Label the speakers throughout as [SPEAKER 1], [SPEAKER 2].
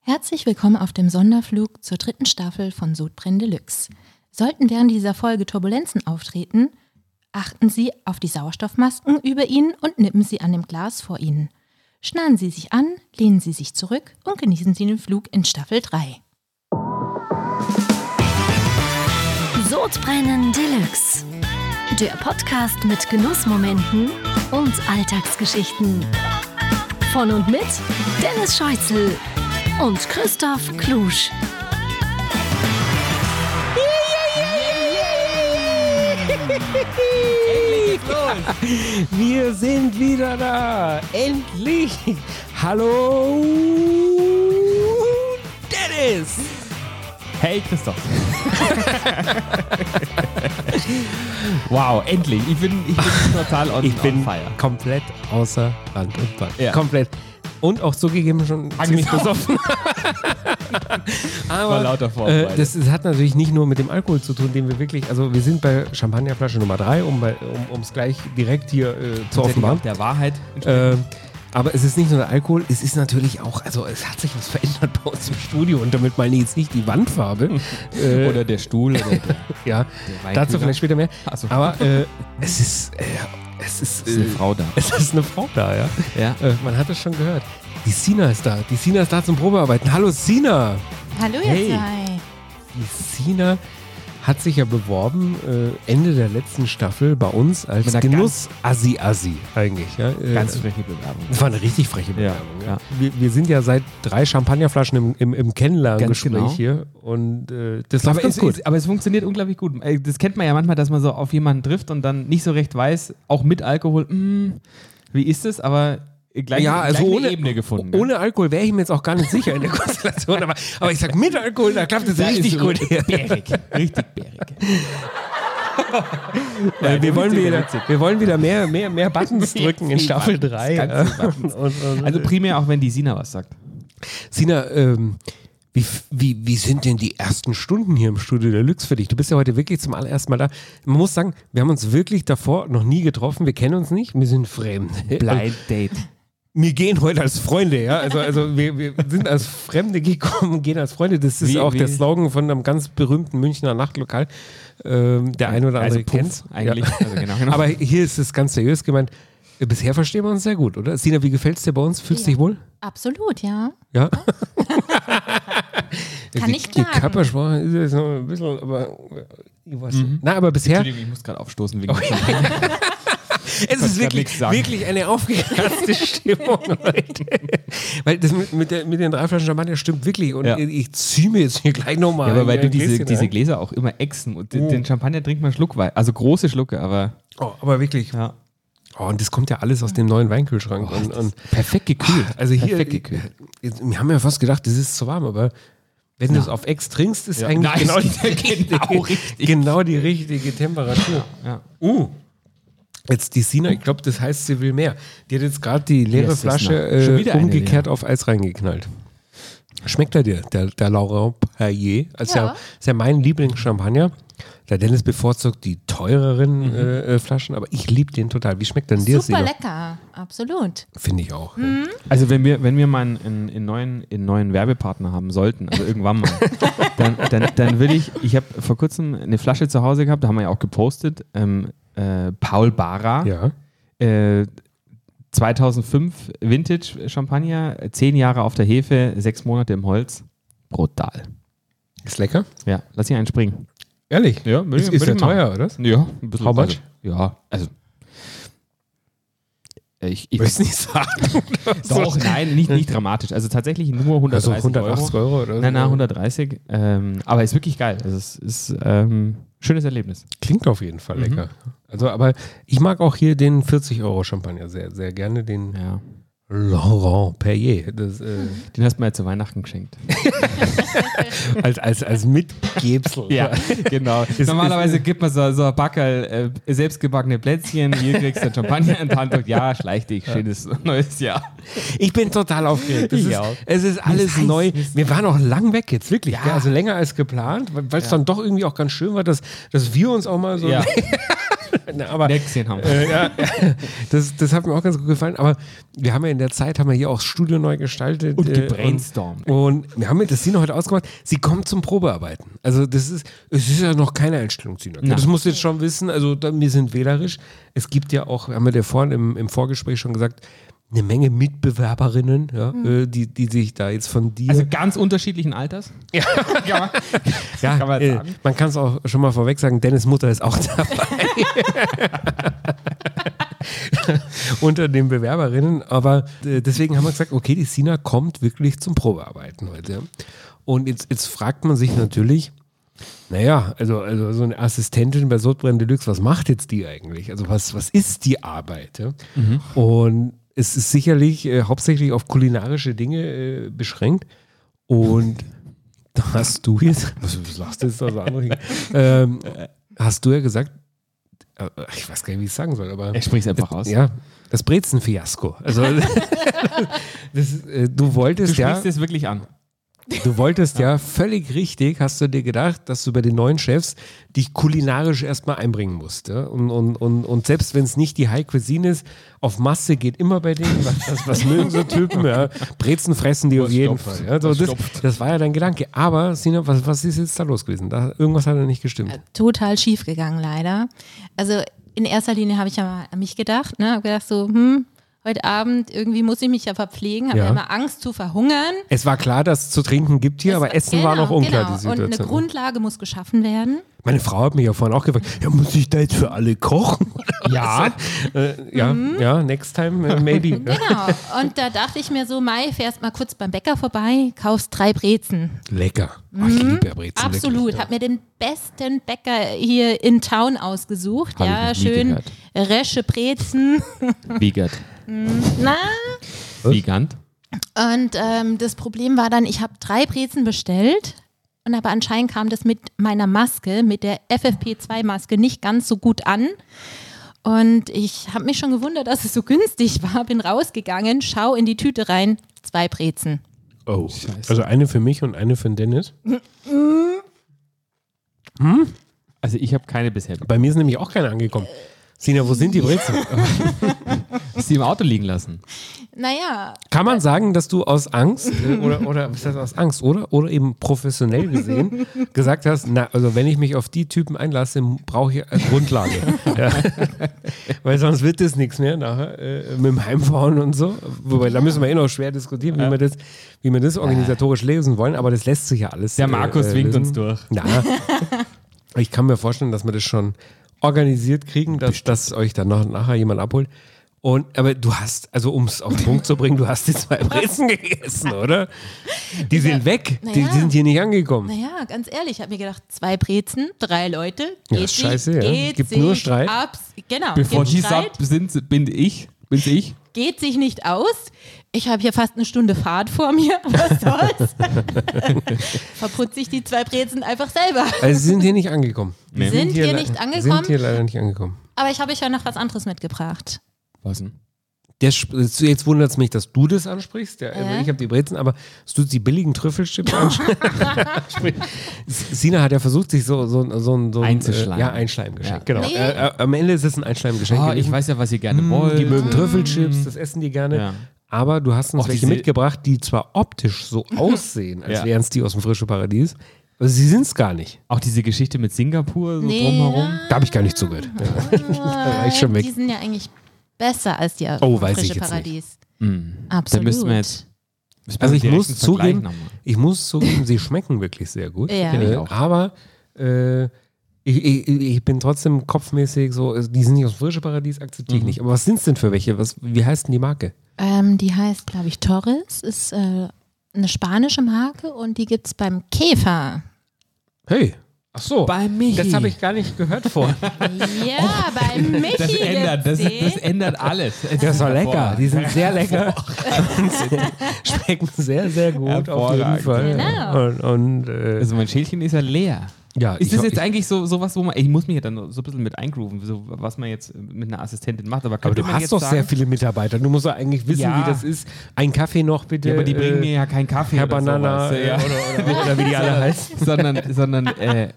[SPEAKER 1] Herzlich willkommen auf dem Sonderflug zur dritten Staffel von Sodbrenn Deluxe. Sollten während dieser Folge Turbulenzen auftreten, achten Sie auf die Sauerstoffmasken über Ihnen und nippen Sie an dem Glas vor Ihnen. Schnallen Sie sich an, lehnen Sie sich zurück und genießen Sie den Flug in Staffel 3.
[SPEAKER 2] Sodbrennen Deluxe. Der Podcast mit Genussmomenten und Alltagsgeschichten. Von und mit Dennis Scheuzel und Christoph Klusch.
[SPEAKER 3] Wir sind wieder da. Endlich. Hallo, Dennis.
[SPEAKER 4] Hey Christoph. wow, endlich. Ich bin, ich bin total on,
[SPEAKER 3] Ich bin
[SPEAKER 4] on fire.
[SPEAKER 3] komplett außer Rand und Band.
[SPEAKER 4] Ja.
[SPEAKER 3] Komplett. Und auch zugegeben schon ziemlich besoffen. Aber,
[SPEAKER 4] Vor lauter Vorfreude.
[SPEAKER 3] Äh, das, das hat natürlich nicht nur mit dem Alkohol zu tun, den wir wirklich, also wir sind bei Champagnerflasche Nummer 3, um es um, um's gleich direkt hier äh, zu offenbaren.
[SPEAKER 4] Der Wahrheit.
[SPEAKER 3] Ähm, aber es ist nicht nur der Alkohol, es ist natürlich auch, also es hat sich was verändert bei uns im Studio und damit meine ich jetzt nicht die Wandfarbe. äh,
[SPEAKER 4] Oder der Stuhl. Oder der,
[SPEAKER 3] ja,
[SPEAKER 4] Weinkühler.
[SPEAKER 3] dazu vielleicht später mehr.
[SPEAKER 4] Ach so.
[SPEAKER 3] Aber äh, es ist, äh, es ist,
[SPEAKER 4] ist eine
[SPEAKER 3] äh,
[SPEAKER 4] Frau da.
[SPEAKER 3] Es ist eine Frau da, ja.
[SPEAKER 4] ja.
[SPEAKER 3] Äh, man hat es schon gehört. Die Sina ist da. Die Sina ist da zum Probearbeiten. Hallo Sina.
[SPEAKER 1] Hallo, ihr
[SPEAKER 3] Hey.
[SPEAKER 1] zwei.
[SPEAKER 3] Die Sina hat sich ja beworben äh, Ende der letzten Staffel bei uns als
[SPEAKER 4] Mit einer
[SPEAKER 3] Genuss Assi Assi eigentlich. Ja? Äh,
[SPEAKER 4] Ganz freche Bewerbung.
[SPEAKER 3] das war eine richtig freche
[SPEAKER 4] Ja,
[SPEAKER 3] Bewerbung. Ja,
[SPEAKER 4] ja.
[SPEAKER 3] Wir, wir sind ja seit drei Champagnerflaschen im, im, im Kennenlerngespräch
[SPEAKER 4] Ganz genau.
[SPEAKER 3] hier und äh, das läuft
[SPEAKER 5] Aber es,
[SPEAKER 3] ganz gut.
[SPEAKER 5] es, aber es funktioniert unglaublich gut. Äh, Das kennt man ja manchmal, dass man so auf jemanden trifft und dann nicht so recht weiß, auch mit Alkohol, mm, wie ist es, aber gleich,
[SPEAKER 3] ja, also
[SPEAKER 5] gleich eine
[SPEAKER 3] ohne,
[SPEAKER 5] Ebene gefunden. ne?
[SPEAKER 3] ohne Alkohol wäre ich mir jetzt auch gar nicht sicher in der Konstellation, aber, aber ich sag mit Alkohol, da klappt es richtig
[SPEAKER 5] ist
[SPEAKER 3] gut.
[SPEAKER 5] Bärig, richtig bärig.
[SPEAKER 3] Äh, wir, wollen
[SPEAKER 5] witzig,
[SPEAKER 3] wieder,
[SPEAKER 5] witzig.
[SPEAKER 3] wir wollen wieder mehr, mehr, mehr Buttons drücken in
[SPEAKER 5] Viel
[SPEAKER 3] Staffel
[SPEAKER 5] Buttons,
[SPEAKER 3] 3.
[SPEAKER 5] ganz viel Buttons. Also primär auch, wenn die Sina was sagt.
[SPEAKER 3] Sina, ähm, wie, f- wie, wie sind denn die ersten Stunden hier im Studio Deluxe für dich? Du bist ja heute wirklich zum allerersten Mal da. Man muss sagen, wir haben uns wirklich davor noch nie getroffen. Wir kennen uns nicht. Wir sind fremd.
[SPEAKER 4] Blind Date.
[SPEAKER 3] Wir gehen heute als Freunde, ja. Also, also wir, wir sind als Fremde gekommen, gehen als Freunde. Das ist
[SPEAKER 4] Wie-
[SPEAKER 3] auch
[SPEAKER 4] wie-
[SPEAKER 3] der Slogan von einem ganz berühmten Münchner Nachtlokal. Ähm, der eine oder andere
[SPEAKER 5] also Puff
[SPEAKER 3] kennt's.
[SPEAKER 5] eigentlich.
[SPEAKER 3] Ja.
[SPEAKER 5] Also genau, genau.
[SPEAKER 3] Aber hier ist es ganz seriös gemeint. Äh, Bisher verstehen wir uns sehr gut, oder? Sina, wie gefällt es dir bei uns? Fühlst du
[SPEAKER 1] Ja.
[SPEAKER 3] dich wohl?
[SPEAKER 1] Absolut, ja.
[SPEAKER 3] Ja.
[SPEAKER 1] Kann
[SPEAKER 3] die,
[SPEAKER 1] ich
[SPEAKER 3] Die
[SPEAKER 1] klagen.
[SPEAKER 3] Körpersprache ist jetzt noch ein bisschen, aber ich weiß nicht. Na, aber bisher,
[SPEAKER 5] Entschuldigung, ich muss gerade aufstoßen
[SPEAKER 3] Oh
[SPEAKER 5] wegen dem
[SPEAKER 3] es ist
[SPEAKER 5] grad
[SPEAKER 3] wirklich,
[SPEAKER 5] nichts sagen.
[SPEAKER 3] wirklich eine aufgekratzte Stimmung heute. Weil das mit, mit, der, mit den drei Flaschen Champagner stimmt wirklich und
[SPEAKER 5] Ja.
[SPEAKER 3] ich, ich ziehe mir jetzt hier gleich nochmal.
[SPEAKER 5] Ja, aber weil du diese,
[SPEAKER 3] Gläschen
[SPEAKER 5] diese
[SPEAKER 3] rein.
[SPEAKER 5] Gläser auch immer exen und den- den Champagner trinkt man schluckweit. Also große Schlucke, aber
[SPEAKER 3] Oh, aber wirklich.
[SPEAKER 5] ja.
[SPEAKER 3] Oh, und das kommt ja alles aus dem neuen Weinkühlschrank. und, und
[SPEAKER 5] Oh, perfekt gekühlt.
[SPEAKER 3] Also hier,
[SPEAKER 5] perfekt gekühlt.
[SPEAKER 3] jetzt- wir haben ja fast gedacht, das ist zu warm, aber wenn du es auf Ex trinkst, ist eigentlich
[SPEAKER 5] Nein,
[SPEAKER 3] genau, die,
[SPEAKER 5] genau richtig.
[SPEAKER 3] genau die richtige Temperatur.
[SPEAKER 5] Ja.
[SPEAKER 3] Uh, jetzt die Sina, ich glaube, das heißt, sie will mehr. Die hat jetzt gerade die leere
[SPEAKER 5] Yes,
[SPEAKER 3] Flasche
[SPEAKER 5] Sisna. Schon
[SPEAKER 3] äh,
[SPEAKER 5] wieder eine
[SPEAKER 3] umgekehrt auf Eis reingeknallt. Schmeckt er dir, der, der Laurent Perrier? Also ja.
[SPEAKER 1] Ja.
[SPEAKER 3] ja, ist ja mein Lieblingschampagner. Der Dennis bevorzugt die teureren
[SPEAKER 5] Mhm.
[SPEAKER 3] äh, äh, Flaschen, aber ich liebe den total. Wie schmeckt denn dir,
[SPEAKER 1] Super
[SPEAKER 3] Sina?
[SPEAKER 1] lecker, absolut.
[SPEAKER 3] Finde ich auch.
[SPEAKER 5] Also wenn wir, wenn wir mal einen, einen, einen neuen, einen neuen Werbepartner haben sollten, also irgendwann mal, dann, dann, dann will ich, ich habe vor kurzem eine Flasche zu Hause gehabt, da haben wir ja auch gepostet, ähm, äh, Paul Barra,
[SPEAKER 3] Ja.
[SPEAKER 5] äh, 2005 Vintage Champagner, zehn Jahre auf der Hefe, sechs Monate im Holz. Brutal.
[SPEAKER 3] Ist lecker?
[SPEAKER 5] Ja, lass ihn einspringen.
[SPEAKER 3] Ehrlich?
[SPEAKER 5] Ja, würde
[SPEAKER 3] Ist, ist der teuer, oder?
[SPEAKER 5] Ja, ein bisschen.
[SPEAKER 3] How much?
[SPEAKER 5] Also, ja, also. äh, Ich, ich
[SPEAKER 3] Willst nicht sagen.
[SPEAKER 5] Doch, nein, nicht, nicht dramatisch. Also tatsächlich nur 130
[SPEAKER 3] Also 180 Euro, oder so.
[SPEAKER 5] Nein, nein, 130. Ähm, aber ist wirklich geil. Also es ist ähm, schönes Erlebnis.
[SPEAKER 3] Klingt auf jeden Fall lecker. Also, aber ich mag auch hier den 40 Euro Champagner sehr, sehr gerne, den
[SPEAKER 5] Ja.
[SPEAKER 3] Laurent Perrier. Das, äh,
[SPEAKER 5] Den hast du mir ja zu Weihnachten geschenkt.
[SPEAKER 3] als, als, als Mitgebsel.
[SPEAKER 5] genau. Normalerweise gibt man so, so ein Backerl, äh, selbstgebackene Plätzchen, hier kriegst du Champagner in die Hand und ja, schleich dich, schönes neues Jahr.
[SPEAKER 3] Ich bin total aufgeregt. Das
[SPEAKER 5] Ich
[SPEAKER 3] ist,
[SPEAKER 5] auch.
[SPEAKER 3] es ist alles
[SPEAKER 5] heiß,
[SPEAKER 3] neu.
[SPEAKER 5] mir ist
[SPEAKER 3] Wir waren auch lang weg jetzt, wirklich. Ja. Also länger als geplant, weil weil es dann doch irgendwie auch ganz schön war, dass, dass wir uns auch mal so.
[SPEAKER 5] Ja.
[SPEAKER 3] Na, aber
[SPEAKER 5] Nächsten haben.
[SPEAKER 3] äh, ja, das, das hat mir auch ganz gut gefallen. Aber wir haben ja in der Zeit, haben wir hier auch das Studio neu gestaltet.
[SPEAKER 5] Und
[SPEAKER 3] äh,
[SPEAKER 5] gebrainstormt.
[SPEAKER 3] Und, und wir haben mir das Sino heute ausgemacht. Sie kommt zum Probearbeiten. Also das ist, es ist ja noch keine Einstellung, Sino.
[SPEAKER 5] Nein.
[SPEAKER 3] Das musst du jetzt schon wissen. Also da, wir sind wählerisch. Es gibt ja auch, haben wir dir vorhin im, im Vorgespräch schon gesagt, eine Menge Mitbewerberinnen, ja, äh, die, die sich da jetzt von dir.
[SPEAKER 5] Also ganz unterschiedlichen Alters.
[SPEAKER 3] Ja,
[SPEAKER 5] Kann man jetzt
[SPEAKER 3] äh,
[SPEAKER 5] sagen?
[SPEAKER 3] man kann es auch schon mal vorweg sagen, Dennis Mutter ist auch dabei. Unter den Bewerberinnen. Aber äh, deswegen haben wir gesagt, okay, die Sina kommt wirklich zum Probearbeiten heute. Und jetzt, jetzt fragt man sich natürlich, naja, also, also so eine Assistentin bei Sodbrenn Deluxe, was macht jetzt die eigentlich? Also was, was ist die Arbeit? Ja?
[SPEAKER 5] Mhm.
[SPEAKER 3] Und es ist sicherlich äh, hauptsächlich auf kulinarische Dinge äh, beschränkt. Und da hast du jetzt, was, was lachst du jetzt da so andere hin? ähm, Hast du ja gesagt, äh, ich weiß gar nicht, wie ich es sagen soll, aber.
[SPEAKER 5] Ich sprich's einfach aus.
[SPEAKER 3] Ja, das Brezenfiasko. Also, das, ist, äh, du
[SPEAKER 5] Du
[SPEAKER 3] wolltest ja.
[SPEAKER 5] sprichst es wirklich an.
[SPEAKER 3] Du wolltest ja völlig richtig, hast du dir gedacht, dass du bei den neuen Chefs dich kulinarisch erstmal einbringen musst. Ja? Und, und, und, und selbst wenn es nicht die High Cuisine ist, auf Masse geht immer bei denen, was, was, was mögen so Typen, ja? Brezen fressen die auf jeden
[SPEAKER 5] stopft.
[SPEAKER 3] Fall. Ja? So,
[SPEAKER 5] Was
[SPEAKER 3] Oh, das,
[SPEAKER 5] stopft.
[SPEAKER 3] das war ja dein Gedanke. Aber, Sina, was, was ist jetzt da los gewesen? Da, irgendwas hat ja nicht
[SPEAKER 1] Äh,
[SPEAKER 3] gestimmt.
[SPEAKER 1] total schief gegangen, leider. Also in erster Linie habe ich ja mal an mich gedacht, ne? Habe gedacht so, hm, heute Abend irgendwie muss ich mich ja verpflegen, habe
[SPEAKER 3] Ja.
[SPEAKER 1] ja. immer Angst zu verhungern.
[SPEAKER 3] Es war klar, dass es zu trinken gibt hier, aber Essen war
[SPEAKER 1] Genau,
[SPEAKER 3] noch unklar,
[SPEAKER 1] genau.
[SPEAKER 3] die
[SPEAKER 1] Und eine
[SPEAKER 3] Situation.
[SPEAKER 1] Grundlage muss geschaffen werden.
[SPEAKER 3] Meine Frau hat mich ja vorhin auch gefragt, ja, muss ich da jetzt für alle kochen? Ja. äh, ja,
[SPEAKER 1] Mhm.
[SPEAKER 3] ja, next time äh, maybe. Ja.
[SPEAKER 1] Genau. Und da dachte ich mir so, Mai, fährst mal kurz beim Bäcker vorbei, kaufst drei Brezen.
[SPEAKER 3] Lecker.
[SPEAKER 5] Mhm.
[SPEAKER 3] Oh, ich liebe ja Brezen.
[SPEAKER 1] Absolut.
[SPEAKER 3] wirklich.
[SPEAKER 1] Hab mir den besten Bäcker hier in Town ausgesucht.
[SPEAKER 5] Hab
[SPEAKER 1] ja,
[SPEAKER 5] ich noch nie
[SPEAKER 1] schön.
[SPEAKER 5] gehört.
[SPEAKER 1] Resche Brezen.
[SPEAKER 5] Vegan.
[SPEAKER 1] Mm, Na?
[SPEAKER 5] Vegan.
[SPEAKER 1] Und ähm, das Problem war dann, ich habe drei Brezen bestellt. Und aber anscheinend kam das mit meiner Maske, mit der FFP2-Maske, nicht ganz so gut an. Und ich habe mich schon gewundert, dass es so günstig war. Bin rausgegangen, schau in die Tüte rein, zwei Brezen.
[SPEAKER 3] Oh. Also eine für mich und eine für den Dennis.
[SPEAKER 5] Also ich habe keine bisher.
[SPEAKER 3] Bei mir ist nämlich auch keine angekommen. Sina, wo sind die Brezen?
[SPEAKER 5] Ist die im Auto liegen lassen.
[SPEAKER 1] Naja,
[SPEAKER 3] Kann man sagen, dass du aus Angst äh, oder, oder was heißt aus Angst oder oder eben professionell gesehen gesagt hast, na, also wenn ich mich auf die Typen einlasse, m- brauche ich eine Grundlage. ja. Weil sonst wird das nichts mehr nachher äh, mit dem Heimfahren und so. Wobei, da müssen wir eh noch schwer diskutieren, wie wir das, wie wir das organisatorisch lösen wollen, aber das lässt sich ja alles.
[SPEAKER 5] Der Markus
[SPEAKER 3] Äh,
[SPEAKER 5] winkt uns durch.
[SPEAKER 3] Ja. Ich kann mir vorstellen, dass wir das schon organisiert kriegen, dass, dass euch dann noch nachher jemand abholt. Und, aber du hast, also um es auf den Punkt zu bringen, du hast die zwei Brezen gegessen, oder? Die sind weg,
[SPEAKER 1] na
[SPEAKER 3] die,
[SPEAKER 1] ja.
[SPEAKER 3] die sind hier nicht angekommen.
[SPEAKER 1] naja, ganz ehrlich, ich habe mir gedacht, zwei Brezen, drei Leute,
[SPEAKER 3] Ja,
[SPEAKER 1] geht sich,
[SPEAKER 3] scheiße, ja.
[SPEAKER 1] geht
[SPEAKER 3] Gibt
[SPEAKER 1] sich
[SPEAKER 3] nur Streit.
[SPEAKER 1] Abs genau,
[SPEAKER 5] Bevor
[SPEAKER 1] gibt
[SPEAKER 5] die
[SPEAKER 1] Streit.
[SPEAKER 5] satt sind, bin ich. Bin's ich?
[SPEAKER 1] geht sich nicht aus. Ich habe hier fast eine Stunde Fahrt vor mir. Was soll's? Verputze ich die zwei Brezen einfach selber.
[SPEAKER 3] Also sie sind hier nicht angekommen.
[SPEAKER 5] Nee.
[SPEAKER 1] Sind hier
[SPEAKER 3] le-
[SPEAKER 1] nicht angekommen?
[SPEAKER 3] Sind hier leider nicht angekommen.
[SPEAKER 1] Aber ich habe euch ja noch was anderes mitgebracht.
[SPEAKER 5] Was denn?
[SPEAKER 3] Der, sp- jetzt wundert es mich, dass du das ansprichst. Ja, also
[SPEAKER 1] Äh?
[SPEAKER 3] Ich habe die Brezen, aber dass du die billigen Trüffelchips ansprichst. Sina hat ja versucht, sich so, so, so, ein- so ein,
[SPEAKER 5] Einzuschleimen.
[SPEAKER 3] Äh, ja, Einschleimgeschenk.
[SPEAKER 5] Ja.
[SPEAKER 3] Genau.
[SPEAKER 1] Nee.
[SPEAKER 3] Äh, äh, am Ende ist es ein Einschleimgeschenk.
[SPEAKER 5] Ah,
[SPEAKER 3] gewesen.
[SPEAKER 5] ich weiß ja, was ihr gerne
[SPEAKER 3] Hm,
[SPEAKER 5] wollt. Hm.
[SPEAKER 3] Die mögen Trüffelchips, das essen die gerne.
[SPEAKER 5] Ja.
[SPEAKER 3] Aber du hast uns
[SPEAKER 5] Och,
[SPEAKER 3] welche
[SPEAKER 5] diese-
[SPEAKER 3] mitgebracht, die zwar optisch so aussehen, als
[SPEAKER 5] Ja.
[SPEAKER 3] wären es die aus dem frischen Paradies, aber sie sind es gar nicht.
[SPEAKER 5] Auch diese Geschichte mit Singapur so
[SPEAKER 1] Nee,
[SPEAKER 5] drumherum.
[SPEAKER 1] ja.
[SPEAKER 3] Da habe ich gar nicht zugehört. Ja. war ich schon weg.
[SPEAKER 1] Äh, Ah, Die sind ja eigentlich besser als die
[SPEAKER 3] Oh,
[SPEAKER 1] vom
[SPEAKER 3] weiß ich
[SPEAKER 1] frische
[SPEAKER 3] jetzt nicht.
[SPEAKER 1] Paradies.
[SPEAKER 5] Mhm. Da
[SPEAKER 1] Absolut.
[SPEAKER 5] müssen wir jetzt. müssen wir
[SPEAKER 3] Also ich
[SPEAKER 5] direkt
[SPEAKER 3] muss
[SPEAKER 5] einen Vergleich
[SPEAKER 3] zugeben,
[SPEAKER 5] noch mal.
[SPEAKER 3] ich muss zugeben, sie schmecken wirklich sehr gut.
[SPEAKER 1] Ja. Finde
[SPEAKER 5] ich
[SPEAKER 3] Äh,
[SPEAKER 5] auch.
[SPEAKER 3] aber äh, ich, ich, ich bin trotzdem kopfmäßig so, also die sind nicht aus dem frischen Paradies, akzeptiere
[SPEAKER 5] Mhm.
[SPEAKER 3] ich nicht. Aber was sind es denn für welche? Was, wie heißt denn die Marke?
[SPEAKER 1] Ähm, die heißt, glaube ich, Torres. Ist äh, eine spanische Marke und die gibt es beim Käfer.
[SPEAKER 3] Hey, ach so.
[SPEAKER 5] Bei Michi.
[SPEAKER 3] Das habe ich gar nicht gehört vorhin.
[SPEAKER 1] Ja, beim Michi.
[SPEAKER 5] Das ändert, das,
[SPEAKER 1] gibt's
[SPEAKER 5] das
[SPEAKER 1] den.
[SPEAKER 5] ändert alles.
[SPEAKER 3] Das war lecker.
[SPEAKER 5] Hervorragend.
[SPEAKER 3] Die sind sehr lecker. Schmecken sehr, sehr gut auf jeden
[SPEAKER 5] Hervorragend.
[SPEAKER 3] Fall.
[SPEAKER 1] Genau.
[SPEAKER 3] Und, und äh,
[SPEAKER 5] Also mein Schälchen ist ja leer.
[SPEAKER 3] ja,
[SPEAKER 5] Ist
[SPEAKER 3] ich-
[SPEAKER 5] das jetzt
[SPEAKER 3] ich-
[SPEAKER 5] eigentlich so sowas, wo man, ich muss mich ja dann so ein bisschen mit eingrooven, so, was man jetzt mit einer Assistentin macht, aber
[SPEAKER 3] aber
[SPEAKER 5] könnte
[SPEAKER 3] du
[SPEAKER 5] man jetzt
[SPEAKER 3] hast doch
[SPEAKER 5] sagen,
[SPEAKER 3] sehr viele Mitarbeiter. Du musst doch eigentlich wissen,
[SPEAKER 5] Ja.
[SPEAKER 3] wie das ist. Ein Kaffee noch bitte.
[SPEAKER 5] ja, aber die bringen
[SPEAKER 3] äh,
[SPEAKER 5] mir ja keinen Kaffee
[SPEAKER 3] Herr
[SPEAKER 5] oder
[SPEAKER 3] Banana
[SPEAKER 5] sowas,
[SPEAKER 3] äh,
[SPEAKER 5] ja.
[SPEAKER 3] oder, oder, oder wie die alle heißen.
[SPEAKER 5] sondern, sondern äh,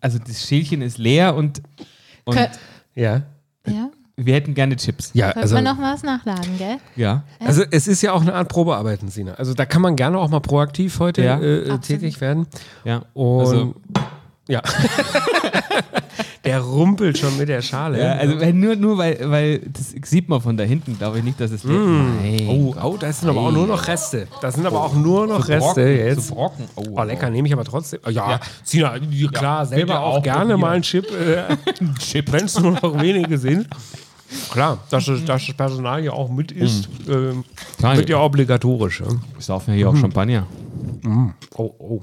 [SPEAKER 5] also das Schälchen ist leer und, und
[SPEAKER 1] Kö-
[SPEAKER 3] Ja.
[SPEAKER 1] Ja?
[SPEAKER 5] Wir hätten gerne Chips.
[SPEAKER 3] Ja,
[SPEAKER 1] Sollte
[SPEAKER 3] also,
[SPEAKER 1] man noch was nachladen, gell?
[SPEAKER 5] Ja.
[SPEAKER 3] also es ist ja auch eine Art Probearbeiten, Sina. Also da kann man gerne auch mal proaktiv heute
[SPEAKER 5] Ja.
[SPEAKER 3] äh, äh,
[SPEAKER 1] Absolut.
[SPEAKER 3] tätig werden.
[SPEAKER 5] ja.
[SPEAKER 3] Und
[SPEAKER 5] Also-
[SPEAKER 3] ja. der rumpelt schon mit der Schale.
[SPEAKER 5] Ja, also weil nur, nur weil, weil das sieht man von da hinten, glaube ich nicht, dass es der. Nein.
[SPEAKER 3] oh, oh, da sind aber auch nur noch Reste. Da sind aber auch nur noch Reste jetzt.
[SPEAKER 5] Brocken. Oh,
[SPEAKER 3] Oh, lecker, nehme ich aber trotzdem. Oh, Ja, Sina, ja, klar, selber
[SPEAKER 5] bitte
[SPEAKER 3] auch,
[SPEAKER 5] auch
[SPEAKER 3] gerne
[SPEAKER 5] probieren.
[SPEAKER 3] mal einen Chip, äh, Chip. wenn es nur noch wenige sind. Klar, dass, das- dass das Personal ja auch mit ist, ähm,
[SPEAKER 5] Klar.
[SPEAKER 3] wird ja obligatorisch. Ja.
[SPEAKER 5] Wir saufen ja hier auch
[SPEAKER 3] Mhm.
[SPEAKER 5] Champagner.
[SPEAKER 3] Oh, oh.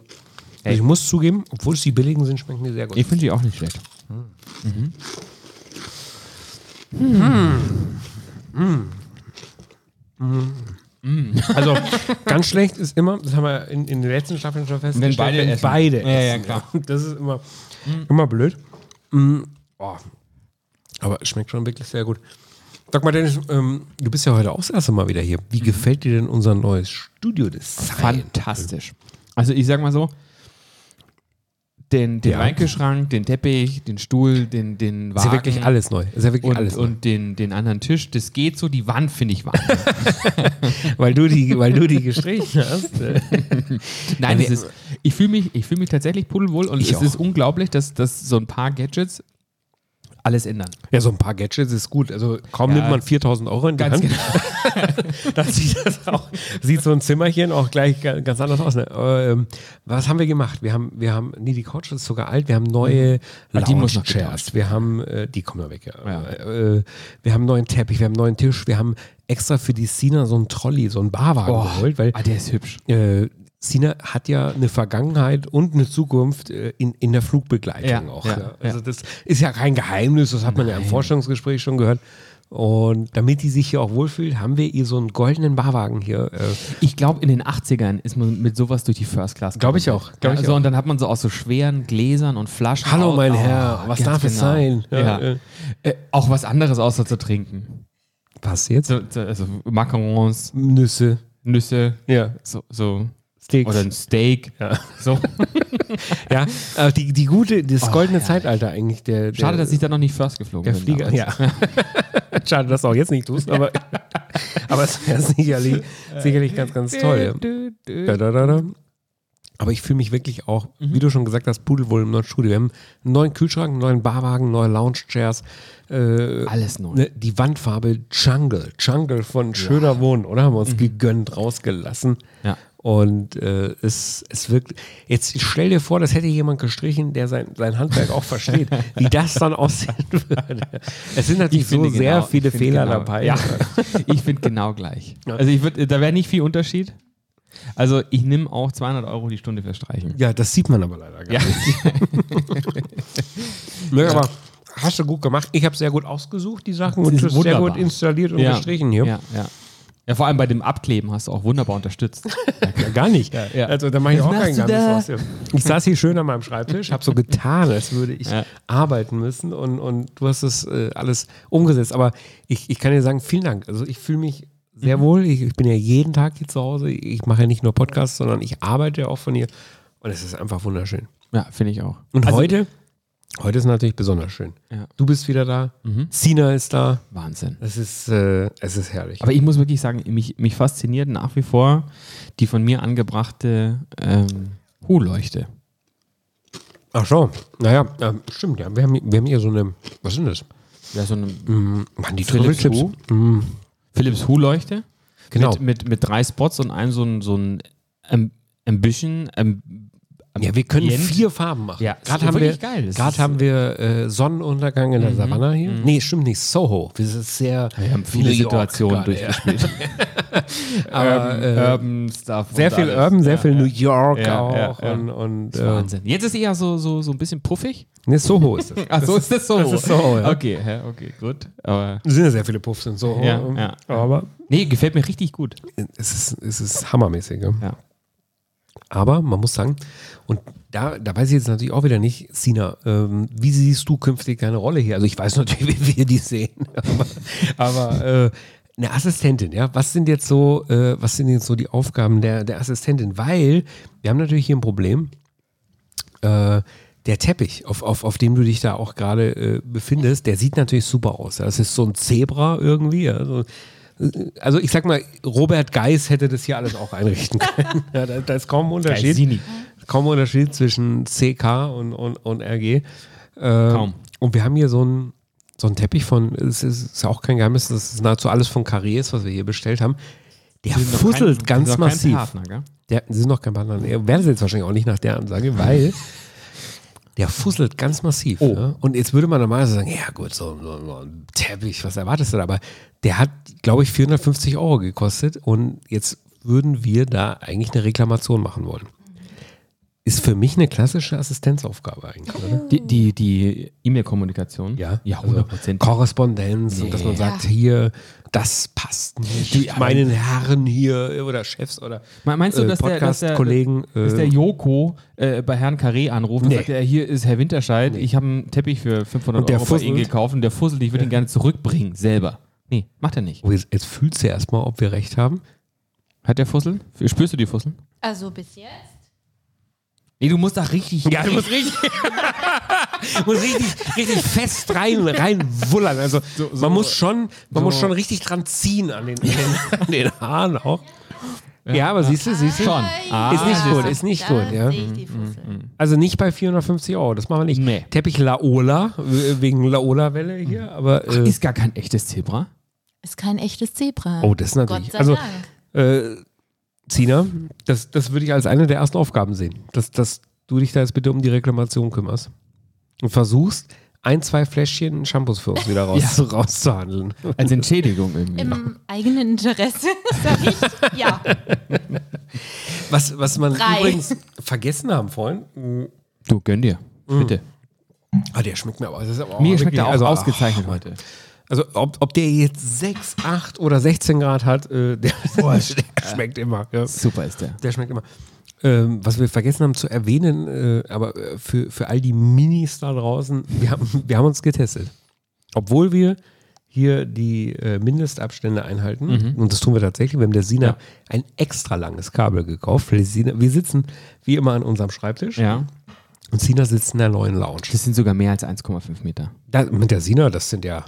[SPEAKER 3] Ich muss zugeben, obwohl es die billigen sind, schmecken die sehr gut.
[SPEAKER 5] Ich finde die auch nicht schlecht.
[SPEAKER 3] Also ganz schlecht ist immer, das haben wir in, in den letzten Staffeln schon festgestellt,
[SPEAKER 5] beide essen.
[SPEAKER 3] beide
[SPEAKER 5] Ja, ja,
[SPEAKER 3] essen.
[SPEAKER 5] klar. Hm.
[SPEAKER 3] Das ist immer, immer blöd. Mm, oh. Aber es schmeckt schon wirklich sehr gut. Sag mal, Dennis, ähm, du bist ja heute auch das erste Mal wieder hier.
[SPEAKER 5] Mhm.
[SPEAKER 3] Wie gefällt dir denn unser neues Studio-Design?
[SPEAKER 5] Fantastisch. Also ich sag mal so, den, den
[SPEAKER 3] Ja.
[SPEAKER 5] Reinkeschrank, den Teppich, den Stuhl, den, den
[SPEAKER 3] Ist ja
[SPEAKER 5] Wagen
[SPEAKER 3] wirklich alles neu. Ist ja wirklich
[SPEAKER 5] und,
[SPEAKER 3] alles
[SPEAKER 5] und den, den anderen Tisch, das geht so, die Wand finde ich warm.
[SPEAKER 3] neu. Weil du die, weil du die gestrichen hast. äh.
[SPEAKER 5] Nein,
[SPEAKER 3] wir-
[SPEAKER 5] es ist, ich fühle mich, ich fühl mich tatsächlich pudelwohl und
[SPEAKER 3] Ich
[SPEAKER 5] es
[SPEAKER 3] auch.
[SPEAKER 5] ist unglaublich, dass, dass so ein paar Gadgets alles ändern.
[SPEAKER 3] Ja, so ein paar Gadgets ist gut. Also kaum
[SPEAKER 5] Ja.
[SPEAKER 3] nimmt man 4000 Euro in die Hand.
[SPEAKER 5] genau.
[SPEAKER 3] Dann sieht das auch, sieht so ein Zimmerchen auch gleich ga- ganz anders aus. Ne? Aber, ähm, was haben wir gemacht? Wir haben, wir haben, nee, die Couch ist sogar alt, wir haben neue
[SPEAKER 5] Mhm. Ah, die muss noch
[SPEAKER 3] Lounge-Chairs, wir haben, äh, die kommen ja weg, ja.
[SPEAKER 5] Ja.
[SPEAKER 3] Äh, wir haben neuen Teppich, wir haben neuen Tisch, wir haben extra für die Sina so einen Trolley, so einen Barwagen geholt, weil
[SPEAKER 5] ah, der ist hübsch.
[SPEAKER 3] äh, Sina hat ja eine Vergangenheit und eine Zukunft äh, in, in der Flugbegleitung
[SPEAKER 5] Ja,
[SPEAKER 3] auch.
[SPEAKER 5] ja,
[SPEAKER 3] Ja, Also das ist ja kein Geheimnis, das hat man ja im Vorstellungsgespräch schon gehört. Und damit die sich hier auch wohlfühlt, haben wir ihr so einen goldenen Barwagen hier. Äh,
[SPEAKER 5] Ich glaube, in den 80ern ist man mit sowas durch die First Class.
[SPEAKER 3] Glaub ich
[SPEAKER 5] gekommen.
[SPEAKER 3] auch, glaub
[SPEAKER 5] ja,
[SPEAKER 3] ich
[SPEAKER 5] so,
[SPEAKER 3] auch.
[SPEAKER 5] Und dann hat man so aus so schweren Gläsern und Flaschen.
[SPEAKER 3] Hallo,
[SPEAKER 5] Oh,
[SPEAKER 3] mein
[SPEAKER 5] oh,
[SPEAKER 3] Herr, was
[SPEAKER 5] ganz
[SPEAKER 3] darf es sein?
[SPEAKER 5] Ja,
[SPEAKER 3] Ja,
[SPEAKER 5] äh, äh, auch was anderes außer zu trinken.
[SPEAKER 3] was jetzt?
[SPEAKER 5] So, so, also Macarons,
[SPEAKER 3] Nüsse.
[SPEAKER 5] Nüsse,
[SPEAKER 3] Ja.
[SPEAKER 5] so, so.
[SPEAKER 3] Steaks.
[SPEAKER 5] Oder ein Steak. So.
[SPEAKER 3] ja, äh, die, die gute, das goldene Zeitalter eigentlich. Der, der,
[SPEAKER 5] Oh, Schade, dass ich da noch nicht First geflogen
[SPEAKER 3] Der
[SPEAKER 5] bin.
[SPEAKER 3] Flieger,
[SPEAKER 5] damals.
[SPEAKER 3] ja. Schade, dass du auch jetzt nicht tust, aber, aber es wäre sicherlich, sicherlich ganz, ganz toll. Da, da, da, da. Aber ich fühle mich wirklich auch, wie du schon gesagt hast, pudelwohl im neuen Studio. Wir haben einen neuen Kühlschrank, einen neuen Barwagen, neue Lounge-Chairs, äh,
[SPEAKER 5] Alles neu.
[SPEAKER 3] ne, die Wandfarbe Jungle, Jungle von Schöner Wohnen, oder? Haben wir uns gegönnt, rausgelassen.
[SPEAKER 5] Mhm. Ja.
[SPEAKER 3] Und äh, es, es wirkt, jetzt stell dir vor, das hätte jemand gestrichen, der sein, sein Handwerk auch versteht, wie das dann aussehen würde. Es sind natürlich
[SPEAKER 5] Ich
[SPEAKER 3] so
[SPEAKER 5] finde
[SPEAKER 3] sehr
[SPEAKER 5] genau-
[SPEAKER 3] viele
[SPEAKER 5] ich finde
[SPEAKER 3] Fehler
[SPEAKER 5] genau-
[SPEAKER 3] dabei.
[SPEAKER 5] Ja, ich finde genau gleich.
[SPEAKER 3] Ja.
[SPEAKER 5] Also ich würde, da wäre nicht viel Unterschied. Also ich nehme auch 200 Euro die Stunde für Streichen.
[SPEAKER 3] Ja, das sieht man aber leider gar nicht. Nö, aber hast du gut gemacht. Ich habe sehr gut ausgesucht, die Sachen, und
[SPEAKER 5] ist
[SPEAKER 3] du hast sehr
[SPEAKER 5] wunderbar.
[SPEAKER 3] gut installiert und gestrichen hier.
[SPEAKER 5] Ja, ja. ja, vor allem bei dem Abkleben hast du auch wunderbar unterstützt.
[SPEAKER 3] Ja, gar nicht.
[SPEAKER 5] ja.
[SPEAKER 3] Also da mache ich auch
[SPEAKER 5] machst
[SPEAKER 3] kein
[SPEAKER 5] du
[SPEAKER 3] Geheimnis
[SPEAKER 5] da?
[SPEAKER 3] raus. Ja. Ich saß hier schön an meinem Schreibtisch, habe so getan, als würde ich
[SPEAKER 5] Ja.
[SPEAKER 3] arbeiten müssen und, und du hast das äh, alles umgesetzt. Aber ich, ich kann dir sagen, vielen Dank. Also ich fühle mich
[SPEAKER 5] Mhm.
[SPEAKER 3] sehr wohl. Ich, ich bin ja jeden Tag hier zu Hause. Ich mache ja nicht nur Podcasts, sondern ich arbeite ja auch von hier. Und es ist einfach wunderschön.
[SPEAKER 5] ja, finde ich auch.
[SPEAKER 3] Und heute, heute ist natürlich besonders schön.
[SPEAKER 5] Also Ja. Mhm.
[SPEAKER 3] Du bist wieder da, Sina ist da.
[SPEAKER 5] Wahnsinn.
[SPEAKER 3] Es ist, äh, es ist herrlich.
[SPEAKER 5] Aber ich muss wirklich sagen, mich, mich fasziniert nach wie vor die von mir angebrachte ähm, Hohleuchte.
[SPEAKER 3] Ach so, naja, ähm, stimmt, ja. Wir haben, wir haben hier so eine, was sind das?
[SPEAKER 5] Ja, so eine
[SPEAKER 3] Mm, Mann, die
[SPEAKER 5] Philips
[SPEAKER 3] Trommelchips.
[SPEAKER 5] Hue. Philips Hue-Leuchte.
[SPEAKER 3] Mm. Genau.
[SPEAKER 5] Mit, mit, mit drei Spots und einem so ein, so ein Am- Ambition. Am-
[SPEAKER 3] Ja, wir können
[SPEAKER 5] Ambient.
[SPEAKER 3] vier Farben machen.
[SPEAKER 5] Ja, das
[SPEAKER 3] gerade
[SPEAKER 5] ist
[SPEAKER 3] haben wir,
[SPEAKER 5] wirklich geil. Das
[SPEAKER 3] gerade
[SPEAKER 5] ist- Mhm.
[SPEAKER 3] haben wir äh, Sonnenuntergang in der Savanne hier. Nee, stimmt nicht, Soho. Das ist sehr.
[SPEAKER 5] Wir haben viele
[SPEAKER 3] New York
[SPEAKER 5] Situationen
[SPEAKER 3] gerade, ja.
[SPEAKER 5] durchgespielt. ähm,
[SPEAKER 3] Aber, äh,
[SPEAKER 5] Urban Stuff.
[SPEAKER 3] sehr
[SPEAKER 5] und
[SPEAKER 3] viel
[SPEAKER 5] alles.
[SPEAKER 3] Urban, sehr viel New York
[SPEAKER 5] Ja,
[SPEAKER 3] auch.
[SPEAKER 5] ja, ja.
[SPEAKER 3] Und, und äh,
[SPEAKER 5] Wahnsinn. Jetzt ist eher so, so, so ein bisschen puffig.
[SPEAKER 3] nee, Soho ist es.
[SPEAKER 5] Ach so, ist das so.
[SPEAKER 3] das ist so, ja.
[SPEAKER 5] Okay, hä, okay, gut. Aber
[SPEAKER 3] Es sind ja sehr viele Puffs in Soho.
[SPEAKER 5] Ja, ja.
[SPEAKER 3] Aber
[SPEAKER 5] nee, gefällt mir richtig gut.
[SPEAKER 3] es ist, es ist hammermäßig. Ja.
[SPEAKER 5] Ja.
[SPEAKER 3] Aber man muss sagen, und da, da weiß ich jetzt natürlich auch wieder nicht, Sina, ähm, wie siehst du künftig deine Rolle hier? Also ich weiß natürlich, wie wir die sehen, aber, aber äh, eine Assistentin, ja, was sind jetzt so, äh, was sind jetzt so die Aufgaben der, der Assistentin? Weil wir haben natürlich hier ein Problem. Äh, der Teppich, auf, auf, auf dem du dich da auch gerade äh, befindest, der sieht natürlich super aus. Das ist so ein Zebra irgendwie. Also, äh, also ich sag mal, Robert Geis hätte das hier alles auch einrichten können. ja, da, da ist kaum ein Unterschied.
[SPEAKER 4] Geisini.
[SPEAKER 3] Kaum ein Unterschied zwischen CK und, und, und RG.
[SPEAKER 5] Kaum.
[SPEAKER 3] Und wir haben hier so einen so einen Teppich von, es ist, ist ja auch kein Geheimnis, das ist nahezu alles von Carré ist, was wir hier bestellt haben. Der
[SPEAKER 5] Wir sind noch
[SPEAKER 3] fusselt
[SPEAKER 5] kein-
[SPEAKER 3] ganz
[SPEAKER 5] wir sind noch kein
[SPEAKER 3] massiv.
[SPEAKER 5] Partner, gell?
[SPEAKER 3] Der, sie sind noch kein Partner. Ihr werdet jetzt wahrscheinlich auch nicht nach der Ansage, weil der fusselt ganz massiv. Ne? Und jetzt würde man normalerweise sagen, ja gut, so, so, so ein Teppich, was erwartest du da? Aber der hat, glaube ich, 450 Euro gekostet und jetzt würden wir da eigentlich eine Reklamation machen wollen. Ist für mich eine klassische Assistenzaufgabe eigentlich, oder?
[SPEAKER 5] Die, die, die E-Mail-Kommunikation? Ja,
[SPEAKER 3] also
[SPEAKER 5] 100 Prozent.
[SPEAKER 3] Korrespondenz und dass man sagt, hier, das passt nicht. meinen Herren hier oder Chefs oder
[SPEAKER 5] Me- Meinst du,
[SPEAKER 3] äh,
[SPEAKER 5] dass der- dass der-
[SPEAKER 3] Podcast-Kollegen. äh,
[SPEAKER 5] Dass der Joko äh, bei Herrn Carré anruft und
[SPEAKER 3] Nee.
[SPEAKER 5] sagt, er, hier ist Herr Winterscheid, ich habe einen Teppich für 500
[SPEAKER 3] Und der
[SPEAKER 5] Euro bei Ihnen
[SPEAKER 3] fusselt.
[SPEAKER 5] gekauft und der fusselt, ich würde ihn gerne zurückbringen, selber. Nee, macht er nicht.
[SPEAKER 3] Oh, Jetzt, jetzt fühlst du erstmal, ob wir recht haben.
[SPEAKER 5] Hat der Fussel? Spürst du die Fusseln?
[SPEAKER 1] Also bis jetzt.
[SPEAKER 5] Nee, du musst doch richtig.
[SPEAKER 3] Ja, du musst richtig, musst richtig, richtig fest rein, rein wullern. Also man muss schon, man muss schon richtig dran ziehen an den, an den, an den Haaren auch. Ja, aber siehst du, siehst du?
[SPEAKER 5] Schon. Ah,
[SPEAKER 3] Ist nicht gut, ist nicht gut, ja.
[SPEAKER 1] sehe ich die Fussel.
[SPEAKER 3] Also nicht bei 450 Euro, das machen wir nicht.
[SPEAKER 5] Nee.
[SPEAKER 3] Teppich Laola, w- wegen Laola-Welle hier, aber. Äh,
[SPEAKER 5] Ist gar kein echtes Zebra.
[SPEAKER 1] Ist kein echtes Zebra.
[SPEAKER 3] oh, das ist
[SPEAKER 1] Gott
[SPEAKER 3] natürlich.
[SPEAKER 1] sei
[SPEAKER 3] Also,
[SPEAKER 1] Dank.
[SPEAKER 3] äh, Zina, das, das würde ich als eine der ersten Aufgaben sehen, dass, dass du dich da jetzt bitte um die Reklamation kümmerst und versuchst, ein, zwei Fläschchen Shampoos für uns wieder raus, rauszuhandeln.
[SPEAKER 5] Als Entschädigung irgendwie.
[SPEAKER 3] Genau.
[SPEAKER 1] Im eigenen Interesse, sag ich. Ja.
[SPEAKER 3] Was, was man
[SPEAKER 1] Drei.
[SPEAKER 3] übrigens vergessen haben vorhin,
[SPEAKER 5] Du gönn dir. Bitte.
[SPEAKER 3] ah, der schmeckt mir aber, das ist aber auch
[SPEAKER 5] Mir schmeckt
[SPEAKER 3] Mm. wirklich-
[SPEAKER 5] er auch
[SPEAKER 3] also,
[SPEAKER 5] ausgezeichnet heute.
[SPEAKER 3] Also ob, ob der jetzt 6, 8 oder 16 Grad hat, äh, der, der schmeckt immer. Ja.
[SPEAKER 5] Super ist der.
[SPEAKER 3] Der schmeckt immer. Ähm, was wir vergessen haben zu erwähnen, äh, aber äh, für, für all die Minis da draußen, wir haben, wir haben uns getestet. Obwohl wir hier die äh, Mindestabstände einhalten, und das tun wir tatsächlich, wir haben der Sina
[SPEAKER 5] Mhm. Ja.
[SPEAKER 3] ein extra langes Kabel gekauft. Weil die Sina, wir sitzen wie immer an unserem Schreibtisch
[SPEAKER 5] Ja.
[SPEAKER 3] und Sina sitzt in der neuen Lounge.
[SPEAKER 5] Das sind sogar mehr als 1,5 Meter.
[SPEAKER 3] Da, mit der Sina, das sind ja,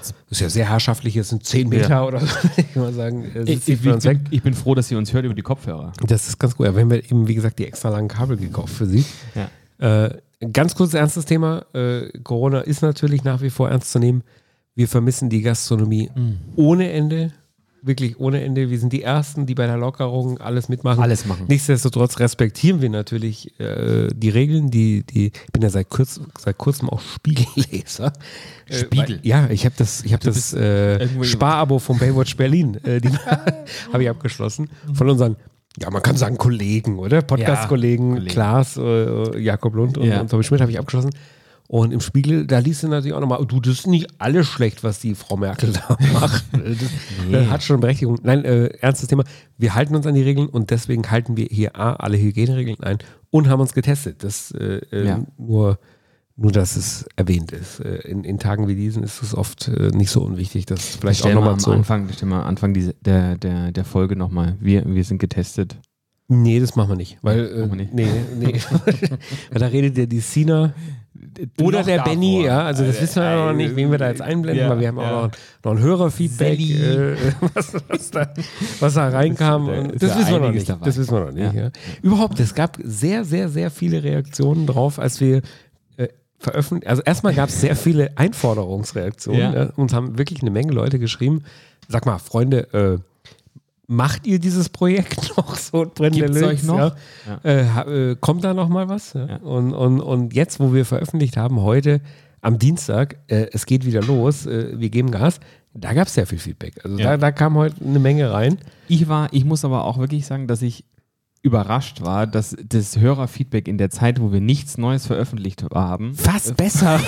[SPEAKER 3] das ist ja sehr herrschaftlich, das sind 10 Meter oder so, ich mal sagen. äh, sitzt
[SPEAKER 5] Ich,
[SPEAKER 3] sie
[SPEAKER 5] ich,
[SPEAKER 3] von
[SPEAKER 5] ich,
[SPEAKER 3] uns weg.
[SPEAKER 5] bin, ich bin froh, dass ihr uns hört über die Kopfhörer.
[SPEAKER 3] Das ist ganz gut. Ja, wir haben ja eben, wie gesagt, die extra langen Kabel gekauft für sie.
[SPEAKER 5] Ja.
[SPEAKER 3] Äh, ganz kurzes ernstes Thema. Äh, Corona ist natürlich nach wie vor ernst zu nehmen. Wir vermissen die Gastronomie
[SPEAKER 5] Mhm.
[SPEAKER 3] ohne Ende. Wirklich ohne Ende. Wir sind die Ersten, die bei der Lockerung alles mitmachen.
[SPEAKER 5] Alles machen.
[SPEAKER 3] Nichtsdestotrotz respektieren wir natürlich äh, die Regeln, die, die, ich bin ja seit, kurz, seit kurzem auch Spiegelleser. Äh,
[SPEAKER 5] Spiegel?
[SPEAKER 3] weil- ja, ich habe das, ich hab das äh,
[SPEAKER 5] irgendwo-
[SPEAKER 3] Sparabo von Baywatch Berlin, äh, die habe ich abgeschlossen. Von unseren, ja, man kann sagen Kollegen, oder? Podcast-Kollegen,
[SPEAKER 5] Kollegen.
[SPEAKER 3] Klaas, äh, Jakob Lund und,
[SPEAKER 5] Ja.
[SPEAKER 3] und Tommy Schmidt habe ich abgeschlossen. Und im Spiegel, da liest du natürlich auch nochmal, du, das ist nicht alles schlecht, was die Frau Merkel da macht. Das, das hat schon Berechtigung. Nein, äh, ernstes Thema. Wir halten uns an die Regeln und deswegen halten wir hier A, alle Hygieneregeln ein und haben uns getestet. Das äh, äh,
[SPEAKER 5] Ja.
[SPEAKER 3] nur, nur, dass es erwähnt ist. Äh, in, in Tagen wie diesen ist es oft äh, nicht so unwichtig, dass vielleicht auch
[SPEAKER 5] Stell mal
[SPEAKER 3] nochmal
[SPEAKER 5] am
[SPEAKER 3] zu.
[SPEAKER 5] Anfang, stell mal am Anfang diese, der, der, der Folge nochmal. Wir, wir sind getestet.
[SPEAKER 3] Nee, das machen wir nicht. Weil, äh,
[SPEAKER 5] Machen wir nicht.
[SPEAKER 3] Nee, nee. weil da redet ja die Sina oder
[SPEAKER 5] Noch
[SPEAKER 3] der
[SPEAKER 5] davor.
[SPEAKER 3] Benny, ja. Also das
[SPEAKER 5] Äh,
[SPEAKER 3] wissen wir ja noch
[SPEAKER 5] äh,
[SPEAKER 3] nicht, wen wir da jetzt einblenden,
[SPEAKER 5] ja,
[SPEAKER 3] weil wir haben
[SPEAKER 5] ja.
[SPEAKER 3] auch noch, noch ein Hörerfeedback,
[SPEAKER 5] Sally.
[SPEAKER 3] äh, was, was, da, was da reinkam.
[SPEAKER 5] Ist ja-
[SPEAKER 3] Und
[SPEAKER 5] ist
[SPEAKER 3] das,
[SPEAKER 5] ja
[SPEAKER 3] wissen wir noch
[SPEAKER 5] einiges
[SPEAKER 3] nicht.
[SPEAKER 5] dabei.
[SPEAKER 3] das wissen wir noch nicht. Ja.
[SPEAKER 5] Ja.
[SPEAKER 3] Überhaupt, es gab sehr, sehr, sehr viele Reaktionen drauf, als wir äh, veröffentlicht. Also erstmal gab es sehr viele Einforderungsreaktionen.
[SPEAKER 5] Ja.
[SPEAKER 3] Ja. Uns haben wirklich eine Menge Leute geschrieben. Sag mal, Freunde, äh, macht ihr dieses Projekt noch so brennende
[SPEAKER 5] Gibt's euch noch?
[SPEAKER 3] Ja. Äh, ha- äh, kommt da noch mal was? Ja. Und, und, und jetzt, wo wir veröffentlicht haben, heute am Dienstag, äh, es geht wieder los, äh, wir geben Gas, da gab es sehr viel Feedback. Also da,
[SPEAKER 5] Ja.
[SPEAKER 3] da kam heute eine Menge rein.
[SPEAKER 5] Ich war, ich muss aber auch wirklich sagen, dass ich überrascht war, dass das Hörerfeedback in der Zeit, wo wir nichts Neues veröffentlicht haben,
[SPEAKER 3] Fast besser.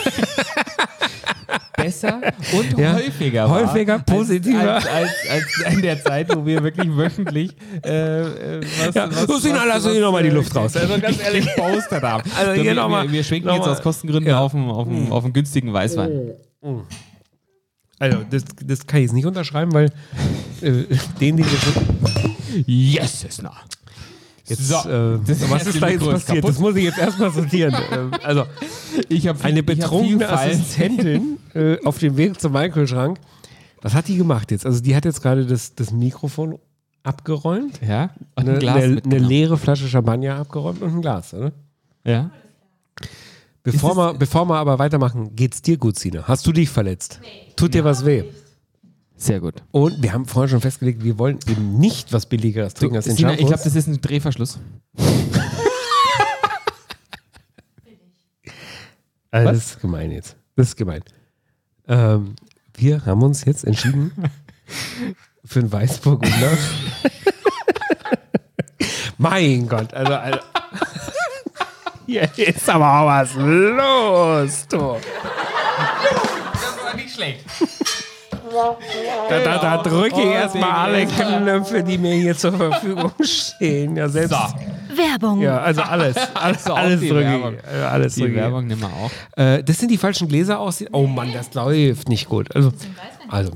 [SPEAKER 5] besser und
[SPEAKER 3] Ja.
[SPEAKER 5] häufiger war.
[SPEAKER 3] Häufiger,
[SPEAKER 5] als-
[SPEAKER 3] positiver.
[SPEAKER 5] Als, als, als in der Zeit, wo wir wirklich wöchentlich äh, äh, was,
[SPEAKER 3] Ja,
[SPEAKER 5] was,
[SPEAKER 3] so, Sina, lass uns hier noch mal die Luft raus.
[SPEAKER 5] Also ganz ehrlich, gepostet haben.
[SPEAKER 3] Also hier
[SPEAKER 5] wir,
[SPEAKER 3] noch mal-
[SPEAKER 5] wir, wir schwenken
[SPEAKER 3] noch
[SPEAKER 5] jetzt
[SPEAKER 3] mal-
[SPEAKER 5] aus Kostengründen
[SPEAKER 3] Ja. Mhm.
[SPEAKER 5] auf, den, auf, den, auf den günstigen Weißwein.
[SPEAKER 3] Also das, das kann ich jetzt nicht unterschreiben, weil äh, den, den wir schon
[SPEAKER 5] Yes, ist nah.
[SPEAKER 3] Jetzt,
[SPEAKER 4] So,
[SPEAKER 3] äh,
[SPEAKER 4] das
[SPEAKER 3] was
[SPEAKER 4] erste
[SPEAKER 3] ist da jetzt
[SPEAKER 4] Mikro ist
[SPEAKER 3] passiert?
[SPEAKER 4] kaputt.
[SPEAKER 3] Das muss ich jetzt erstmal sortieren. Ähm, also,
[SPEAKER 4] Ich hab,
[SPEAKER 3] eine
[SPEAKER 4] ich hab
[SPEAKER 3] betrunkene
[SPEAKER 4] viel falsch-
[SPEAKER 3] Assistentin äh, auf dem Weg zum Michael-Schrank. Was hat die gemacht jetzt? Also, die hat jetzt gerade das, das Mikrofon abgeräumt,
[SPEAKER 5] Ja? Und
[SPEAKER 3] eine,
[SPEAKER 5] ein Glas
[SPEAKER 3] eine, eine
[SPEAKER 5] mitgenommen.
[SPEAKER 3] leere Flasche Champagner abgeräumt und ein Glas, oder?
[SPEAKER 5] Ja?
[SPEAKER 3] Bevor
[SPEAKER 4] Ist es-
[SPEAKER 3] wir, bevor wir aber weitermachen, geht's dir gut, Sine? Hast du dich verletzt? Tut dir was weh?
[SPEAKER 5] Sehr gut.
[SPEAKER 3] Und wir haben vorhin schon festgelegt, wir wollen eben nicht was Billigeres trinken als den
[SPEAKER 5] Sina, ich
[SPEAKER 3] Shampoos.
[SPEAKER 5] glaube, das ist ein Drehverschluss.
[SPEAKER 3] Also, Das ist gemein jetzt. Das ist gemein. Ähm, wir haben uns jetzt entschieden für einen Weißburgunder. mein Gott, also, also hier ist aber auch was los, du. Da, da, da drücke
[SPEAKER 5] Oh,
[SPEAKER 3] ich erstmal alle Knöpfe, die mir hier zur Verfügung stehen. Ja, selbst,
[SPEAKER 2] Werbung.
[SPEAKER 3] ja also alles. Alles,
[SPEAKER 5] auf
[SPEAKER 3] alles
[SPEAKER 5] die
[SPEAKER 3] drücke
[SPEAKER 5] Werbung.
[SPEAKER 3] ich. Ja, Alles
[SPEAKER 5] Die
[SPEAKER 3] drücke ich.
[SPEAKER 5] Werbung nehmen wir auch.
[SPEAKER 3] Äh, das sind die falschen Gläser aussehen. Oh Mann, das läuft nicht gut. Also, also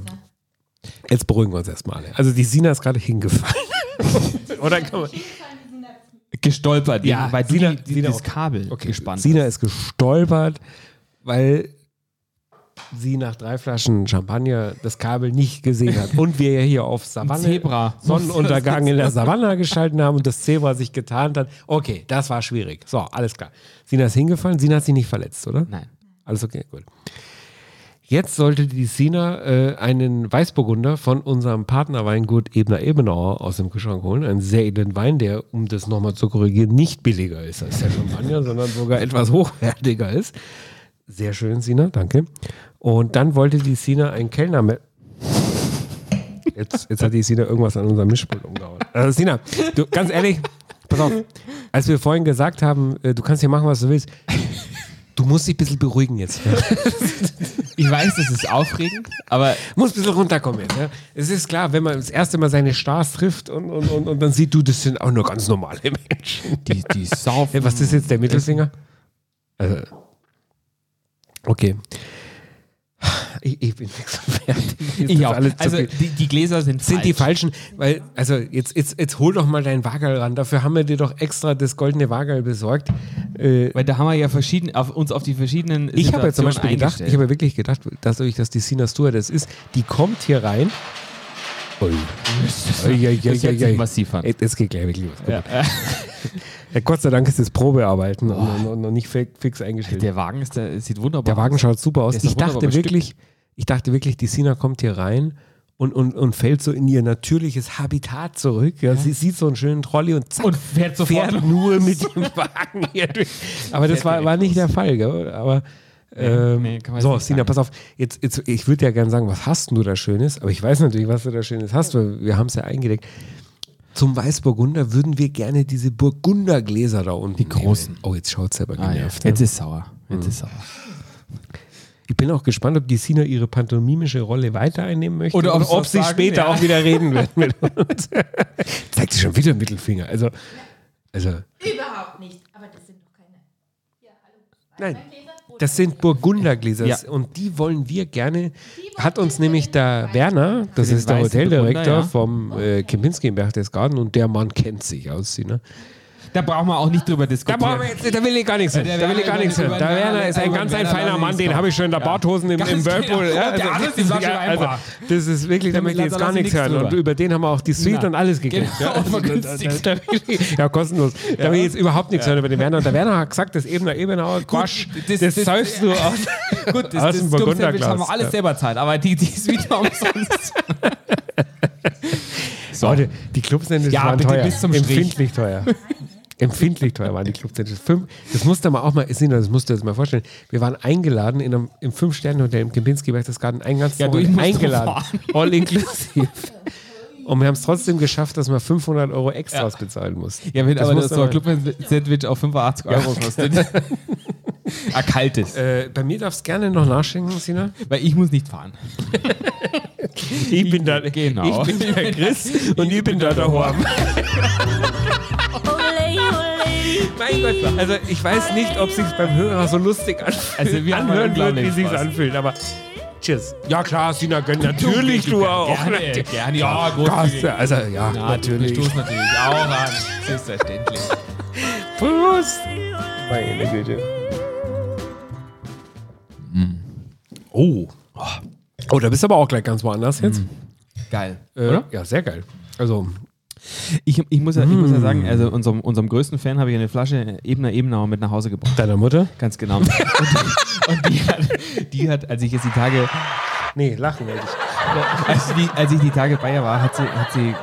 [SPEAKER 3] jetzt beruhigen wir uns erstmal alle. Also die Sina ist gerade hingefallen. Oder kann man.
[SPEAKER 5] Gestolpert,
[SPEAKER 3] Ja,
[SPEAKER 5] wegen- weil du
[SPEAKER 3] Sina-
[SPEAKER 5] die, die,
[SPEAKER 3] Sina
[SPEAKER 5] dieses
[SPEAKER 3] auch.
[SPEAKER 5] Kabel
[SPEAKER 3] Okay,
[SPEAKER 5] gespannt
[SPEAKER 3] Sina
[SPEAKER 5] hast.
[SPEAKER 3] ist gestolpert, weil sie nach drei Flaschen Champagner das Kabel nicht gesehen hat. Und wir ja hier auf Savanne
[SPEAKER 5] Zebra.
[SPEAKER 3] Sonnenuntergang in der Savanne geschalten haben und das Zebra sich getarnt hat. Okay, das war schwierig. So, alles klar. Sina ist hingefallen. Sina hat sich nicht verletzt, oder?
[SPEAKER 5] Nein.
[SPEAKER 3] Alles okay, gut. Jetzt sollte die Sina äh, einen Weißburgunder von unserem Partnerweingut Ebner Ebenauer aus dem Kühlschrank holen. Einen sehr edlen Wein, der, um das nochmal zu korrigieren, nicht billiger ist als der Champagner, sondern sogar etwas hochwertiger ist. Sehr schön, Sina, danke. Und dann wollte die Sina einen Kellner mit. Jetzt, jetzt hat die Sina irgendwas an unserem Mischpult umgehauen. Also Sina, du, ganz ehrlich, pass auf, als wir vorhin gesagt haben, äh, du kannst hier machen, was du willst, du musst dich ein bisschen beruhigen jetzt. Ja.
[SPEAKER 5] Ich weiß, das ist aufregend, aber
[SPEAKER 3] Muss ein bisschen runterkommen jetzt. Ja. Es ist klar, wenn man das erste Mal seine Stars trifft und, und, und, und dann sieht du, das sind auch nur ganz normale Menschen.
[SPEAKER 5] die, die saufen.
[SPEAKER 3] Hey, was ist jetzt der Mittelfinger? Also, okay. Ich, ich bin fix und fertig. Mir ist
[SPEAKER 5] Ich
[SPEAKER 3] das
[SPEAKER 5] auch.
[SPEAKER 3] alles zu
[SPEAKER 5] Also
[SPEAKER 3] viel.
[SPEAKER 5] die, die Gläser sind,
[SPEAKER 3] sind die
[SPEAKER 5] falsch.
[SPEAKER 3] falschen, weil, also jetzt, jetzt, jetzt hol doch mal deinen Wagel ran. Dafür haben wir dir doch extra das goldene Wagel besorgt. Äh,
[SPEAKER 5] Weil da haben wir ja verschieden, auf, uns auf die verschiedenen
[SPEAKER 3] ich habe ja zum Beispiel gedacht,
[SPEAKER 5] Situationen
[SPEAKER 3] ich
[SPEAKER 5] eingestellt.
[SPEAKER 3] habe ja wirklich gedacht, dadurch, dass die Sina Stewart das ist, die kommt hier rein. Ui. Ui, ui,
[SPEAKER 5] Das
[SPEAKER 3] ui,
[SPEAKER 5] hört
[SPEAKER 3] ui,
[SPEAKER 5] sich
[SPEAKER 3] ui.
[SPEAKER 5] massiv an.
[SPEAKER 3] Ey, Es geht gleich wirklich los. Ja, Gott sei Dank ist das Probearbeiten und, und, und nicht fi- fix eingestellt.
[SPEAKER 5] Der Wagen ist da, sieht wunderbar
[SPEAKER 3] Der Wagen
[SPEAKER 5] aus.
[SPEAKER 3] schaut super aus.
[SPEAKER 5] Der ist doch
[SPEAKER 3] Ich dachte
[SPEAKER 5] wunderbar
[SPEAKER 3] wirklich, ich dachte wirklich, die Sina kommt hier rein und, und, und fällt so in ihr natürliches Habitat zurück. Ja, Sie sieht so einen schönen Trolley und zack,
[SPEAKER 5] und fährt sofort.
[SPEAKER 3] fährt nur mit dem Wagen hier durch. Aber das war,
[SPEAKER 5] Fährt direkt
[SPEAKER 3] war nicht der Fall, gell? Aber ähm,
[SPEAKER 5] nee, kann man jetzt
[SPEAKER 3] so,
[SPEAKER 5] nicht
[SPEAKER 3] Sina,
[SPEAKER 5] sagen.
[SPEAKER 3] pass auf. Jetzt, jetzt, ich würde ja gerne sagen, was hast denn du da Schönes? Aber ich weiß natürlich, was du da Schönes hast, weil wir haben es ja eingedeckt. Zum Weißburgunder würden wir gerne diese Burgundergläser da unten. Die
[SPEAKER 5] großen.
[SPEAKER 3] Oh, jetzt schaut es aber
[SPEAKER 5] Ah, ja. Mhm.
[SPEAKER 3] genervt.
[SPEAKER 5] Jetzt ist sauer. Jetzt ist sauer.
[SPEAKER 3] Ich bin auch gespannt, ob die Sina ihre pantomimische Rolle weiter einnehmen möchte
[SPEAKER 5] Oder ob
[SPEAKER 3] und
[SPEAKER 5] sie
[SPEAKER 3] ob
[SPEAKER 5] was
[SPEAKER 3] sie
[SPEAKER 5] sagen,
[SPEAKER 3] später
[SPEAKER 5] ja.
[SPEAKER 3] auch wieder reden wird mit uns. Zeigt sie schon wieder den Mittelfinger. Also, also
[SPEAKER 1] Überhaupt nicht. Aber das sind doch keine.
[SPEAKER 3] nein, das sind Burgundergläser
[SPEAKER 5] Ja.
[SPEAKER 3] und die wollen wir gerne. Hat uns nämlich der Werner, das
[SPEAKER 5] den
[SPEAKER 3] ist der
[SPEAKER 5] weißen
[SPEAKER 3] Hoteldirektor
[SPEAKER 5] Burgunder, ja.
[SPEAKER 3] vom äh,
[SPEAKER 1] Oh.
[SPEAKER 3] Kempinski im Berchtesgaden und der Mann kennt sich aus, Sina.
[SPEAKER 5] Da brauchen wir auch nicht drüber
[SPEAKER 3] Da,
[SPEAKER 5] diskutieren.
[SPEAKER 3] brauchen wir jetzt, da will ich gar nichts hören.
[SPEAKER 5] Der
[SPEAKER 3] Da will ich
[SPEAKER 5] Werner
[SPEAKER 3] gar nichts hören.
[SPEAKER 5] über-
[SPEAKER 3] Der
[SPEAKER 5] über-
[SPEAKER 3] Werner ist ein
[SPEAKER 5] über-
[SPEAKER 3] ganz
[SPEAKER 5] über-
[SPEAKER 3] ein feiner
[SPEAKER 5] über-
[SPEAKER 3] Mann, den
[SPEAKER 5] über-
[SPEAKER 3] habe ich schon in der Barthosen im,
[SPEAKER 5] Ganz
[SPEAKER 3] im
[SPEAKER 5] genau.
[SPEAKER 3] Whirlpool.
[SPEAKER 5] Der alles im Sack schon
[SPEAKER 3] also,
[SPEAKER 5] einbracht.
[SPEAKER 3] das ist wirklich, da
[SPEAKER 5] Damit
[SPEAKER 3] möchte ich jetzt
[SPEAKER 5] lassen
[SPEAKER 3] gar
[SPEAKER 5] wir
[SPEAKER 3] nichts
[SPEAKER 5] nichts
[SPEAKER 3] hören.
[SPEAKER 5] drüber.
[SPEAKER 3] Und über den haben wir auch die Suite
[SPEAKER 5] Na.
[SPEAKER 3] und alles gekriegt.
[SPEAKER 5] Genau, vergünstigt.
[SPEAKER 3] da, da, ja, kostenlos. Da will ich jetzt überhaupt nichts hören über den Werner. Und der Werner hat gesagt, das Ebener, Ebenauer, Quasch, das,
[SPEAKER 5] das-
[SPEAKER 3] das,
[SPEAKER 5] das-
[SPEAKER 3] säufst du aus.
[SPEAKER 5] Gut,
[SPEAKER 3] Aus dem
[SPEAKER 5] das, das Dumm-Sandwich
[SPEAKER 3] Burgunderglas.
[SPEAKER 5] haben wir alles selber zahlt, aber die, die ist wieder umsonst. so.
[SPEAKER 3] Leute, die Clubsendungen
[SPEAKER 5] Ja,
[SPEAKER 3] waren
[SPEAKER 5] bitte
[SPEAKER 3] teuer.
[SPEAKER 5] bis zum Strich.
[SPEAKER 3] Empfindlich teuer. Empfindlich teuer waren die Clubsendungen. Fünf, das musste man auch mal, Sina, das musst du jetzt mal vorstellen. Wir waren eingeladen in einem, im Fünf-Sterne-Hotel im Kempinski Berchtesgaden, ein ganzes
[SPEAKER 5] Ja, du,
[SPEAKER 3] Wochenende
[SPEAKER 5] ich muss
[SPEAKER 3] eingeladen.
[SPEAKER 5] drauf
[SPEAKER 3] All inclusive. Und wir haben es trotzdem geschafft, dass wir 500 Euro Extras bezahlen mussten.
[SPEAKER 5] Ja, wenn aber das
[SPEAKER 3] musste
[SPEAKER 5] so ein
[SPEAKER 3] man-
[SPEAKER 5] Club-Sandwich auf 85 Euro kostet. ah, kaltes.
[SPEAKER 3] äh, bei mir darfst gerne noch nachschenken, Sina.
[SPEAKER 5] Weil ich muss nicht fahren.
[SPEAKER 3] Ich bin da,
[SPEAKER 5] Genau.
[SPEAKER 3] ich bin der Chris und ich bin da der Horm.
[SPEAKER 2] Ole, ole.
[SPEAKER 3] Mein Gott, also ich weiß nicht, ob sich beim Hörer so lustig anfühlt,
[SPEAKER 5] Also wir haben
[SPEAKER 3] anhören wird, wie
[SPEAKER 5] unglaublich
[SPEAKER 3] sich
[SPEAKER 5] Spaß.
[SPEAKER 3] anfühlt, aber Tschüss. Ja klar, Sina gönn natürlich du auch.
[SPEAKER 4] Gerne, gerne,
[SPEAKER 5] Ah,
[SPEAKER 4] ja,
[SPEAKER 3] Gast,
[SPEAKER 4] großzügig.
[SPEAKER 3] also ja,
[SPEAKER 4] Wir
[SPEAKER 3] natürlich.
[SPEAKER 4] stoßen natürlich auch an. Selbstverständlich.
[SPEAKER 3] Prost. Meine Güte.
[SPEAKER 5] Hm.
[SPEAKER 3] Oh. Oh, da bist du aber auch gleich ganz woanders jetzt.
[SPEAKER 4] Geil.
[SPEAKER 3] Äh,
[SPEAKER 5] Hm, Oder?
[SPEAKER 3] Ja, sehr geil. Also,
[SPEAKER 5] Ich, ich, muss ja, ich muss ja sagen, also unserem, unserem größten Fan habe ich eine Flasche Ebner Ebenauer mit nach Hause gebracht.
[SPEAKER 3] deiner Mutter?
[SPEAKER 5] Ganz genau. Und, und die, hat, die hat, als ich jetzt die Tage,
[SPEAKER 3] Nee, lachen werde ich.
[SPEAKER 5] als, die, als ich die Tage bei ihr war, hat sie, hat sie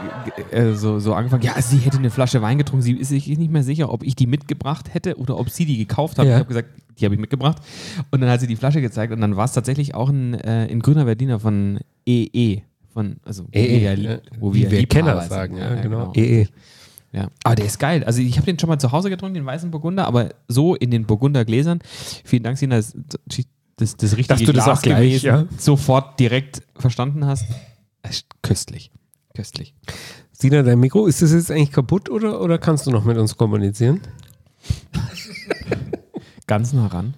[SPEAKER 5] äh, so, so angefangen, ja, sie hätte eine Flasche Wein getrunken. Sie ist sich nicht mehr sicher, ob ich die mitgebracht hätte oder ob sie die gekauft hat.
[SPEAKER 3] Ja.
[SPEAKER 5] Ich habe gesagt, die habe ich mitgebracht. Und dann hat sie die Flasche gezeigt und dann war es tatsächlich auch ein, äh, ein grüner Verdiener von EE. Von, also, wo
[SPEAKER 3] EE,
[SPEAKER 5] wir,
[SPEAKER 3] E ja.
[SPEAKER 5] ja- wo
[SPEAKER 3] Äh, Wie
[SPEAKER 5] wir,
[SPEAKER 3] wir
[SPEAKER 5] Liebhaber
[SPEAKER 3] Kenner
[SPEAKER 5] sind.
[SPEAKER 3] sagen, ja, genau.
[SPEAKER 5] EE. Ja, aber der ist geil. Also ich habe den schon mal zu Hause getrunken, den weißen Burgunder, aber so in den Burgunder Gläsern. Vielen Dank, Sina, das, das, das richtige
[SPEAKER 3] Dass du das
[SPEAKER 5] Glas
[SPEAKER 3] auch gleich,
[SPEAKER 5] gewesen,
[SPEAKER 3] ja.
[SPEAKER 5] sofort direkt verstanden hast. Das ist Köstlich. Köstlich.
[SPEAKER 3] Sina, dein Mikro, ist das jetzt eigentlich kaputt oder, oder kannst du noch mit uns kommunizieren?
[SPEAKER 5] Ganz nah ran.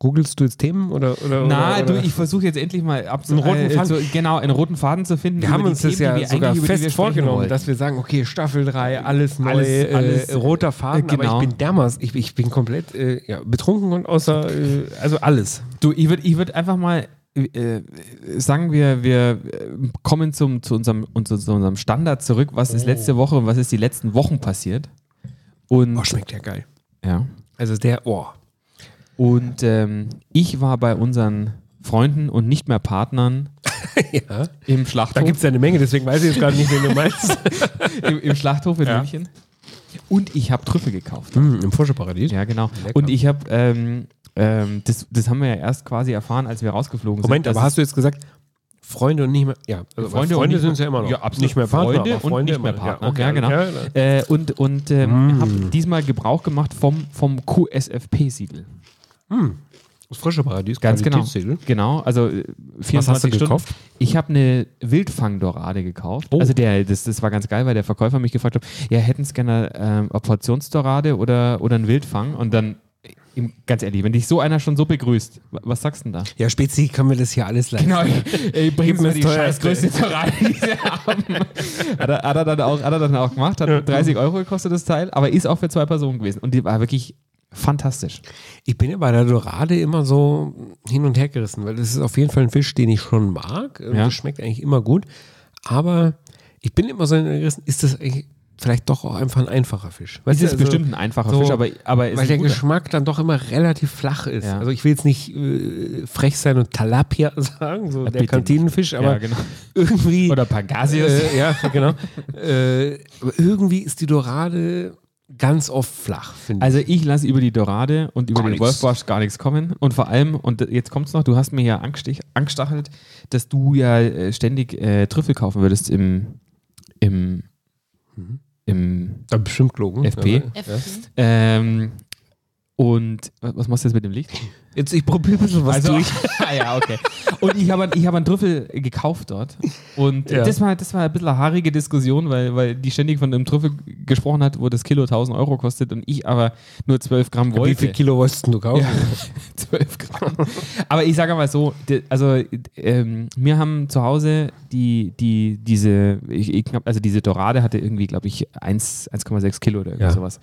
[SPEAKER 3] Googlest du jetzt Themen oder? oder
[SPEAKER 5] Na,
[SPEAKER 3] oder,
[SPEAKER 5] du,
[SPEAKER 3] oder?
[SPEAKER 5] ich versuche jetzt endlich mal ab
[SPEAKER 3] Einen roten
[SPEAKER 5] äh,
[SPEAKER 3] Faden.
[SPEAKER 5] so, genau, einen roten Faden zu finden.
[SPEAKER 3] Wir
[SPEAKER 5] über
[SPEAKER 3] haben
[SPEAKER 5] die
[SPEAKER 3] uns das
[SPEAKER 5] Themen, die
[SPEAKER 3] ja
[SPEAKER 5] wir
[SPEAKER 3] sogar
[SPEAKER 5] eigentlich- über die wir
[SPEAKER 3] fest
[SPEAKER 5] sprechen
[SPEAKER 3] vorgenommen,
[SPEAKER 5] wollten.
[SPEAKER 3] dass wir sagen, okay, Staffel 3, alles neu,
[SPEAKER 5] Alles-
[SPEAKER 3] äh,
[SPEAKER 5] alles,
[SPEAKER 3] äh, roter Faden,
[SPEAKER 5] äh, genau.
[SPEAKER 3] aber ich bin dermaßen, ich, ich bin komplett äh, ja, betrunken und außer, äh, also alles.
[SPEAKER 5] Du, ich würde ich würd einfach mal äh, sagen, wir, wir äh, kommen zum, zu, unserem, und zu, zu unserem Standard zurück. Was
[SPEAKER 3] Oh.
[SPEAKER 5] ist letzte Woche und was ist die letzten Wochen passiert? Und,
[SPEAKER 3] schmeckt ja geil.
[SPEAKER 5] Oh, ja.
[SPEAKER 3] Also der, oh.
[SPEAKER 5] und ähm, ich war bei unseren Freunden und nicht mehr Partnern
[SPEAKER 3] Ja.
[SPEAKER 5] im
[SPEAKER 3] Da
[SPEAKER 5] Schlachthof,
[SPEAKER 3] gibt es ja eine Menge, deswegen weiß ich jetzt gerade nicht, wen du meinst.
[SPEAKER 5] im, im Schlachthof in
[SPEAKER 3] Ja.
[SPEAKER 5] München. Und ich habe Trüffel gekauft.
[SPEAKER 3] Hm, Im Forscherparadies.
[SPEAKER 5] Ja, genau.
[SPEAKER 3] Lecker.
[SPEAKER 5] Und ich habe, ähm, ähm, das, das haben wir ja erst quasi erfahren, als wir rausgeflogen
[SPEAKER 3] Moment,
[SPEAKER 5] sind.
[SPEAKER 3] aber
[SPEAKER 5] dass
[SPEAKER 3] hast du jetzt gesagt, Freunde und nicht mehr, ja, also
[SPEAKER 5] Freunde und
[SPEAKER 3] Freunde
[SPEAKER 5] nicht
[SPEAKER 3] sind
[SPEAKER 5] mehr-
[SPEAKER 3] es ja immer noch.
[SPEAKER 5] Ja, absolut.
[SPEAKER 3] Nicht mehr Partner,
[SPEAKER 5] Freunde
[SPEAKER 3] aber
[SPEAKER 5] und
[SPEAKER 3] Freunde
[SPEAKER 5] nicht mehr
[SPEAKER 3] immer-
[SPEAKER 5] Partner. Ja, genau.
[SPEAKER 3] alles klar. Hm.
[SPEAKER 5] Äh, und und ähm, habe diesmal Gebrauch gemacht vom, vom QSFP-Siegel.
[SPEAKER 3] Das frische Paradies,
[SPEAKER 5] Ganz genau.
[SPEAKER 3] Qualitätssiegel.
[SPEAKER 5] Genau, also äh, 24
[SPEAKER 3] Was hast du
[SPEAKER 5] Stunden.
[SPEAKER 3] gekauft? Oh.
[SPEAKER 5] Ich habe eine Wildfangdorade gekauft. Also der, das, das war ganz geil, weil der Verkäufer mich gefragt hat, ja, hätten Sie gerne ähm, eine Portionsdorade oder, oder einen Wildfang? Und dann, äh, ihm- ganz ehrlich, wenn dich so einer schon so begrüßt, wa- was sagst du denn da?
[SPEAKER 3] Ja, Spezi, können wir das hier alles leisten.
[SPEAKER 5] Genau, ey, bring
[SPEAKER 3] Gib mir
[SPEAKER 5] mir
[SPEAKER 3] das
[SPEAKER 5] die
[SPEAKER 3] teuerste.
[SPEAKER 5] scheißgrößte Ferrari, die sie haben. Hat er, hat, er dann auch, hat er dann auch gemacht, hat 30 Euro gekostet das Teil, aber ist auch für zwei Personen gewesen. Und die war wirklich fantastisch.
[SPEAKER 3] Ich bin ja bei der Dorade immer so hin und her gerissen, weil das ist auf jeden Fall ein Fisch, den ich schon mag. Und
[SPEAKER 5] Ja.
[SPEAKER 3] Das schmeckt eigentlich immer gut. Aber ich bin immer so hin und her gerissen, ist das eigentlich vielleicht doch auch einfach ein einfacher Fisch? Weißt
[SPEAKER 5] Ist
[SPEAKER 3] du,
[SPEAKER 5] jetzt
[SPEAKER 3] also-
[SPEAKER 5] bestimmt ein einfacher
[SPEAKER 3] so,
[SPEAKER 5] Fisch, aber, aber ist
[SPEAKER 3] weil
[SPEAKER 5] ein
[SPEAKER 3] der
[SPEAKER 5] guter.
[SPEAKER 3] Geschmack dann doch immer relativ flach ist.
[SPEAKER 5] Ja.
[SPEAKER 3] Also ich will jetzt nicht äh, frech sein und Talapia sagen, so der
[SPEAKER 5] bitte
[SPEAKER 3] Kantinenfisch, aber
[SPEAKER 5] ja, genau.
[SPEAKER 3] irgendwie
[SPEAKER 5] Oder Pangasius.
[SPEAKER 3] äh, ja, genau. äh, aber irgendwie ist die Dorade ganz oft flach, finde
[SPEAKER 5] Also ich lasse über die Dorade und über
[SPEAKER 3] Gar
[SPEAKER 5] den
[SPEAKER 3] nix.
[SPEAKER 5] Wolfbarsch gar nichts kommen. Und vor allem, und jetzt kommt's noch, du hast mir ja angestich, angestachelt, dass du ja äh, ständig äh, Trüffel kaufen würdest im, im, im
[SPEAKER 3] ich. Da bestimmt also Glogen.
[SPEAKER 5] FP.
[SPEAKER 3] aber-
[SPEAKER 1] F-
[SPEAKER 5] Ähm, und wa- was machst du jetzt mit dem Licht?
[SPEAKER 3] Jetzt, ich probiere ein bisschen was durch.
[SPEAKER 5] ah, ja, okay. Und ich habe ich hab einen Trüffel gekauft dort. Und
[SPEAKER 3] Ja.
[SPEAKER 5] das, war, das war ein bisschen eine haarige Diskussion, weil, weil die ständig von einem Trüffel gesprochen hat, wo das Kilo 1000 Euro kostet und ich aber nur 12 Gramm wollte.
[SPEAKER 3] Wie viel Kilo wolltest du kaufen?
[SPEAKER 5] Ja, 12 Gramm. Aber ich sage mal so, de- also ähm, wir haben zu Hause die, die, diese, ich, ich knapp, also diese Dorade hatte irgendwie, glaube ich, 1 1,6 Kilo oder irgend
[SPEAKER 3] Ja.
[SPEAKER 5] sowas.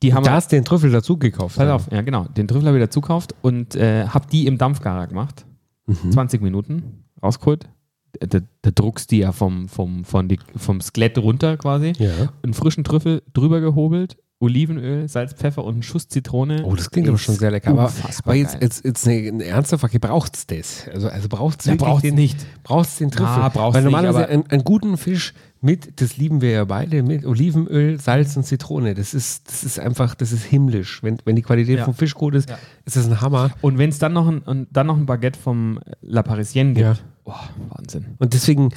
[SPEAKER 5] Die haben
[SPEAKER 3] Da hast du den Trüffel dazu gekauft.
[SPEAKER 5] Pass auf, ja genau. Den Trüffel habe ich dazu gekauft und äh, habe die im Dampfgarer gemacht.
[SPEAKER 3] Mhm.
[SPEAKER 5] 20 Minuten rausgeholt. Da- Da, da druckst du ja vom, vom, von die, vom Skelett runter quasi.
[SPEAKER 3] Ja.
[SPEAKER 5] Einen frischen Trüffel drüber gehobelt, Olivenöl, Salz, Pfeffer und einen Schuss Zitrone.
[SPEAKER 3] Oh, das klingt aber
[SPEAKER 5] Ist
[SPEAKER 3] schon sehr lecker. Aber, aber
[SPEAKER 5] unfassbar
[SPEAKER 3] jetzt,
[SPEAKER 5] geil.
[SPEAKER 3] jetzt, jetzt eine, eine ernste Frage: Braucht es das? Also, also braucht es
[SPEAKER 5] Ja, braucht's nicht.
[SPEAKER 3] Braucht es den Trüffel?
[SPEAKER 5] Ah, braucht's
[SPEAKER 3] Weil
[SPEAKER 5] nicht,
[SPEAKER 3] normalerweise
[SPEAKER 5] aber-
[SPEAKER 3] einen, einen guten Fisch mit, das lieben wir ja beide, mit Olivenöl, Salz und Zitrone. Das ist, das ist einfach, das ist himmlisch. Wenn, wenn die Qualität
[SPEAKER 5] Ja.
[SPEAKER 3] vom Fisch gut ist, ist das ein Hammer.
[SPEAKER 5] Und wenn es dann noch ein und dann noch ein Baguette vom La Parisienne gibt,
[SPEAKER 3] Ja.
[SPEAKER 5] oh, Wahnsinn.
[SPEAKER 3] Und deswegen.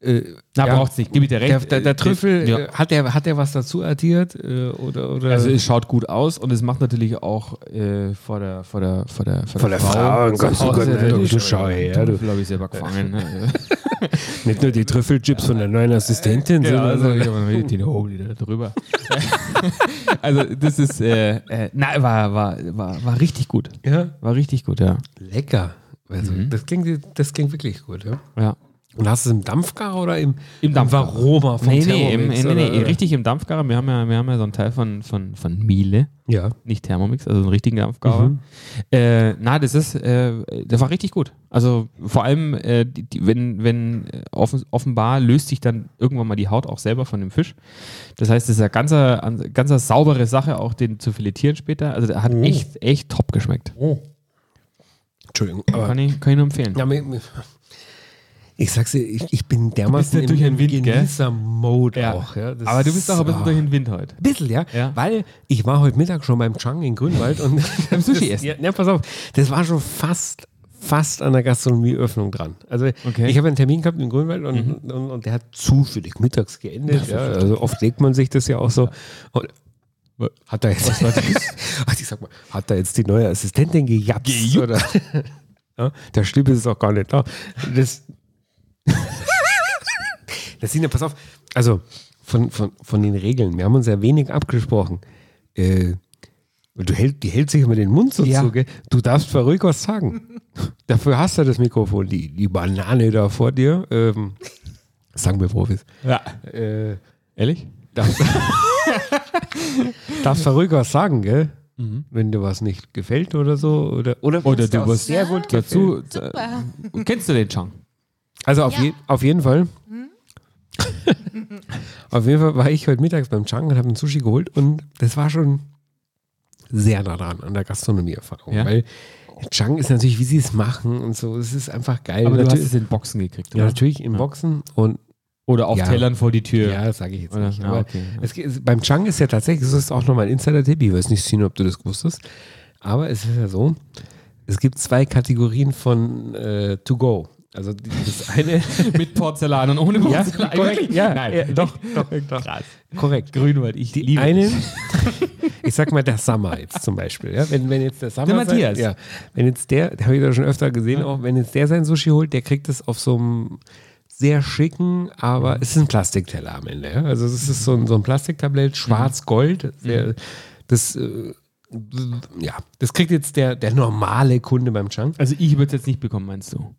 [SPEAKER 3] Äh,
[SPEAKER 5] Na,
[SPEAKER 3] ja,
[SPEAKER 5] braucht's nicht, gebe ich dir recht.
[SPEAKER 3] Der, der, der
[SPEAKER 5] Äh,
[SPEAKER 3] Trüffel,
[SPEAKER 5] ja.
[SPEAKER 3] äh, hat, der, hat der was dazu addiert? Äh, oder, oder?
[SPEAKER 5] Also es schaut gut aus und es macht natürlich auch äh, vor der vor der vor der vor,
[SPEAKER 3] der Frau, um Gottes Willen,
[SPEAKER 5] sehr, sehr
[SPEAKER 3] du-
[SPEAKER 5] gut.
[SPEAKER 3] du schau her,
[SPEAKER 5] Den
[SPEAKER 3] du.
[SPEAKER 5] Teufel habe ich selber gefangen. ne?
[SPEAKER 3] nicht nur die Trüffelchips von der neuen Assistentin,
[SPEAKER 5] Ja,
[SPEAKER 3] sondern
[SPEAKER 5] also, ich habe den Hobli da drüber. also das ist, äh, äh, nein, war, war, war, war richtig gut.
[SPEAKER 3] ja,
[SPEAKER 5] War richtig gut, ja.
[SPEAKER 3] lecker. Also,
[SPEAKER 5] Mhm.
[SPEAKER 3] das, klingt, das klingt wirklich gut, ja.
[SPEAKER 5] Ja.
[SPEAKER 3] Und hast du es im Dampfgar oder im,
[SPEAKER 5] Im Dampfgarer.
[SPEAKER 3] Varoma vom
[SPEAKER 5] Nee, nee, im,
[SPEAKER 3] Thermomix?
[SPEAKER 5] nee, nee,
[SPEAKER 3] oder-
[SPEAKER 5] nee, richtig im Dampfgarer. Wir haben ja, wir haben ja so einen Teil von, von, von Miele,
[SPEAKER 3] Ja.
[SPEAKER 5] nicht Thermomix, also einen richtigen Dampfgarer.
[SPEAKER 3] Mhm.
[SPEAKER 5] Äh, na, das ist, äh, das war richtig gut. Also vor allem, äh, die, die, wenn, wenn äh, offen, offenbar löst sich dann irgendwann mal die Haut auch selber von dem Fisch. Das heißt, das ist eine ganze, an- ganze saubere Sache, auch den zu filetieren später. Also der hat echt, echt top geschmeckt.
[SPEAKER 3] Oh. Entschuldigung, aber
[SPEAKER 5] Kann ich, kann ich nur empfehlen.
[SPEAKER 3] ja, mir, mir- ich sag's dir, ich, ich bin dermaßen
[SPEAKER 5] bist ja durch den Wind, gell?
[SPEAKER 3] Genießer-Mode
[SPEAKER 5] Ja.
[SPEAKER 3] auch. Ja. Das
[SPEAKER 5] Aber du bist auch ein bisschen
[SPEAKER 3] ah.
[SPEAKER 5] durch den Wind heute.
[SPEAKER 3] Bisschen, ja.
[SPEAKER 5] Ja.
[SPEAKER 3] Weil ich war heute Mittag schon beim Chang in Grünwald und
[SPEAKER 5] Beim Sushi essen.
[SPEAKER 3] Ja, ja, pass auf, das war schon fast, fast an der Gastronomieöffnung dran. Also
[SPEAKER 5] Okay. Mhm.
[SPEAKER 3] ich habe einen Termin gehabt in Grünwald und, und, und, der hat zufällig mittags geendet. Ja, also oft legt man sich das ja auch so. Und hat da jetzt, Ach, ich sag mal, hat da jetzt die neue Assistentin gejapst? Oder? Ja, der Stimme ist auch gar nicht da. Das, das sind ja, pass auf, also von, von, von den Regeln, wir haben uns ja wenig abgesprochen. Äh, du hält, die hält sich immer den Mund so
[SPEAKER 5] Ja.
[SPEAKER 3] zu, gell? Du darfst zwar ruhig was sagen. Dafür hast du das Mikrofon, die, die Banane da vor dir. Ähm, sagen wir Profis.
[SPEAKER 5] Ja.
[SPEAKER 3] Äh,
[SPEAKER 5] Ehrlich?
[SPEAKER 3] darfst, darfst zwar ruhig was sagen, gell? Wenn dir was nicht gefällt oder so. Oder, oder,
[SPEAKER 5] Oder
[SPEAKER 3] wenn's dir
[SPEAKER 5] du
[SPEAKER 3] auch
[SPEAKER 5] wirst
[SPEAKER 3] sehr gut gefällt.
[SPEAKER 5] Dazu,
[SPEAKER 1] Super.
[SPEAKER 5] kennst du den Chang?
[SPEAKER 3] Also auf, je, auf jeden Fall. auf jeden Fall war ich heute mittags beim Chang und habe einen Sushi geholt und das war schon sehr nah dran an der Gastronomieerfahrung.
[SPEAKER 5] Ja.
[SPEAKER 3] Weil Chang ist natürlich, wie sie es machen und so, es ist einfach geil.
[SPEAKER 5] Aber du hast
[SPEAKER 3] natürlich,
[SPEAKER 5] es in Boxen gekriegt,
[SPEAKER 3] ja,
[SPEAKER 5] oder?
[SPEAKER 3] natürlich im Boxen und
[SPEAKER 5] Oder auf
[SPEAKER 3] Ja.
[SPEAKER 5] Tellern vor die Tür.
[SPEAKER 3] ja, das sage ich jetzt
[SPEAKER 5] Oder?
[SPEAKER 3] nicht.
[SPEAKER 5] Ah,
[SPEAKER 3] Aber
[SPEAKER 5] okay.
[SPEAKER 3] es, geht- beim Chang ist ja tatsächlich, das ist auch nochmal ein Insider-Tipp, ich weiß nicht, Sino, ob du das wusstest, aber es ist ja so, es gibt zwei Kategorien von äh, To-Go. Also die- das eine...
[SPEAKER 5] Mit Porzellan und ohne
[SPEAKER 3] Ja,
[SPEAKER 5] Porzellan.
[SPEAKER 3] korrekt, ja,
[SPEAKER 5] Nein.
[SPEAKER 3] ja, doch, doch, doch. Korrekt.
[SPEAKER 5] Grünwald, ich
[SPEAKER 3] Die
[SPEAKER 5] liebe
[SPEAKER 3] eine, ich sag mal, der Summer jetzt zum Beispiel. Ja? Wenn, wenn jetzt der Summer.
[SPEAKER 5] Der Matthias.
[SPEAKER 3] Sein, ja, wenn jetzt der, habe ich da schon öfter gesehen, auch wenn jetzt der sein Sushi holt, der kriegt es auf so einem sehr schicken,
[SPEAKER 5] Mhm.
[SPEAKER 3] aber es ist ein Plastikteller am Ende. Ja? Also es ist so ein, so ein
[SPEAKER 5] Mhm.
[SPEAKER 3] Plastiktablett, schwarz-gold. sehr- Das, äh, ja, das kriegt jetzt der, der normale Kunde beim Chang.
[SPEAKER 5] Also ich würde es jetzt nicht bekommen, meinst du?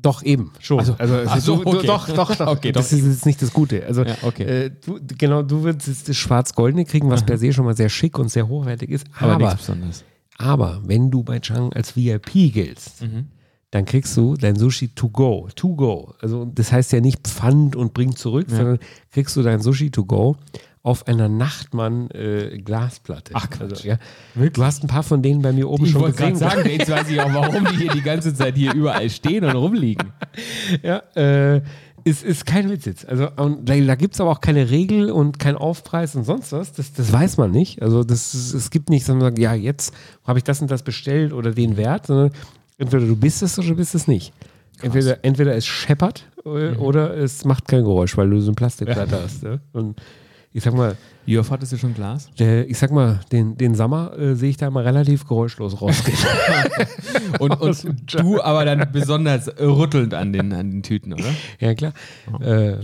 [SPEAKER 3] Doch, eben, schon. Also, es
[SPEAKER 5] ach
[SPEAKER 3] ist
[SPEAKER 5] so, okay.
[SPEAKER 3] doch, doch, doch.
[SPEAKER 5] Okay,
[SPEAKER 3] das
[SPEAKER 5] doch.
[SPEAKER 3] ist jetzt nicht das Gute. Also,
[SPEAKER 5] Ja, okay.
[SPEAKER 3] äh, du, genau, du würdest jetzt das Schwarz-Goldene kriegen, was per se schon mal sehr schick und sehr hochwertig ist.
[SPEAKER 5] Aber,
[SPEAKER 3] Aber,
[SPEAKER 5] nichts Besonderes.
[SPEAKER 3] aber wenn du bei Chang als VIP giltst,
[SPEAKER 5] Mhm.
[SPEAKER 3] dann kriegst du dein Sushi to go. To go. Also, das heißt ja nicht Pfand und bring zurück, sondern kriegst du dein Sushi to go auf einer Nachtmann-Glasplatte.
[SPEAKER 5] Ach, Quatsch.
[SPEAKER 3] also, ja. Du hast ein paar von denen bei mir oben schon
[SPEAKER 5] grad
[SPEAKER 3] gesehen.
[SPEAKER 5] jetzt weiß ich auch, warum die hier die ganze Zeit hier überall stehen und rumliegen.
[SPEAKER 3] Ja, äh, ist, ist kein Witz jetzt. Also und da, da gibt es aber auch keine Regel und keinen Aufpreis und sonst was. Das, das weiß man nicht. Also das, ist- es gibt nicht, sondern ja, jetzt habe ich das und das bestellt oder den Wert, sondern entweder du bist es oder du bist es nicht. Entweder, entweder es scheppert äh, oder es macht kein Geräusch, weil du so ein Plastikplatte hast. Ne? Und ich sag mal,
[SPEAKER 5] Jörg, hattest du schon Glas?
[SPEAKER 3] der, ich sag mal, den, den Sommer äh, sehe ich da immer relativ geräuschlos rausgehen.
[SPEAKER 5] Und, und du aber dann besonders rüttelnd an den, an den Tüten, oder?
[SPEAKER 3] Ja, klar. Äh,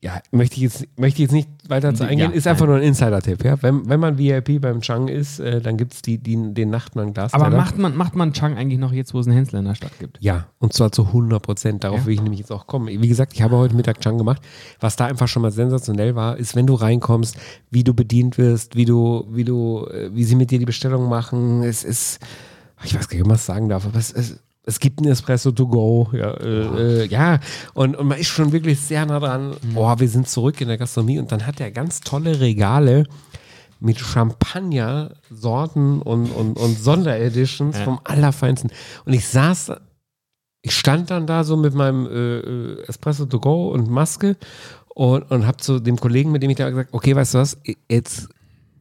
[SPEAKER 3] ja, möchte ich, jetzt, möchte ich jetzt nicht weiter zu
[SPEAKER 5] Ja,
[SPEAKER 3] eingehen. ist
[SPEAKER 5] nein.
[SPEAKER 3] einfach nur ein Insider-Tipp. Ja? Wenn, wenn man VIP beim Chang ist, äh, dann gibt es die, die, den Nachtmann-Glas.
[SPEAKER 5] Aber macht man, macht man Chang eigentlich noch jetzt, wo es einen Hänsler in der Stadt gibt?
[SPEAKER 3] Ja, und zwar zu 100 Prozent. Darauf will ich nämlich jetzt auch kommen. Wie gesagt, ich habe heute Mittag Chang gemacht. Was da einfach schon mal sensationell war, ist, wenn du reinkommst, wie du bedient wirst, wie du, wie du, äh, wie sie mit dir die Bestellung machen. Es ist, ich weiß gar nicht, ob man es sagen darf, aber es, es, es gibt einen Espresso to go. Ja, äh, äh, ja. Und, und man ist schon wirklich sehr nah dran. Boah, wir sind zurück in der Gastronomie und dann hat er ganz tolle Regale mit Champagner-Sorten und, und, und Sondereditions vom Allerfeinsten. Und ich saß, ich stand dann da so mit meinem äh, äh, Espresso to go und Maske und, und habe zu dem Kollegen, mit dem ich da war, gesagt, okay, weißt du was, jetzt,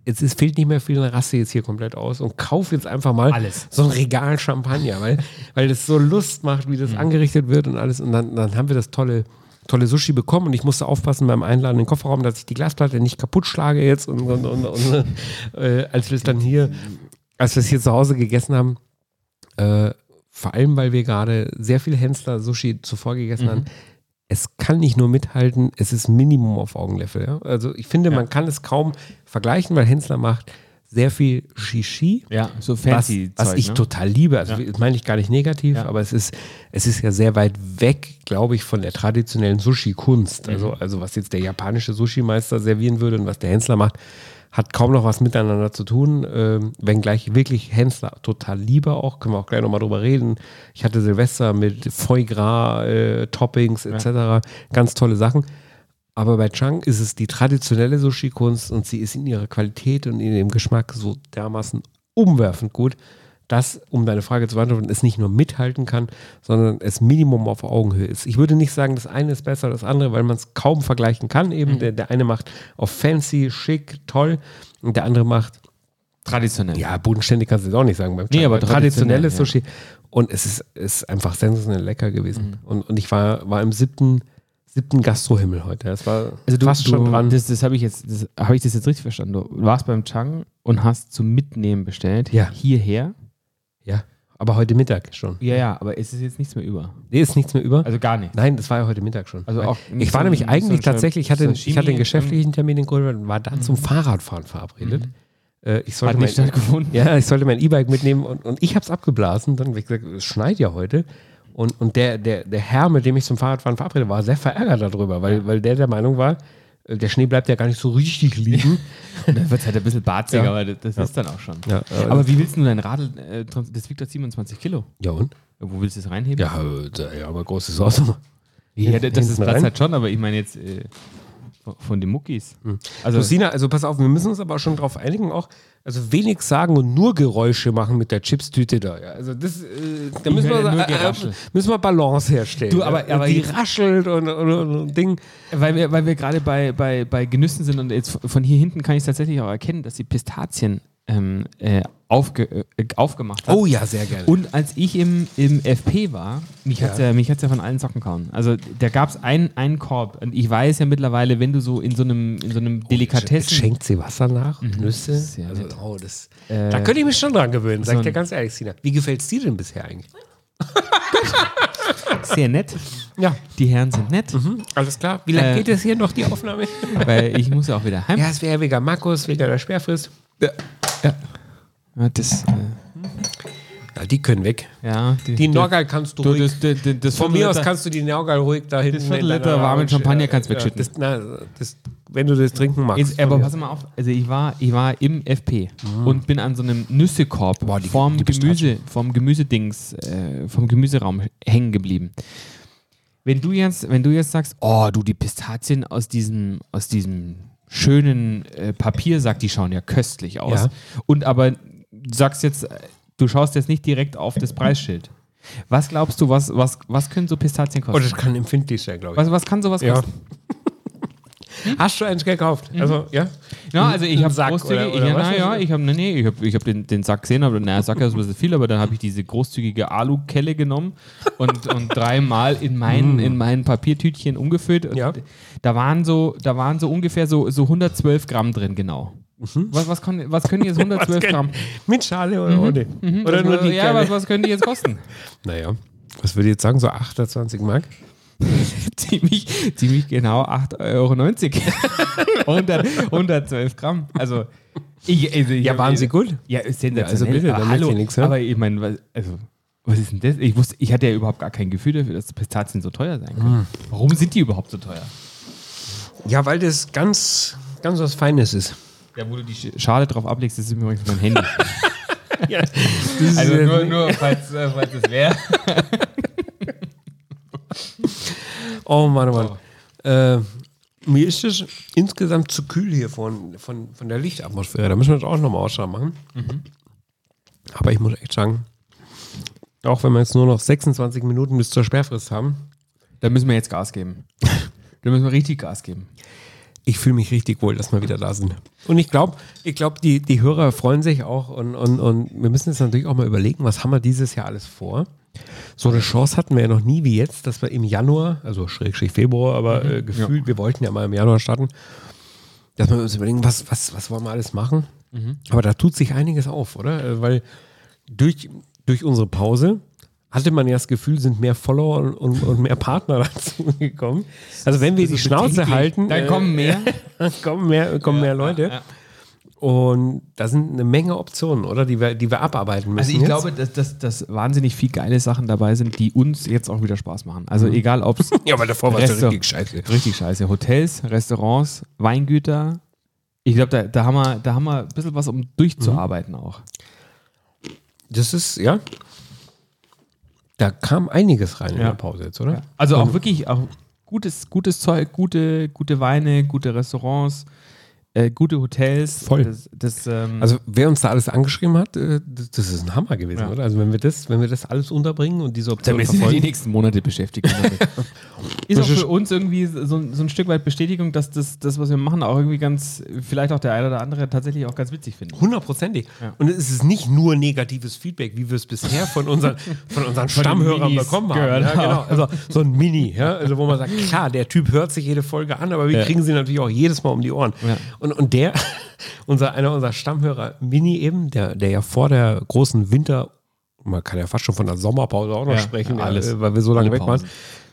[SPEAKER 3] jetzt ist, fehlt nicht mehr viel, dann raste ich jetzt hier komplett aus und kauf jetzt einfach mal
[SPEAKER 5] Alles.
[SPEAKER 3] so ein Regal Champagner, weil, weil das so Lust macht, wie das angerichtet wird und alles. Und dann, dann haben wir das tolle, tolle Sushi bekommen und ich musste aufpassen beim Einladen in den Kofferraum, dass ich die Glasplatte nicht kaputt schlage jetzt. Und, und, und, und äh, als wir es dann hier, als wir es hier zu Hause gegessen haben, äh, vor allem, weil wir gerade sehr viel Hensler-Sushi zuvor gegessen haben, es kann nicht nur mithalten, es ist Minimum auf Augenlevel. Ja? Also ich finde, man kann es kaum vergleichen, weil Hensler macht sehr viel Shishi.
[SPEAKER 5] Ja, so
[SPEAKER 3] Was,
[SPEAKER 5] fancy
[SPEAKER 3] was
[SPEAKER 5] Zeug,
[SPEAKER 3] ich
[SPEAKER 5] ne?
[SPEAKER 3] total liebe, also das meine ich gar nicht negativ,
[SPEAKER 5] Ja.
[SPEAKER 3] aber es ist, es ist ja sehr weit weg, glaube ich, von der traditionellen Sushi-Kunst. Also,
[SPEAKER 5] Mhm.
[SPEAKER 3] also was jetzt der japanische Sushi-Meister servieren würde und was der Hensler macht, hat kaum noch was miteinander zu tun. Ähm, wenngleich wirklich Hensler total liebe auch, können wir auch gleich nochmal drüber reden. Ich hatte Silvester mit Foie Gras, äh, Toppings etc. Ganz tolle Sachen. Aber bei Chang ist es die traditionelle Sushi-Kunst und sie ist in ihrer Qualität und in dem Geschmack so dermaßen umwerfend gut, dass, um deine Frage zu beantworten, es nicht nur mithalten kann, sondern es Minimum auf Augenhöhe ist. Ich würde nicht sagen, das eine ist besser als das andere, weil man es kaum vergleichen kann. Eben der, der eine macht auf fancy, schick, toll und der andere macht
[SPEAKER 5] traditionell.
[SPEAKER 3] ja, bodenständig kannst du jetzt auch nicht sagen. Beim
[SPEAKER 5] Nee,
[SPEAKER 3] Chang-
[SPEAKER 5] aber
[SPEAKER 3] beim
[SPEAKER 5] traditionell,
[SPEAKER 3] traditionelles Sushi. Und es ist, ist einfach sensationell lecker gewesen.
[SPEAKER 5] Mhm.
[SPEAKER 3] Und, und ich war, war im siebten, siebten Gastrohimmel heute. Das war
[SPEAKER 5] Also du,
[SPEAKER 3] fast
[SPEAKER 5] du,
[SPEAKER 3] schon dran.
[SPEAKER 5] Das, das habe ich jetzt, das, habe ich das jetzt richtig verstanden? Du warst beim Chang und hast zum Mitnehmen bestellt.
[SPEAKER 3] Ja.
[SPEAKER 5] Hierher.
[SPEAKER 3] ja, aber heute Mittag schon.
[SPEAKER 5] Ja, ja, aber es ist jetzt nichts mehr über.
[SPEAKER 3] Nee, ist nichts mehr über.
[SPEAKER 5] Also gar nichts.
[SPEAKER 3] Nein, das war ja heute Mittag schon.
[SPEAKER 5] Also auch
[SPEAKER 3] ich
[SPEAKER 5] so
[SPEAKER 3] war
[SPEAKER 5] ein-
[SPEAKER 3] nämlich
[SPEAKER 5] so ein
[SPEAKER 3] eigentlich
[SPEAKER 5] Sashimi-
[SPEAKER 3] tatsächlich, ich hatte, ich hatte
[SPEAKER 5] Sashimi, mhm.
[SPEAKER 3] einen geschäftlichen Termin in Grönland und war da zum Fahrradfahren verabredet. Äh, ich sollte
[SPEAKER 5] Hat nicht
[SPEAKER 3] mein-
[SPEAKER 5] stattgefunden.
[SPEAKER 3] Ja, ich sollte mein E-Bike mitnehmen und, und ich hab's abgeblasen. Dann hab ich gesagt, es schneit ja heute. Und, und der, der, der Herr, mit dem ich zum Fahrradfahren verabredet war, sehr verärgert darüber, weil, weil der der Meinung war, äh, der Schnee bleibt ja gar nicht so richtig liegen.
[SPEAKER 5] Dann wird es halt ein bisschen barziger,
[SPEAKER 3] Ja.
[SPEAKER 5] aber das, das ist dann auch schon.
[SPEAKER 3] Ja, also- aber-
[SPEAKER 5] aber wie willst du denn dein Radl, äh, trans- das wiegt doch 27 Kilo.
[SPEAKER 3] ja, und?
[SPEAKER 5] Wo willst du es reinheben?
[SPEAKER 3] Ja, äh, da- ja aber großes Auto.
[SPEAKER 5] Ja, das- das ist
[SPEAKER 3] Hinten
[SPEAKER 5] Platz
[SPEAKER 3] rein.
[SPEAKER 5] halt schon, aber ich meine jetzt äh, von- von den Muckis. Also,
[SPEAKER 3] Lucina, also pass auf, wir müssen uns aber schon darauf einigen, auch also wenig sagen und nur Geräusche machen mit der Chipstüte da. Ja. Also das, äh, da müssen
[SPEAKER 5] höre
[SPEAKER 3] wir,
[SPEAKER 5] nur
[SPEAKER 3] äh, äh,
[SPEAKER 5] Geraschel.
[SPEAKER 3] müssen wir Balance herstellen.
[SPEAKER 5] Du, aber-
[SPEAKER 3] ja.
[SPEAKER 5] aber
[SPEAKER 3] die
[SPEAKER 5] jetzt-
[SPEAKER 3] raschelt und, und, und, und Ding.
[SPEAKER 5] weil wir, weil wir gerade bei, bei, bei Genüssen sind und jetzt von hier hinten kann ich tatsächlich auch erkennen, dass die Pistazien ähm, äh, aufge, äh, aufgemacht hat.
[SPEAKER 3] Oh ja, sehr gerne.
[SPEAKER 5] Und als ich im, im FP war, mich hat's ja. mich hat's ja von allen Socken kauen. Also da gab es einen, einen Korb. Und ich weiß ja mittlerweile, wenn du so in so einem, in so
[SPEAKER 3] Oh,
[SPEAKER 5] einem
[SPEAKER 3] Jetzt
[SPEAKER 5] Delikatessen.
[SPEAKER 3] Schenkt sie Wasser nach, und Nüsse.
[SPEAKER 5] sehr
[SPEAKER 3] Also,
[SPEAKER 5] nett.
[SPEAKER 3] oh, das, da könnte ich mich schon dran gewöhnen, sag ich
[SPEAKER 5] ein-
[SPEAKER 3] dir ganz ehrlich, Sina. Wie gefällt es dir denn bisher eigentlich?
[SPEAKER 5] Sehr nett.
[SPEAKER 3] Ja,
[SPEAKER 5] Die Herren sind nett,
[SPEAKER 3] alles klar. Wie lange
[SPEAKER 5] Äh.
[SPEAKER 3] geht es hier noch, die Aufnahme?
[SPEAKER 5] weil ich muss ja auch wieder heim.
[SPEAKER 3] ja, es wäre wegen Markus, wegen der Sperrfrist. Ja.
[SPEAKER 5] Ja, das, äh,
[SPEAKER 3] Na, die können weg.
[SPEAKER 5] ja,
[SPEAKER 3] Die Norgal kannst du,
[SPEAKER 5] Du,
[SPEAKER 3] ruhig
[SPEAKER 5] das, das, das, das
[SPEAKER 3] Von mir aus
[SPEAKER 5] Viertel-
[SPEAKER 3] kannst du die Norgal ruhig da hinten.
[SPEAKER 5] Viertel
[SPEAKER 3] in deiner
[SPEAKER 5] Liter warmen
[SPEAKER 3] Lounge,
[SPEAKER 5] Champagner
[SPEAKER 3] äh,
[SPEAKER 5] kannst du
[SPEAKER 3] ja,
[SPEAKER 5] wegschütten.
[SPEAKER 3] Das, na, das, wenn du das trinken magst.
[SPEAKER 5] Jetzt, aber pass mal auf, also ich war, ich war im FP und bin an so einem Nüssekorb
[SPEAKER 3] Ah. Boah, die-
[SPEAKER 5] vom,
[SPEAKER 3] die
[SPEAKER 5] Gemüse, vom Gemüsedings, äh, vom Gemüseraum hängen geblieben. Wenn du jetzt, wenn du jetzt sagst, oh du, die Pistazien aus diesem, aus diesem schönen äh, Papiersack, die schauen ja köstlich aus.
[SPEAKER 3] Ja.
[SPEAKER 5] Und aber sagst jetzt, äh, du schaust jetzt nicht direkt auf das Preisschild. Was glaubst du, was, was, was können so Pistazien
[SPEAKER 3] Oh,
[SPEAKER 5] kosten?
[SPEAKER 3] das kann empfindlich sein, glaube ich.
[SPEAKER 5] Was, was kann sowas
[SPEAKER 3] Ja.
[SPEAKER 5] kosten?
[SPEAKER 3] Hast du eins gekauft? Also, ja?
[SPEAKER 5] Ja, also ich
[SPEAKER 3] Einen
[SPEAKER 5] habe
[SPEAKER 3] Sack
[SPEAKER 5] großzügig,
[SPEAKER 3] oder- oder
[SPEAKER 5] ja,
[SPEAKER 3] was
[SPEAKER 5] na,
[SPEAKER 3] weiß
[SPEAKER 5] ja,
[SPEAKER 3] ich.
[SPEAKER 5] ich habe nee, nee, ich hab, ich hab den, den Sack gesehen, aber naja, Sack ist ein bisschen viel, aber dann habe ich diese großzügige Alukelle genommen und, und dreimal in mein, in mein Papiertütchen umgefüllt. Und
[SPEAKER 3] Hm. Ja.
[SPEAKER 5] Da waren so, da waren so ungefähr so, so 112 Gramm drin, genau.
[SPEAKER 3] Mhm.
[SPEAKER 5] Was, was, kann, was können jetzt 112 Gramm? Mhm.
[SPEAKER 3] Mit Schale oder ohne? Oder nur die
[SPEAKER 5] ja,
[SPEAKER 3] kleine?
[SPEAKER 5] was, was können die jetzt kosten?
[SPEAKER 3] Naja, was würde ich jetzt sagen? So 28 Mark?
[SPEAKER 5] ziemlich, ziemlich genau 8,90 Euro. 100, 112 Gramm. Also, ich, also ich
[SPEAKER 3] Ja,
[SPEAKER 5] hab-
[SPEAKER 3] waren sie gut?
[SPEAKER 5] Ja, ist sensationell.
[SPEAKER 3] also bitte, da
[SPEAKER 5] aber,
[SPEAKER 3] möchte ich
[SPEAKER 5] hallo,
[SPEAKER 3] nichts hören.
[SPEAKER 5] aber ich meine, was, also, was ist denn das? Ich, wusste, ich hatte ja überhaupt gar kein Gefühl dafür, dass Pistazien so teuer sein können.
[SPEAKER 3] Ah.
[SPEAKER 5] Warum sind die überhaupt so teuer?
[SPEAKER 3] Ja, weil das ganz, ganz was Feines ist.
[SPEAKER 5] Ja, wo du die Sch- Schale drauf ablegst, das ist übrigens mein Handy. Also
[SPEAKER 3] Das ist ja-
[SPEAKER 5] nur falls, äh, falls es wäre.
[SPEAKER 3] Oh Mann, oh Mann. Äh, mir ist es insgesamt zu kühl hier von, von, von der Lichtatmosphäre. Da müssen wir jetzt auch nochmal Ausschau machen.
[SPEAKER 5] Mhm.
[SPEAKER 3] Aber ich muss echt sagen, auch wenn wir jetzt nur noch 26 Minuten bis zur Sperrfrist haben,
[SPEAKER 5] Da müssen wir jetzt Gas geben. Da müssen wir richtig Gas geben.
[SPEAKER 3] ich fühle mich richtig wohl, dass wir wieder da sind. Und ich glaube, ich glaub, die, die Hörer freuen sich auch und, und, und wir müssen jetzt natürlich auch mal überlegen, was haben wir dieses Jahr alles vor? So eine Chance hatten wir ja noch nie wie jetzt, dass wir im Januar, also Schrägstrich Februar, aber äh, gefühlt, wir wollten ja mal im Januar starten, dass wir uns überlegen, was, was, was wollen wir alles machen? Aber da tut sich einiges auf, oder? Äh, Weil durch, durch unsere Pause hatte man ja das Gefühl, sind mehr Follower und, und, und mehr Partner dazu gekommen. Also wenn wir die Schnauze halten,
[SPEAKER 5] Dann
[SPEAKER 3] äh,
[SPEAKER 5] kommen mehr.
[SPEAKER 3] kommen mehr, kommen mehr Leute. Und da sind eine Menge Optionen, oder? Die wir, die wir abarbeiten müssen.
[SPEAKER 5] Also ich
[SPEAKER 3] jetzt.
[SPEAKER 5] glaube, dass, dass, dass wahnsinnig viel geile Sachen dabei sind, die uns jetzt auch wieder Spaß machen. Also
[SPEAKER 3] Mhm.
[SPEAKER 5] egal ob es
[SPEAKER 3] Ja, aber davor war es
[SPEAKER 5] Reste-
[SPEAKER 3] richtig scheiße.
[SPEAKER 5] richtig scheiße. Hotels, Restaurants, Weingüter. Ich glaube, da, da, haben wir- da haben wir ein bisschen was, um durchzuarbeiten auch.
[SPEAKER 3] Das ist, ja. Da kam einiges rein in
[SPEAKER 5] Ja.
[SPEAKER 3] der Pause jetzt, oder?
[SPEAKER 5] Also auch wirklich auch gutes, gutes Zeug, gute, gute Weine, gute Restaurants, äh, gute Hotels.
[SPEAKER 3] Voll.
[SPEAKER 5] Das, das, ähm,
[SPEAKER 3] Also wer uns da alles angeschrieben hat, äh, das das ist ein Hammer gewesen,
[SPEAKER 5] Ja.
[SPEAKER 3] oder? Also wenn wir das, wenn wir das alles unterbringen und diese
[SPEAKER 5] da
[SPEAKER 3] Option
[SPEAKER 5] müssen wir die
[SPEAKER 3] verfolgen.
[SPEAKER 5] nächsten Monate beschäftigen. ist auch
[SPEAKER 3] Das ist-
[SPEAKER 5] für uns irgendwie so, so ein Stück weit Bestätigung, dass das, das, was wir machen, auch irgendwie ganz, vielleicht auch der eine oder andere tatsächlich auch ganz witzig findet.
[SPEAKER 3] Hundertprozentig. Und es ist nicht nur negatives Feedback, wie wir es bisher von unseren, von unseren Stammhörern
[SPEAKER 5] Minis
[SPEAKER 3] bekommen
[SPEAKER 5] gehört
[SPEAKER 3] haben. Ja, genau.
[SPEAKER 5] haben.
[SPEAKER 3] Also so ein Mini, ja? also wo man sagt, klar, der Typ hört sich jede Folge an, aber wir
[SPEAKER 5] Ja.
[SPEAKER 3] kriegen sie natürlich auch jedes Mal um die Ohren.
[SPEAKER 5] Ja.
[SPEAKER 3] Und, und der, unser, einer unserer Stammhörer, Mini eben, der, der ja vor der großen Winter, man kann ja fast schon von der Sommerpause auch noch
[SPEAKER 5] Ja,
[SPEAKER 3] sprechen,
[SPEAKER 5] ja, alles.
[SPEAKER 3] äh, weil wir so lange
[SPEAKER 5] Alle
[SPEAKER 3] weg waren,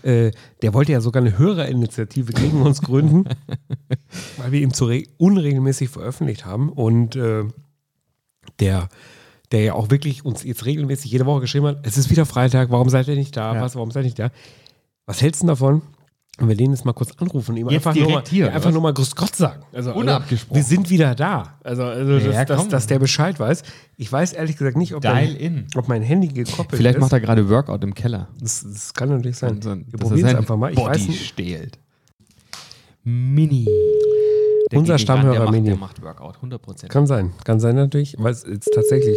[SPEAKER 3] äh, der wollte ja sogar eine Hörerinitiative gegen uns gründen, weil wir ihm zu re- unregelmäßig veröffentlicht haben. Und äh, der, der ja auch wirklich uns jetzt regelmäßig jede Woche geschrieben hat, es ist wieder Freitag, warum seid ihr nicht da?
[SPEAKER 5] Ja.
[SPEAKER 3] Was, warum seid ihr nicht da? Was hältst du denn davon? wenn wir den jetzt mal kurz anrufen und ihm
[SPEAKER 5] Jetzt
[SPEAKER 3] einfach, nur mal,
[SPEAKER 5] direkt hier,
[SPEAKER 3] ja,
[SPEAKER 5] oder
[SPEAKER 3] einfach
[SPEAKER 5] was?
[SPEAKER 3] nur mal Grüß Gott sagen. Also,
[SPEAKER 5] Unabgesprochen.
[SPEAKER 3] Also, wir sind wieder da. Also, also
[SPEAKER 5] Ja,
[SPEAKER 3] dass, dass,
[SPEAKER 5] komm.
[SPEAKER 3] dass der Bescheid weiß. Ich weiß ehrlich gesagt nicht, ob,
[SPEAKER 5] Dial
[SPEAKER 3] mein,
[SPEAKER 5] in.
[SPEAKER 3] ob mein Handy gekoppelt
[SPEAKER 5] Vielleicht
[SPEAKER 3] ist.
[SPEAKER 5] macht er gerade Workout im Keller.
[SPEAKER 3] das, das kann natürlich sein.
[SPEAKER 5] so-
[SPEAKER 3] wir
[SPEAKER 5] dass er
[SPEAKER 3] probieren es
[SPEAKER 5] seinen
[SPEAKER 3] einfach mal. Ich
[SPEAKER 5] Body
[SPEAKER 3] weiß nicht.
[SPEAKER 5] stählt. Mini. Der
[SPEAKER 3] Unser
[SPEAKER 5] geht nicht ran,
[SPEAKER 3] Stammhörer
[SPEAKER 5] der macht,
[SPEAKER 3] Mini.
[SPEAKER 5] Der macht Workout, 100%.
[SPEAKER 3] Kann sein. Kann sein natürlich, weil es jetzt tatsächlich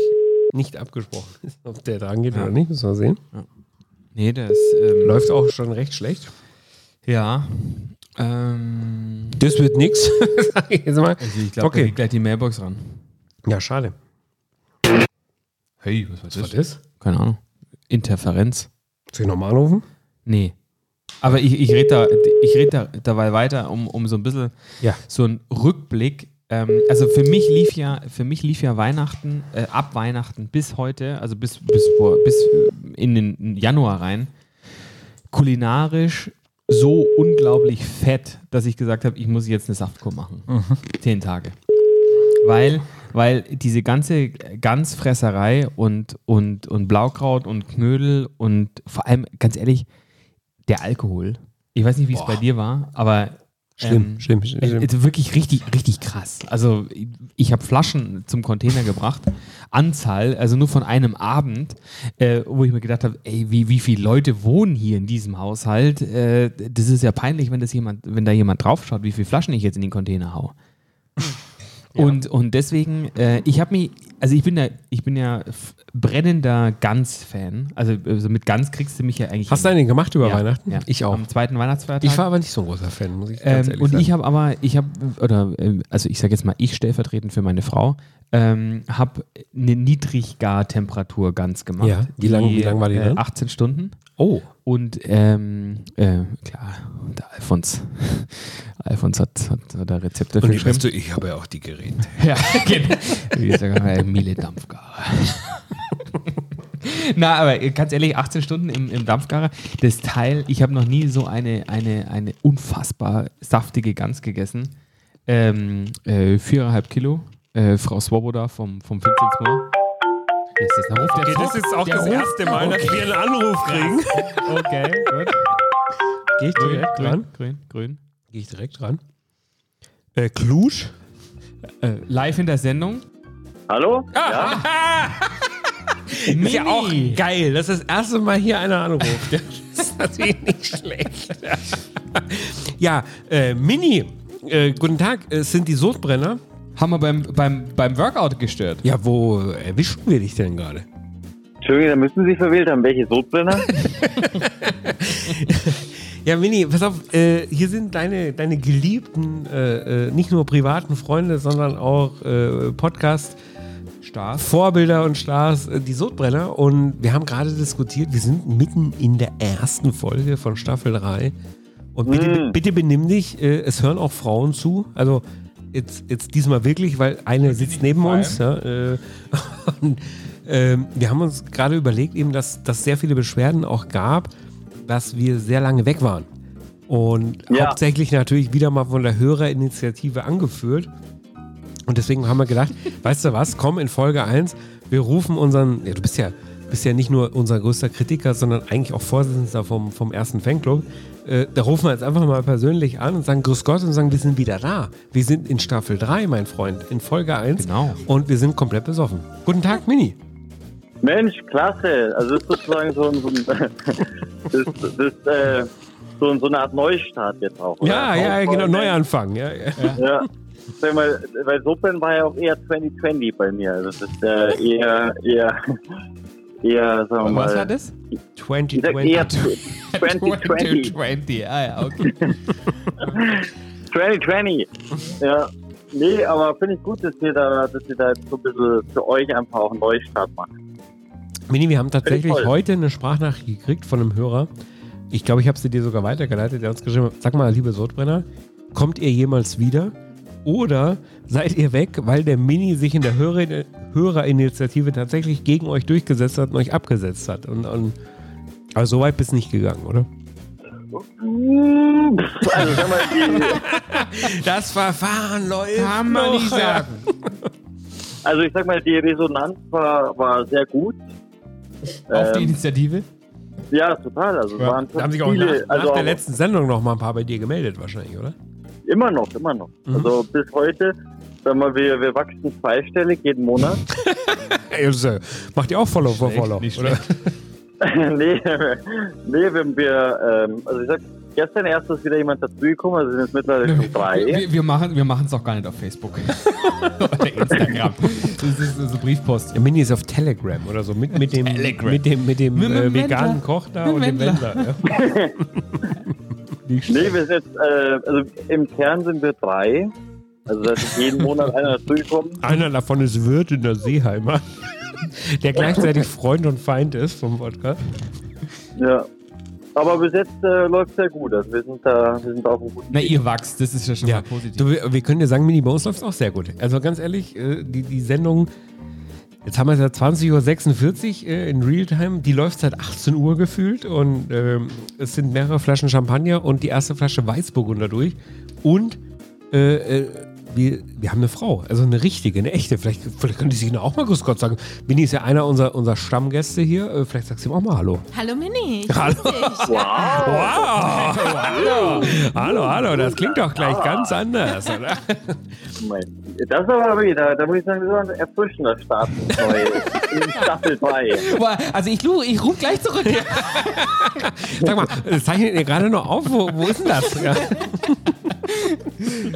[SPEAKER 3] nicht abgesprochen ist, ob der dran geht oder nicht. Müssen wir sehen.
[SPEAKER 5] Nee, der ist. Ähm,
[SPEAKER 3] Läuft auch schon recht schlecht.
[SPEAKER 5] Ja. Ähm,
[SPEAKER 3] Das wird nix. Sag ich jetzt mal.
[SPEAKER 5] also ich glaube,
[SPEAKER 3] Okay.
[SPEAKER 5] okay. geht gleich die Mailbox ran.
[SPEAKER 3] Ja, schade.
[SPEAKER 5] Hey, was war
[SPEAKER 3] Was war das?
[SPEAKER 5] Keine Ahnung. Interferenz?
[SPEAKER 3] Soll ich nochmal anrufen?
[SPEAKER 5] Nee. Aber ich, ich rede da, ich red da dabei weiter, um, um so ein bisschen
[SPEAKER 3] Ja.
[SPEAKER 5] so einen Rückblick. Ähm, also für mich lief ja, für mich lief ja Weihnachten, äh, ab Weihnachten bis heute, also bis, bis, vor, bis in den Januar rein, kulinarisch so unglaublich fett, dass ich gesagt habe, ich muss jetzt eine Saftkur machen. Zehn Tage. Weil, weil diese ganze Ganzfresserei und, und, und Blaukraut und Knödel und vor allem, ganz ehrlich, der Alkohol. Ich weiß nicht, wie es bei dir war, aber
[SPEAKER 3] Schlimm, schlimm, schlimm,
[SPEAKER 5] äh,
[SPEAKER 3] schlimm.
[SPEAKER 5] Also wirklich richtig, richtig krass. Also ich- ich habe Flaschen zum Container gebracht, Anzahl, also nur von einem Abend, äh, wo ich mir gedacht habe, ey, wie, wie viele Leute wohnen hier in diesem Haushalt? Äh, das ist ja peinlich, wenn das jemand, wenn da jemand draufschaut, wie viele Flaschen ich jetzt in den Container hau. Und, und deswegen, äh, ich habe mich, also ich bin ja, ich bin ja f- brennender Gans-Fan. Also, also mit Gans kriegst du mich ja eigentlich.
[SPEAKER 3] Hast du einen gemacht über
[SPEAKER 5] Ja,
[SPEAKER 3] Weihnachten?
[SPEAKER 5] ja.
[SPEAKER 3] Ich auch.
[SPEAKER 5] Am zweiten Weihnachtsfeiertag.
[SPEAKER 3] Ich war aber nicht so ein großer Fan, muss ich ganz
[SPEAKER 5] Ähm,
[SPEAKER 3] ehrlich
[SPEAKER 5] und
[SPEAKER 3] sagen.
[SPEAKER 5] ich habe aber, ich habe, oder ähm, also ich sage jetzt mal, ich stellvertretend für meine Frau, ähm, habe eine Niedriggar-Temperatur ganz gemacht.
[SPEAKER 3] Ja, wie lang- wie lang war die
[SPEAKER 5] äh,
[SPEAKER 3] denn?
[SPEAKER 5] 18 Stunden.
[SPEAKER 3] oh,
[SPEAKER 5] Und ähm, äh, klar, der Alfons, Alfons hat, hat, hat da Rezepte für
[SPEAKER 3] und ich,
[SPEAKER 5] geschrieben.
[SPEAKER 3] weißt du, ich habe ja auch die Geräte.
[SPEAKER 5] Ja, genau. Wie gesagt, äh, Miele Dampfgarer. Na, aber ganz ehrlich, 18 Stunden im, im Dampfgarer, das Teil, ich habe noch nie so eine, eine, eine unfassbar saftige Gans gegessen. Ähm, äh, viereinhalb Kilo. Äh, Frau Swoboda vom, vom Vinzenzmoor. Jetzt ist der Ruf, der Ruf, der Ruf. Okay,
[SPEAKER 3] wir einen Anruf kriegen.
[SPEAKER 5] okay gut.
[SPEAKER 3] Gehe ich
[SPEAKER 5] Grün,
[SPEAKER 3] direkt
[SPEAKER 5] grün,
[SPEAKER 3] dran?
[SPEAKER 5] grün, grün.
[SPEAKER 3] Gehe ich direkt dran? Äh, Klusch?
[SPEAKER 5] Äh, live in der Sendung.
[SPEAKER 6] Hallo? Ja?
[SPEAKER 3] Ist ja auch
[SPEAKER 5] Mini.
[SPEAKER 3] geil, dass das erste Mal hier einer anruft. Das ist natürlich nicht schlecht. Ja, äh, Mini, äh, guten Tag, es sind die Sodbrenner.
[SPEAKER 5] Haben wir beim, beim, beim Workout gestört.
[SPEAKER 3] Ja, wo erwischen wir dich denn gerade?
[SPEAKER 6] Entschuldigung, da müssen Sie verwählt haben. Welche Sodbrenner?
[SPEAKER 3] Ja, Mini, pass auf, äh, hier sind deine, deine geliebten, äh, äh, nicht nur privaten Freunde, sondern auch äh, Podcast-
[SPEAKER 5] Stars.
[SPEAKER 3] Vorbilder und Stars, äh, die Sodbrenner. Und wir haben gerade diskutiert, wir sind mitten in der ersten Folge von Staffel 3. Und bitte, bitte benimm dich, äh, es hören auch Frauen zu. Also jetzt, jetzt diesmal wirklich, weil eine sitzt neben uns. Ja, äh, und, ähm, wir haben uns gerade überlegt, eben, dass dass sehr viele Beschwerden auch gab, dass wir sehr lange weg waren. Und
[SPEAKER 6] Ja.
[SPEAKER 3] hauptsächlich natürlich wieder mal von der Hörerinitiative angeführt. Und deswegen haben wir gedacht, weißt du was, komm in Folge 1, wir rufen unseren, ja, du bist ja, bist ja nicht nur unser größter Kritiker, sondern eigentlich auch Vorsitzender vom, vom ersten Fanclub. Äh, da rufen wir jetzt einfach mal persönlich an und sagen Grüß Gott und sagen, wir sind wieder da. Wir sind in Staffel 3, mein Freund, in Folge 1.
[SPEAKER 5] Genau.
[SPEAKER 3] Und wir sind komplett besoffen. Guten Tag, Mini.
[SPEAKER 6] Mensch, klasse. Also das ist sozusagen so, ein, so, ein, das, das, äh, so, ein- so eine Art Neustart jetzt auch. oder?
[SPEAKER 3] Ja, ja, ja,
[SPEAKER 6] Aufbau,
[SPEAKER 3] genau,
[SPEAKER 6] ne?
[SPEAKER 3] Neuanfang. Ja, ja.
[SPEAKER 6] Ja. Sag mal, weil Sopran war ja auch eher 2020 bei mir. Also das ist äh, eher, eher, eher, sagen wir mal.
[SPEAKER 4] Was war das?
[SPEAKER 6] Ich sag
[SPEAKER 3] 2020.
[SPEAKER 6] eher 2020.
[SPEAKER 4] 2020. Ah ja, okay.
[SPEAKER 6] 2020. Ja. Nee, aber finde ich gut, dass ihr da, dass ihr da jetzt so ein bisschen für euch einfach auch einen Neustart macht.
[SPEAKER 3] Mini, wir haben tatsächlich
[SPEAKER 6] Finde ich toll.
[SPEAKER 3] heute eine Sprachnachricht gekriegt von einem Hörer. Ich glaube, ich habe sie dir sogar weitergeleitet. Der hat uns geschrieben: Sag mal, liebe Sodbrenner, kommt ihr jemals wieder? Oder seid ihr weg, weil der Mini sich in der Hörer Hörerinitiative tatsächlich gegen euch durchgesetzt hat und euch abgesetzt hat? Und, und, aber so weit bist du nicht gegangen, oder?
[SPEAKER 6] Also sag mal, die,
[SPEAKER 3] Das Verfahren läuft. Kann
[SPEAKER 4] man noch. nicht sagen.
[SPEAKER 6] also ich sag mal, die Resonanz war, war sehr gut.
[SPEAKER 4] Auf die
[SPEAKER 6] Ähm,
[SPEAKER 4] Initiative.
[SPEAKER 6] ja, total. Also es waren
[SPEAKER 3] Da haben sich auch nach,
[SPEAKER 6] viele,
[SPEAKER 3] nach
[SPEAKER 6] also
[SPEAKER 3] der
[SPEAKER 6] auch-
[SPEAKER 3] letzten Sendung noch mal ein paar bei dir gemeldet, wahrscheinlich, oder?
[SPEAKER 6] Immer noch, immer noch.
[SPEAKER 3] Mhm.
[SPEAKER 6] Also bis heute, sag mal, wir, wir wachsen zweistellig jeden Monat.
[SPEAKER 3] Ey, das, äh, macht ihr auch Follow for Follow?
[SPEAKER 4] nicht
[SPEAKER 3] oder?
[SPEAKER 6] nee, nee, wenn wir, ähm, also ich sag, gestern erst ist wieder jemand dazugekommen, also sind jetzt mittlerweile schon drei.
[SPEAKER 4] Wir, wir machen wir es auch gar nicht auf Facebook. Oder Instagram. Das ist so Briefpost.
[SPEAKER 3] Ja, Mini ist auf Telegram oder so mit, mit dem,
[SPEAKER 4] Telegram.
[SPEAKER 3] mit dem, mit dem
[SPEAKER 4] Mit dem
[SPEAKER 3] äh,
[SPEAKER 4] Wendler.
[SPEAKER 3] veganen Koch da
[SPEAKER 4] Mit
[SPEAKER 3] und dem
[SPEAKER 4] Wendler.
[SPEAKER 3] Wendler. Ja.
[SPEAKER 6] Nee, wir sind jetzt, äh, also im Kern sind wir drei. Also da ist jeden Monat einer dazugekommen.
[SPEAKER 3] Einer davon ist Wirt in der Seeheimer, der gleichzeitig Freund und Feind ist vom Podcast.
[SPEAKER 6] Ja. Aber bis jetzt äh, läuft sehr gut. Also wir sind da, wir sind auf einem guten
[SPEAKER 4] Na, ihr wachst, das ist ja schon
[SPEAKER 3] Ja,
[SPEAKER 4] mal positiv.
[SPEAKER 3] du, wir wir können dir sagen, Mini Bones läuft auch sehr gut. Also ganz ehrlich, äh, die, die Sendung, jetzt haben wir es ja 20.46 Uhr äh, in Realtime, die läuft seit 18 Uhr gefühlt und ähm, es sind mehrere Flaschen Champagner und die erste Flasche Weißburgunder durch und äh, äh, wir, wir haben eine Frau, also eine richtige, eine echte. Vielleicht, vielleicht könnte sie Ihnen auch mal Grüß Gott sagen. Mini ist ja einer unserer, unserer Stammgäste hier. Äh, Vielleicht sagst du ihm auch mal Hallo.
[SPEAKER 1] Hallo Mini.
[SPEAKER 3] Hallo.
[SPEAKER 6] Wow.
[SPEAKER 3] Wow! hallo, hallo, das klingt doch gleich
[SPEAKER 4] Ah.
[SPEAKER 3] ganz anders, oder?
[SPEAKER 6] Moment. Das ist aber wieder, da muss ich sagen, das war ein erfrischender Start ins neue- in Staffel 3.
[SPEAKER 4] Boah, also ich, lu- ich rufe gleich zurück.
[SPEAKER 3] Sag mal, das zeichnet ihr gerade noch auf? Wo, wo ist denn das? Ja.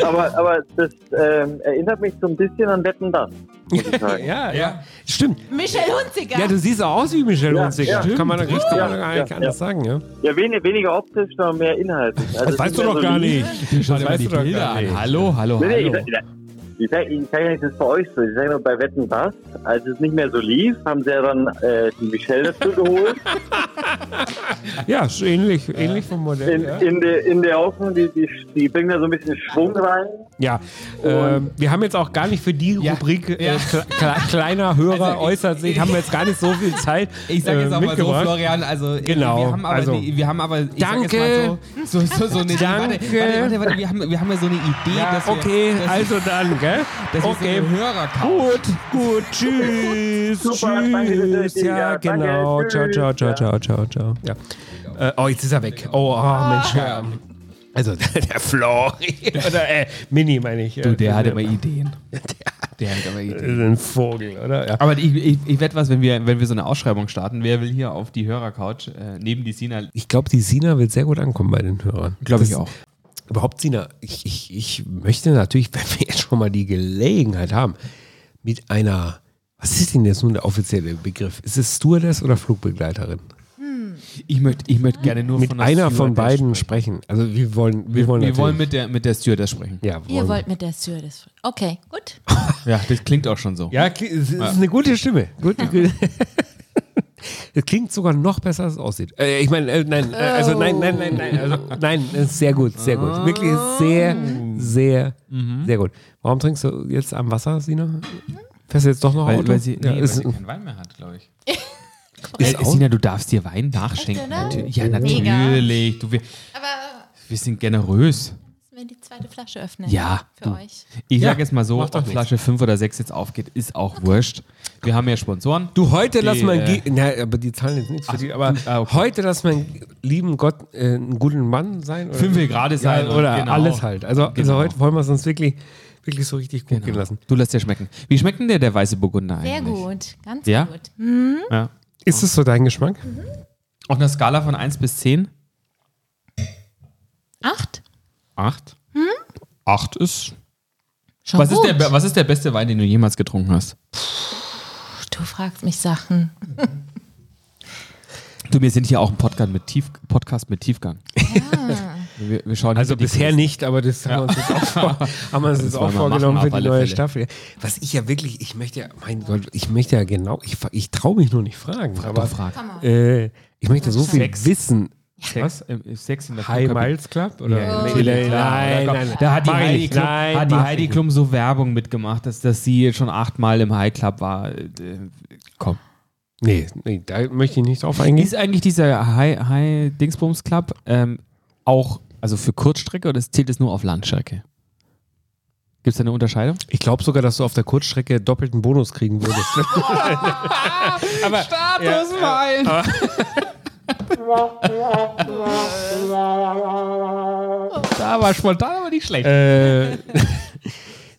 [SPEAKER 6] Aber, aber das ähm, erinnert mich so ein bisschen an Wetten das, muss ich sagen.
[SPEAKER 3] ja, Stimmt.
[SPEAKER 1] Michelle Hunziker.
[SPEAKER 3] Ja, du siehst auch aus wie Michel
[SPEAKER 6] Ja,
[SPEAKER 3] Hunziker.
[SPEAKER 6] ja.
[SPEAKER 3] Kann man da kann man
[SPEAKER 6] Ja,
[SPEAKER 3] da
[SPEAKER 6] ja,
[SPEAKER 3] eigentlich
[SPEAKER 6] ja.
[SPEAKER 3] anders sagen, ja?
[SPEAKER 6] Ja, wenig, weniger optisch, sondern mehr inhaltlich. Also es
[SPEAKER 3] Das weißt
[SPEAKER 6] ist
[SPEAKER 3] du
[SPEAKER 6] mehr
[SPEAKER 3] doch
[SPEAKER 6] so
[SPEAKER 3] gar
[SPEAKER 6] wie-
[SPEAKER 3] nicht.
[SPEAKER 4] Schau
[SPEAKER 3] Das
[SPEAKER 4] dir mal
[SPEAKER 3] weißt
[SPEAKER 4] die
[SPEAKER 3] du doch
[SPEAKER 4] Bilder
[SPEAKER 3] gar
[SPEAKER 4] an.
[SPEAKER 3] nicht.
[SPEAKER 4] Hallo, hallo,
[SPEAKER 6] Nee, nee, ich,
[SPEAKER 4] hallo.
[SPEAKER 6] sag- ich, sag- ich sage nicht, das ist bei euch so. Ich sage nur, bei Wetten das, als es nicht mehr so lief, haben sie ja dann äh, die Michelle dazu geholt,
[SPEAKER 3] Ja, ist ähnlich, ähnlich vom Modell.
[SPEAKER 6] in,
[SPEAKER 3] Ja,
[SPEAKER 6] in, der- in der Hoffnung, die, die, die bringen da so ein bisschen Schwung rein.
[SPEAKER 3] ja. Ähm, wir haben jetzt auch gar nicht für die
[SPEAKER 4] Ja.
[SPEAKER 3] Rubrik äh,
[SPEAKER 4] Ja.
[SPEAKER 3] kle- kle- kleiner Hörer
[SPEAKER 4] Also, ich-
[SPEAKER 3] äußert sich, haben wir jetzt gar nicht so viel Zeit.
[SPEAKER 4] Ich sage jetzt
[SPEAKER 3] äh,
[SPEAKER 4] auch mal so,
[SPEAKER 3] mitgebracht.
[SPEAKER 4] Florian, also
[SPEAKER 3] Genau,
[SPEAKER 4] wir haben aber,
[SPEAKER 3] also-
[SPEAKER 4] die, wir haben aber ich
[SPEAKER 3] Danke.
[SPEAKER 4] Sag jetzt mal so, so, so, so eine
[SPEAKER 3] Danke.
[SPEAKER 4] Warte, warte, warte, warte, wir haben, wir haben ja so eine Idee,
[SPEAKER 3] Ja,
[SPEAKER 4] dass wir,
[SPEAKER 3] okay,
[SPEAKER 4] dass,
[SPEAKER 3] also dann, gell?
[SPEAKER 4] dass
[SPEAKER 3] okay.
[SPEAKER 4] wir so einen Hörer kaufen.
[SPEAKER 3] Gut, gut, tschüss,
[SPEAKER 6] Super, danke für
[SPEAKER 3] tschüss,
[SPEAKER 6] das Ding,
[SPEAKER 3] ja,
[SPEAKER 6] ja, danke,
[SPEAKER 3] genau, ciao,
[SPEAKER 6] tschüss,
[SPEAKER 3] ciao, ciao,
[SPEAKER 6] ja.
[SPEAKER 3] ciao, ciao, ciao, ja. Äh, oh, jetzt ist er weg. Oh, oh Mensch. ja. Also, der Flori, oder äh, Mini meine ich.
[SPEAKER 4] Du, der hat
[SPEAKER 3] hatte
[SPEAKER 4] immer Ideen. Der hat immer Ideen.
[SPEAKER 3] Ein Vogel, oder? Ja.
[SPEAKER 5] Aber ich, ich, ich wette was, wenn wir, wenn wir so eine Ausschreibung starten, wer will hier auf die Hörercouch äh, neben die Sina?
[SPEAKER 3] Ich glaube, die Sina wird sehr gut ankommen bei den Hörern.
[SPEAKER 5] Glaube ich
[SPEAKER 3] Das-
[SPEAKER 5] auch.
[SPEAKER 3] Überhaupt, Sina, ich, ich, ich möchte natürlich, wenn wir jetzt schon mal die Gelegenheit haben, mit einer, was ist denn jetzt nun der offizielle Begriff? Ist es Stewardess oder Flugbegleiterin?
[SPEAKER 5] Ich möchte ich möchte gerne nur
[SPEAKER 3] mit
[SPEAKER 5] von der
[SPEAKER 3] einer von
[SPEAKER 5] Stewardess
[SPEAKER 3] beiden sprechen. Also wir wollen, wir wollen,
[SPEAKER 5] sprechen. Wir wollen
[SPEAKER 3] natürlich-
[SPEAKER 5] mit der, mit der Stewardess sprechen.
[SPEAKER 3] ja, wollen.
[SPEAKER 1] Ihr wollt mit der Sürdes. Okay, gut.
[SPEAKER 5] Ja, das klingt auch schon so.
[SPEAKER 3] ja, kli- es ist eine gute Stimme. Gut, gut. Es klingt sogar noch besser, als es aussieht. Äh, ich meine, äh, nein, äh, also nein, nein, nein, nein, also, nein, es ist sehr gut, sehr gut. Wirklich sehr, sehr,
[SPEAKER 5] Mhm.
[SPEAKER 3] sehr gut. Warum trinkst du jetzt am Wasser, Sina? Fährst du jetzt doch noch
[SPEAKER 5] Weil,
[SPEAKER 3] Auto?
[SPEAKER 5] weil sie, nee,
[SPEAKER 3] ja,
[SPEAKER 5] weil
[SPEAKER 3] ist,
[SPEAKER 5] sie keinen Wein mehr hat, glaube ich.
[SPEAKER 3] Ist
[SPEAKER 5] Äh,
[SPEAKER 3] auch- Oh,
[SPEAKER 5] Sina, du darfst dir Wein nachschenken.
[SPEAKER 1] oder?
[SPEAKER 5] natürlich. Ja,
[SPEAKER 1] Mega.
[SPEAKER 5] natürlich. Du, wir,
[SPEAKER 1] Aber
[SPEAKER 5] wir sind generös.
[SPEAKER 1] wenn die zweite Flasche öffnet.
[SPEAKER 5] Ja,
[SPEAKER 1] Für
[SPEAKER 5] du.
[SPEAKER 1] euch.
[SPEAKER 5] Ich
[SPEAKER 3] Ja,
[SPEAKER 5] sag jetzt mal so,
[SPEAKER 3] macht doch
[SPEAKER 5] ob Flasche 5 oder 6 jetzt aufgeht, ist auch wurscht. Wir haben ja Sponsoren.
[SPEAKER 3] Du, heute lass mal,
[SPEAKER 5] äh,
[SPEAKER 3] äh, na, aber die zahlen jetzt nichts für die, aber
[SPEAKER 5] ah, okay.
[SPEAKER 3] heute lass mal einen lieben Gott äh, einen guten Mann sein. Oder,
[SPEAKER 5] Fünfe gerade sein
[SPEAKER 3] ja,
[SPEAKER 5] und
[SPEAKER 3] oder
[SPEAKER 5] genau.
[SPEAKER 3] alles halt. Also, also
[SPEAKER 5] Genau.
[SPEAKER 3] heute wollen wir es uns wirklich, wirklich so richtig gut gehen lassen.
[SPEAKER 5] Du lässt ja schmecken. Wie schmeckt denn der, der weiße Burgunder
[SPEAKER 1] Sehr
[SPEAKER 5] eigentlich?
[SPEAKER 1] gut, ganz
[SPEAKER 5] Ja?
[SPEAKER 1] gut. Hm,
[SPEAKER 5] Ja.
[SPEAKER 3] Ist es so dein Geschmack?
[SPEAKER 5] Auf einer Skala von 1 bis 10?
[SPEAKER 1] Acht?
[SPEAKER 5] 8. 8 ist.
[SPEAKER 1] Schon
[SPEAKER 5] Was ist,
[SPEAKER 1] gut.
[SPEAKER 5] der, was ist der beste Wein, den du jemals getrunken hast?
[SPEAKER 1] du fragst mich Sachen.
[SPEAKER 5] Du, wir sind hier auch ein Podcast mit, Tief, Podcast mit Tiefgang. wir, wir schauen
[SPEAKER 3] Also
[SPEAKER 5] hinter die
[SPEAKER 3] bisher
[SPEAKER 5] Kulissen.
[SPEAKER 3] nicht, aber das haben wir uns jetzt auch, vor, haben wir uns jetzt
[SPEAKER 5] wollen
[SPEAKER 3] auch
[SPEAKER 5] wir
[SPEAKER 3] vorgenommen
[SPEAKER 5] machen,
[SPEAKER 3] für
[SPEAKER 5] auf
[SPEAKER 3] die
[SPEAKER 5] alle
[SPEAKER 3] neue
[SPEAKER 5] Fälle.
[SPEAKER 3] Staffel. Was ich ja wirklich, ich möchte ja, mein Gott, ich möchte ja genau, ich, fra- ich traue mich nur nicht fragen. aber
[SPEAKER 5] Doch, frag.
[SPEAKER 3] äh, ich möchte so viel
[SPEAKER 5] Sex.
[SPEAKER 3] wissen.
[SPEAKER 5] Sex, äh, Sex in der
[SPEAKER 3] High
[SPEAKER 5] Flugkabine.
[SPEAKER 3] Miles Club? Oder?
[SPEAKER 5] Ja,
[SPEAKER 3] Nee,
[SPEAKER 5] natürlich,
[SPEAKER 3] nee,
[SPEAKER 5] klar.
[SPEAKER 3] nein,
[SPEAKER 5] da,
[SPEAKER 3] nein, nein.
[SPEAKER 5] da hat die
[SPEAKER 3] Mach ich
[SPEAKER 5] Heidi
[SPEAKER 3] nicht,
[SPEAKER 5] Klum,
[SPEAKER 3] nein,
[SPEAKER 5] hat die
[SPEAKER 3] mach ich
[SPEAKER 5] Heidi
[SPEAKER 3] nicht.
[SPEAKER 5] Klum so Werbung mitgemacht, dass, dass sie schon achtmal im High Club war. Äh, Komm.
[SPEAKER 3] Nee, nee, da möchte ich nicht drauf eingehen.
[SPEAKER 5] Ist eigentlich dieser High, High Dingsbums Club ähm, auch also für Kurzstrecke oder zählt es nur auf Landstrecke? Gibt es da eine Unterscheidung?
[SPEAKER 3] Ich glaube sogar, dass du auf der Kurzstrecke doppelten Bonus kriegen würdest.
[SPEAKER 5] Status ja, Da war spontan aber nicht schlecht.
[SPEAKER 3] äh,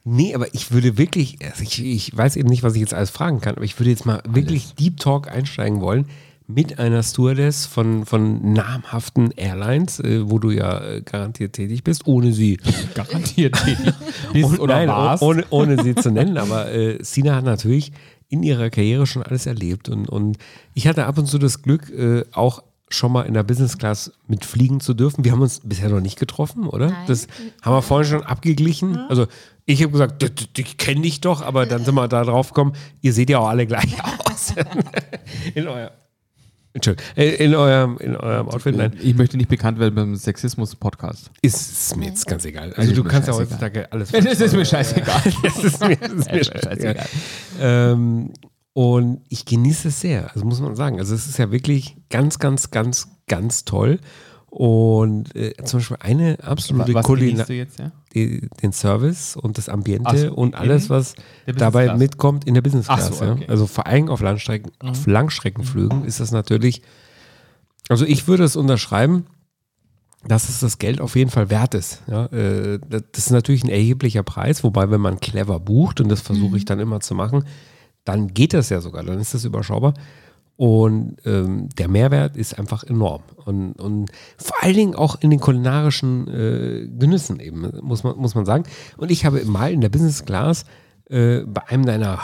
[SPEAKER 3] nee, aber ich würde wirklich, also ich, ich weiß eben nicht, was ich jetzt alles fragen kann, aber ich würde jetzt mal wirklich Deep Talk einsteigen wollen mit einer Stewardess von, von namhaften Airlines, äh, wo du ja äh, garantiert tätig bist, ohne sie.
[SPEAKER 5] Äh. Garantiert. Bist
[SPEAKER 3] Ohne-
[SPEAKER 5] oder
[SPEAKER 3] nein,
[SPEAKER 5] warst.
[SPEAKER 3] ohne, ohne sie zu nennen, aber äh, Sina hat natürlich in ihrer Karriere schon alles erlebt und, und ich hatte ab und zu das Glück, äh, auch schon mal in der Business Class mitfliegen zu dürfen. Wir haben uns bisher noch nicht getroffen, oder? Das haben wir vorhin schon abgeglichen. Also ich habe gesagt, "D- d- ich kenne dich doch, aber dann sind wir da drauf gekommen, ihr seht ja auch alle gleich aus. in euer Entschuldigung, äh, in eurem, in eurem Outfit. Nein,
[SPEAKER 5] Ich möchte nicht bekannt werden beim Sexismus-Podcast.
[SPEAKER 3] ist mir jetzt ganz egal. Also du
[SPEAKER 5] mir
[SPEAKER 3] kannst ja
[SPEAKER 5] scheißegal.
[SPEAKER 3] heutzutage alles
[SPEAKER 5] Das ist mir scheißegal.
[SPEAKER 3] das ist mir, das ist mir scheißegal. Ähm, und ich genieße es sehr, also muss man sagen. Also es ist ja wirklich ganz, ganz, ganz, ganz toll. Und äh, zum Beispiel eine absolute
[SPEAKER 5] Was
[SPEAKER 3] Kulina
[SPEAKER 5] genießt du jetzt, ja?
[SPEAKER 3] die- den Service und das
[SPEAKER 5] Ach
[SPEAKER 3] Ambiente
[SPEAKER 5] so,
[SPEAKER 3] und
[SPEAKER 5] in
[SPEAKER 3] alles, was
[SPEAKER 5] der Business
[SPEAKER 3] dabei
[SPEAKER 5] Class.
[SPEAKER 3] mitkommt in der Business
[SPEAKER 5] Ach so,
[SPEAKER 3] Class.
[SPEAKER 5] okay. Mhm.
[SPEAKER 3] ja. Also vor allem auf, Landstrecken, auf Langstreckenflügen ist das natürlich, also ich würde es unterschreiben, dass es das Geld auf jeden Fall wert ist. Ja, äh, das das ist natürlich ein erheblicher Preis, wobei wenn man clever bucht, und das versuche
[SPEAKER 5] Mhm.
[SPEAKER 3] ich dann immer zu machen, dann geht das ja sogar, dann ist das überschaubar. Und ähm, der Mehrwert ist einfach enorm. Und, und vor allen Dingen auch in den kulinarischen äh, Genüssen eben, muss man, muss man sagen. Und ich habe mal in der Business Class äh, bei einem deiner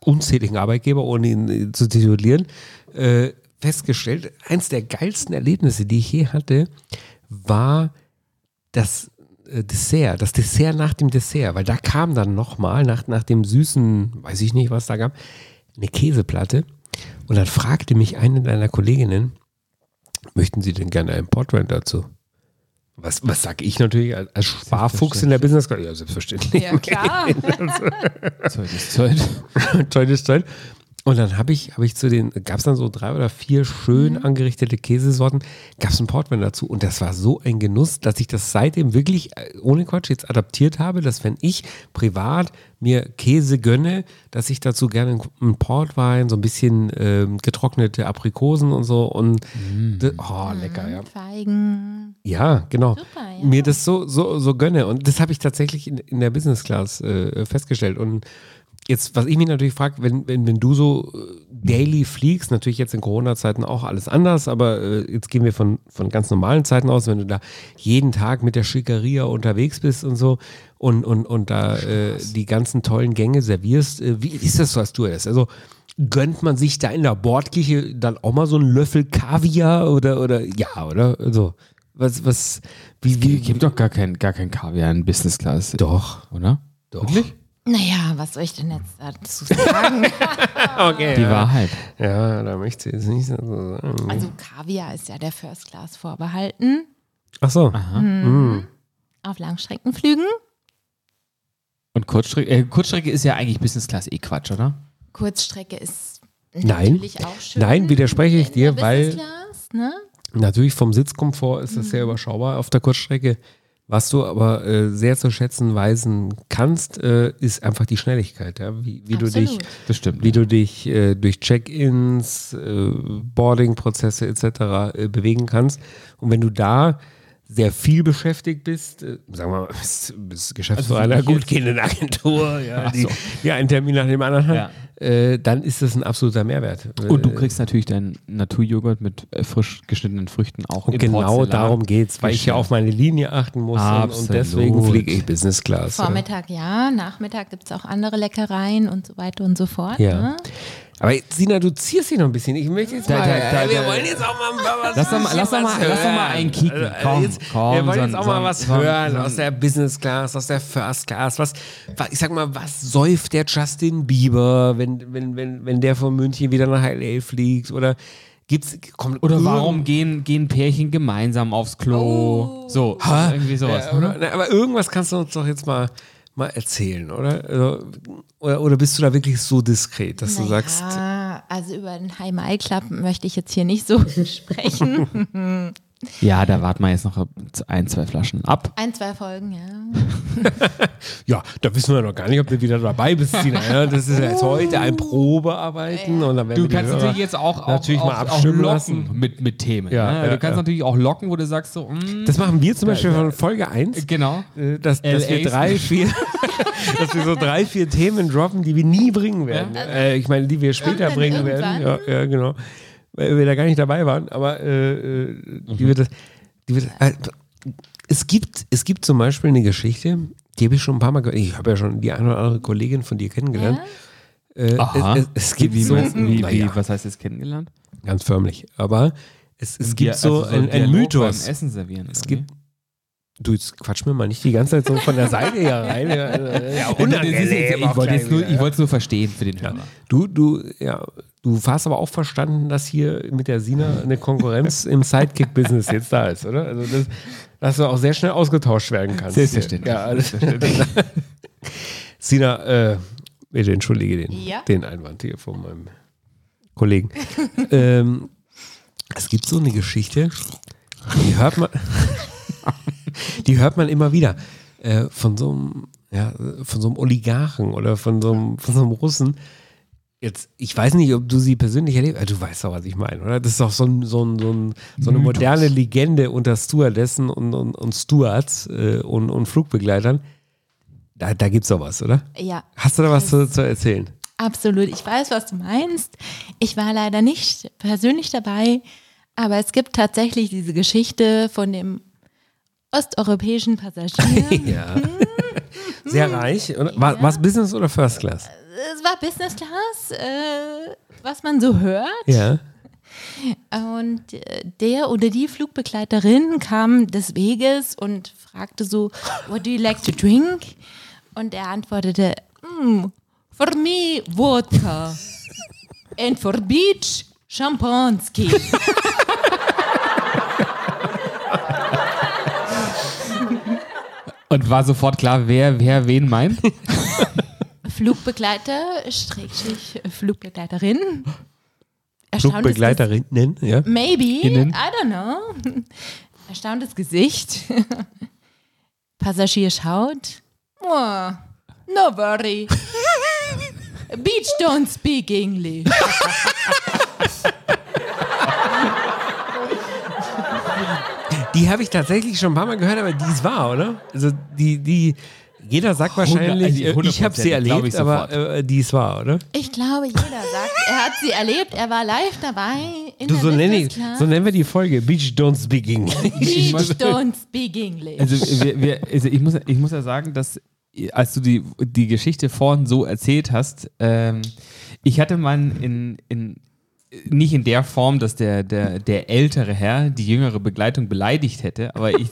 [SPEAKER 3] unzähligen Arbeitgeber, ohne ihn äh, zu titulieren, äh, festgestellt, eins der geilsten Erlebnisse, die ich je hatte, war das äh, Dessert, das Dessert nach dem Dessert, weil da kam dann nochmal, nach, nach dem süßen, weiß ich nicht, was da gab, eine Käseplatte. Und dann fragte mich eine deiner Kolleginnen, möchten Sie denn gerne einen Portwein dazu? Was, was sag ich natürlich als, als Sparfuchs in der Business? Ja, selbstverständlich.
[SPEAKER 1] Ja, klar.
[SPEAKER 5] Zeug ist Zeug.
[SPEAKER 3] Tolles Zeug. Und dann habe ich, habe ich zu den, gab es dann so drei oder vier schön
[SPEAKER 1] Mhm.
[SPEAKER 3] angerichtete Käsesorten, gab es einen Portwein dazu. Und das war so ein Genuss, dass ich das seitdem wirklich äh, ohne Quatsch jetzt adaptiert habe, dass wenn ich privat mir Käse gönne, dass ich dazu gerne einen Portwein, so ein bisschen ähm, getrocknete Aprikosen und so und
[SPEAKER 1] Mhm.
[SPEAKER 3] d- oh, lecker, ja.
[SPEAKER 1] Feigen.
[SPEAKER 3] Ja, genau.
[SPEAKER 1] Super, ja.
[SPEAKER 3] Mir das so, so, so gönne. Und das habe ich tatsächlich in, in der Business Class äh, festgestellt. Und jetzt, was ich mich natürlich frage, wenn, wenn, wenn du so äh, daily fliegst, natürlich jetzt in Corona-Zeiten auch alles anders, aber äh, jetzt gehen wir von, von ganz normalen Zeiten aus, wenn du da jeden Tag mit der Schickeria unterwegs bist und so und, und, und da äh, die ganzen tollen Gänge servierst, äh, wie ist das so als Stewardess? Also gönnt man sich da in der Bordküche dann auch mal so einen Löffel Kaviar oder, oder ja, oder? Also, was, was, wie, wie,
[SPEAKER 5] Ich habe doch gar kein, gar kein Kaviar in Business Class.
[SPEAKER 3] doch,
[SPEAKER 5] Oder?
[SPEAKER 3] doch.
[SPEAKER 1] Naja, was soll ich denn jetzt dazu sagen?
[SPEAKER 3] Okay.
[SPEAKER 5] Die
[SPEAKER 3] ja.
[SPEAKER 5] Wahrheit.
[SPEAKER 3] ja, da möchte ich jetzt nicht so sagen.
[SPEAKER 1] also Kaviar ist ja der First Class vorbehalten.
[SPEAKER 3] Ach so.
[SPEAKER 1] Auf Langstreckenflügen.
[SPEAKER 5] Und Kurzstrecke, äh, Kurzstrecke ist ja eigentlich Business Class eh Quatsch, oder?
[SPEAKER 1] Kurzstrecke ist
[SPEAKER 3] Nein.
[SPEAKER 1] natürlich auch schön.
[SPEAKER 3] Nein, widerspreche ich
[SPEAKER 1] In
[SPEAKER 3] dir,
[SPEAKER 1] der
[SPEAKER 3] weil
[SPEAKER 1] Business Class, ne?
[SPEAKER 3] Mhm. natürlich vom Sitzkomfort ist das sehr überschaubar auf der Kurzstrecke. Was du aber äh, sehr zu schätzen weisen kannst, äh, ist einfach die Schnelligkeit, ja? wie, wie du dich,
[SPEAKER 1] Absolut.
[SPEAKER 5] Das stimmt.
[SPEAKER 3] wie du dich äh, durch Check-ins, äh, Boarding-Prozesse etc. Äh, bewegen kannst. Und wenn du da sehr viel beschäftigt bist, äh, sagen wir mal, bist, bist
[SPEAKER 5] Also
[SPEAKER 3] Geschäftsführer einer gut gehenden Agentur, ja, die, ja, einen Termin nach dem anderen hat, äh, dann ist das ein absoluter Mehrwert.
[SPEAKER 5] Und du
[SPEAKER 3] Äh,
[SPEAKER 5] kriegst natürlich deinen Naturjoghurt mit äh, frisch geschnittenen Früchten auch.
[SPEAKER 3] Und
[SPEAKER 5] im
[SPEAKER 3] genau
[SPEAKER 5] Porzellan.
[SPEAKER 3] darum geht's, weil ich ja auf meine Linie achten muss und, und
[SPEAKER 5] Absolut.
[SPEAKER 3] deswegen fliege ich Business Class. ja.
[SPEAKER 1] Vormittag ja, Nachmittag gibt es auch andere Leckereien und so weiter und so fort.
[SPEAKER 3] Ja.
[SPEAKER 1] Ne?
[SPEAKER 3] Aber Sina, du zierst dich noch ein bisschen. Ich möchte jetzt
[SPEAKER 5] Da,
[SPEAKER 3] mal,
[SPEAKER 5] da, da,
[SPEAKER 3] wir
[SPEAKER 5] da.
[SPEAKER 3] wollen jetzt auch mal was
[SPEAKER 5] Lass doch mal- lass doch mal-
[SPEAKER 3] was
[SPEAKER 5] lass doch mal
[SPEAKER 3] hören.
[SPEAKER 5] einen kicken.
[SPEAKER 3] Also, äh,
[SPEAKER 5] Komm,
[SPEAKER 3] jetzt,
[SPEAKER 5] komm,
[SPEAKER 3] wir wollen
[SPEAKER 5] so
[SPEAKER 3] jetzt
[SPEAKER 5] ein-
[SPEAKER 3] auch mal
[SPEAKER 5] so ein-
[SPEAKER 3] was
[SPEAKER 5] so ein-
[SPEAKER 3] hören
[SPEAKER 5] so ein-
[SPEAKER 3] aus der Business Class, aus der First Class. Was, wa- ich sag mal, was säuft der Justin Bieber, wenn, wenn, wenn, wenn der von München wieder nach L.A. fliegt? Oder gibt's kommt
[SPEAKER 5] Oder warum gehen, gehen Pärchen gemeinsam aufs Klo? So, irgendwie sowas.
[SPEAKER 3] Ja, oder, na, aber irgendwas kannst du uns doch jetzt mal, mal erzählen, oder? Also, oder? Oder bist du da wirklich so diskret, dass du sagst,
[SPEAKER 1] Ja, also über den High Club möchte ich jetzt hier nicht so sprechen.
[SPEAKER 5] Ja, da warten wir jetzt noch ein, zwei Flaschen ab.
[SPEAKER 1] Ein, zwei Folgen, ja.
[SPEAKER 3] ja, da wissen wir noch gar nicht, ob du wieder dabei bist, Tina. Ja, das ist ja jetzt heute ein Probearbeiten und dann werden
[SPEAKER 5] Du
[SPEAKER 3] wir die
[SPEAKER 5] kannst
[SPEAKER 3] Hörer-
[SPEAKER 5] natürlich jetzt auch, auch,
[SPEAKER 3] natürlich
[SPEAKER 5] auch,
[SPEAKER 3] mal
[SPEAKER 5] auch
[SPEAKER 3] abstimmen
[SPEAKER 5] locken
[SPEAKER 3] lassen.
[SPEAKER 5] Mit, mit Themen.
[SPEAKER 3] Ja,
[SPEAKER 5] ne?
[SPEAKER 3] ja,
[SPEAKER 5] du kannst
[SPEAKER 3] ja.
[SPEAKER 5] natürlich auch locken, wo du sagst so, mm,
[SPEAKER 3] Das machen wir zum Beispiel von Folge 1.
[SPEAKER 5] genau.
[SPEAKER 3] äh, Dass, dass wir
[SPEAKER 5] LAs.
[SPEAKER 3] drei, vier, dass wir so drei, vier Themen droppen, die wir nie bringen werden. Äh, ich meine, die wir später
[SPEAKER 1] Irgendwann,
[SPEAKER 3] bringen werden. Ja, ja, genau. Weil wir da gar nicht dabei waren, aber äh, äh,
[SPEAKER 5] Mhm.
[SPEAKER 3] die wird das, die wird, äh, es gibt, es gibt zum Beispiel eine Geschichte, die habe ich schon ein paar Mal gehört. Ich habe ja schon die eine oder andere Kollegin von dir kennengelernt. Äh, es, es, es gibt
[SPEAKER 5] wie,
[SPEAKER 3] so,
[SPEAKER 5] meinst du- wie,
[SPEAKER 3] naja,
[SPEAKER 5] wie, was heißt jetzt kennengelernt?
[SPEAKER 3] ganz förmlich. Aber es, es gibt
[SPEAKER 5] Ja,
[SPEAKER 3] so,
[SPEAKER 5] also
[SPEAKER 3] ein, ein
[SPEAKER 5] Dialog
[SPEAKER 3] Mythos.
[SPEAKER 5] Beim Essen servieren.
[SPEAKER 3] Es gibt. Du, jetzt quatsch mir mal nicht die ganze Zeit so von der Seite hier rein. Ja,
[SPEAKER 5] Ich wollte es nur, ich wollte es nur verstehen für den Hörer.
[SPEAKER 3] Du, du, ja, du hast aber auch verstanden, dass hier mit der Sina eine Konkurrenz im Sidekick-Business jetzt da ist, oder? Also das, dass du auch sehr schnell ausgetauscht werden kannst.
[SPEAKER 5] Selbstverständlich.
[SPEAKER 3] Ja, alles Sina, äh, bitte entschuldige den,
[SPEAKER 1] Ja.
[SPEAKER 3] den Einwand hier von meinem Kollegen. ähm, es gibt so eine Geschichte, die hört man, die hört man immer wieder äh, von so einem, ja, von so einem Oligarchen oder von so einem, von so einem Russen. Jetzt, ich weiß nicht, ob du sie persönlich erlebt hast. Du weißt doch, was ich meine, oder? Das ist doch so, ein, so, ein, so, ein, so eine moderne Legende unter Stewardessen und, und, und Stewards äh, und, und Flugbegleitern. Da, da gibt's doch was, oder?
[SPEAKER 1] Ja,
[SPEAKER 3] Hast du da was zu, zu erzählen?
[SPEAKER 1] absolut. Ich weiß, was du meinst. Ich war leider nicht persönlich dabei, aber es gibt tatsächlich diese Geschichte von dem osteuropäischen Passagier.
[SPEAKER 3] Ja. Sehr reich. Oder? War, War's Business oder First Class?
[SPEAKER 1] es war Business Class, äh, was man so hört.
[SPEAKER 3] Ja.
[SPEAKER 1] Und äh, der oder die Flugbegleiterin kam des Weges und fragte so, what do you like to drink? Und er antwortete, "Mm, for me vodka and for beach Champanski.
[SPEAKER 5] Und war sofort klar, wer, wer wen meint?
[SPEAKER 1] Flugbegleiter, Schrägstrich Flugbegleiterin. Erstauntes Gesicht.
[SPEAKER 3] Flugbegleiterinnen, ne? ja.
[SPEAKER 1] Maybe,
[SPEAKER 5] Innen.
[SPEAKER 1] I don't know. Erstauntes Gesicht. Passagier schaut. Oh, no worry. Beach don't speak English.
[SPEAKER 3] Die habe ich tatsächlich schon ein paar Mal gehört, aber die ist wahr, oder? Also die, die, jeder sagt wahrscheinlich,
[SPEAKER 5] also
[SPEAKER 3] äh, ich habe sie
[SPEAKER 5] 100%, glaub
[SPEAKER 3] erlebt,
[SPEAKER 5] ich
[SPEAKER 3] aber äh, die ist wahr, oder?
[SPEAKER 1] Ich glaube, jeder sagt, er hat sie erlebt, er war live dabei. In
[SPEAKER 3] Du,
[SPEAKER 1] der
[SPEAKER 3] so, nenne ich,
[SPEAKER 1] Business Class.
[SPEAKER 3] so nennen wir die Folge, Beach Don't Speak English.
[SPEAKER 1] Beach don't speak English.
[SPEAKER 5] Also, wir, wir, also ich, muss, ich muss ja sagen, dass als du die, die Geschichte vorhin so erzählt hast, ähm, ich hatte mal in, in nicht in der Form, dass der, der, der ältere Herr die jüngere Begleitung beleidigt hätte, aber ich,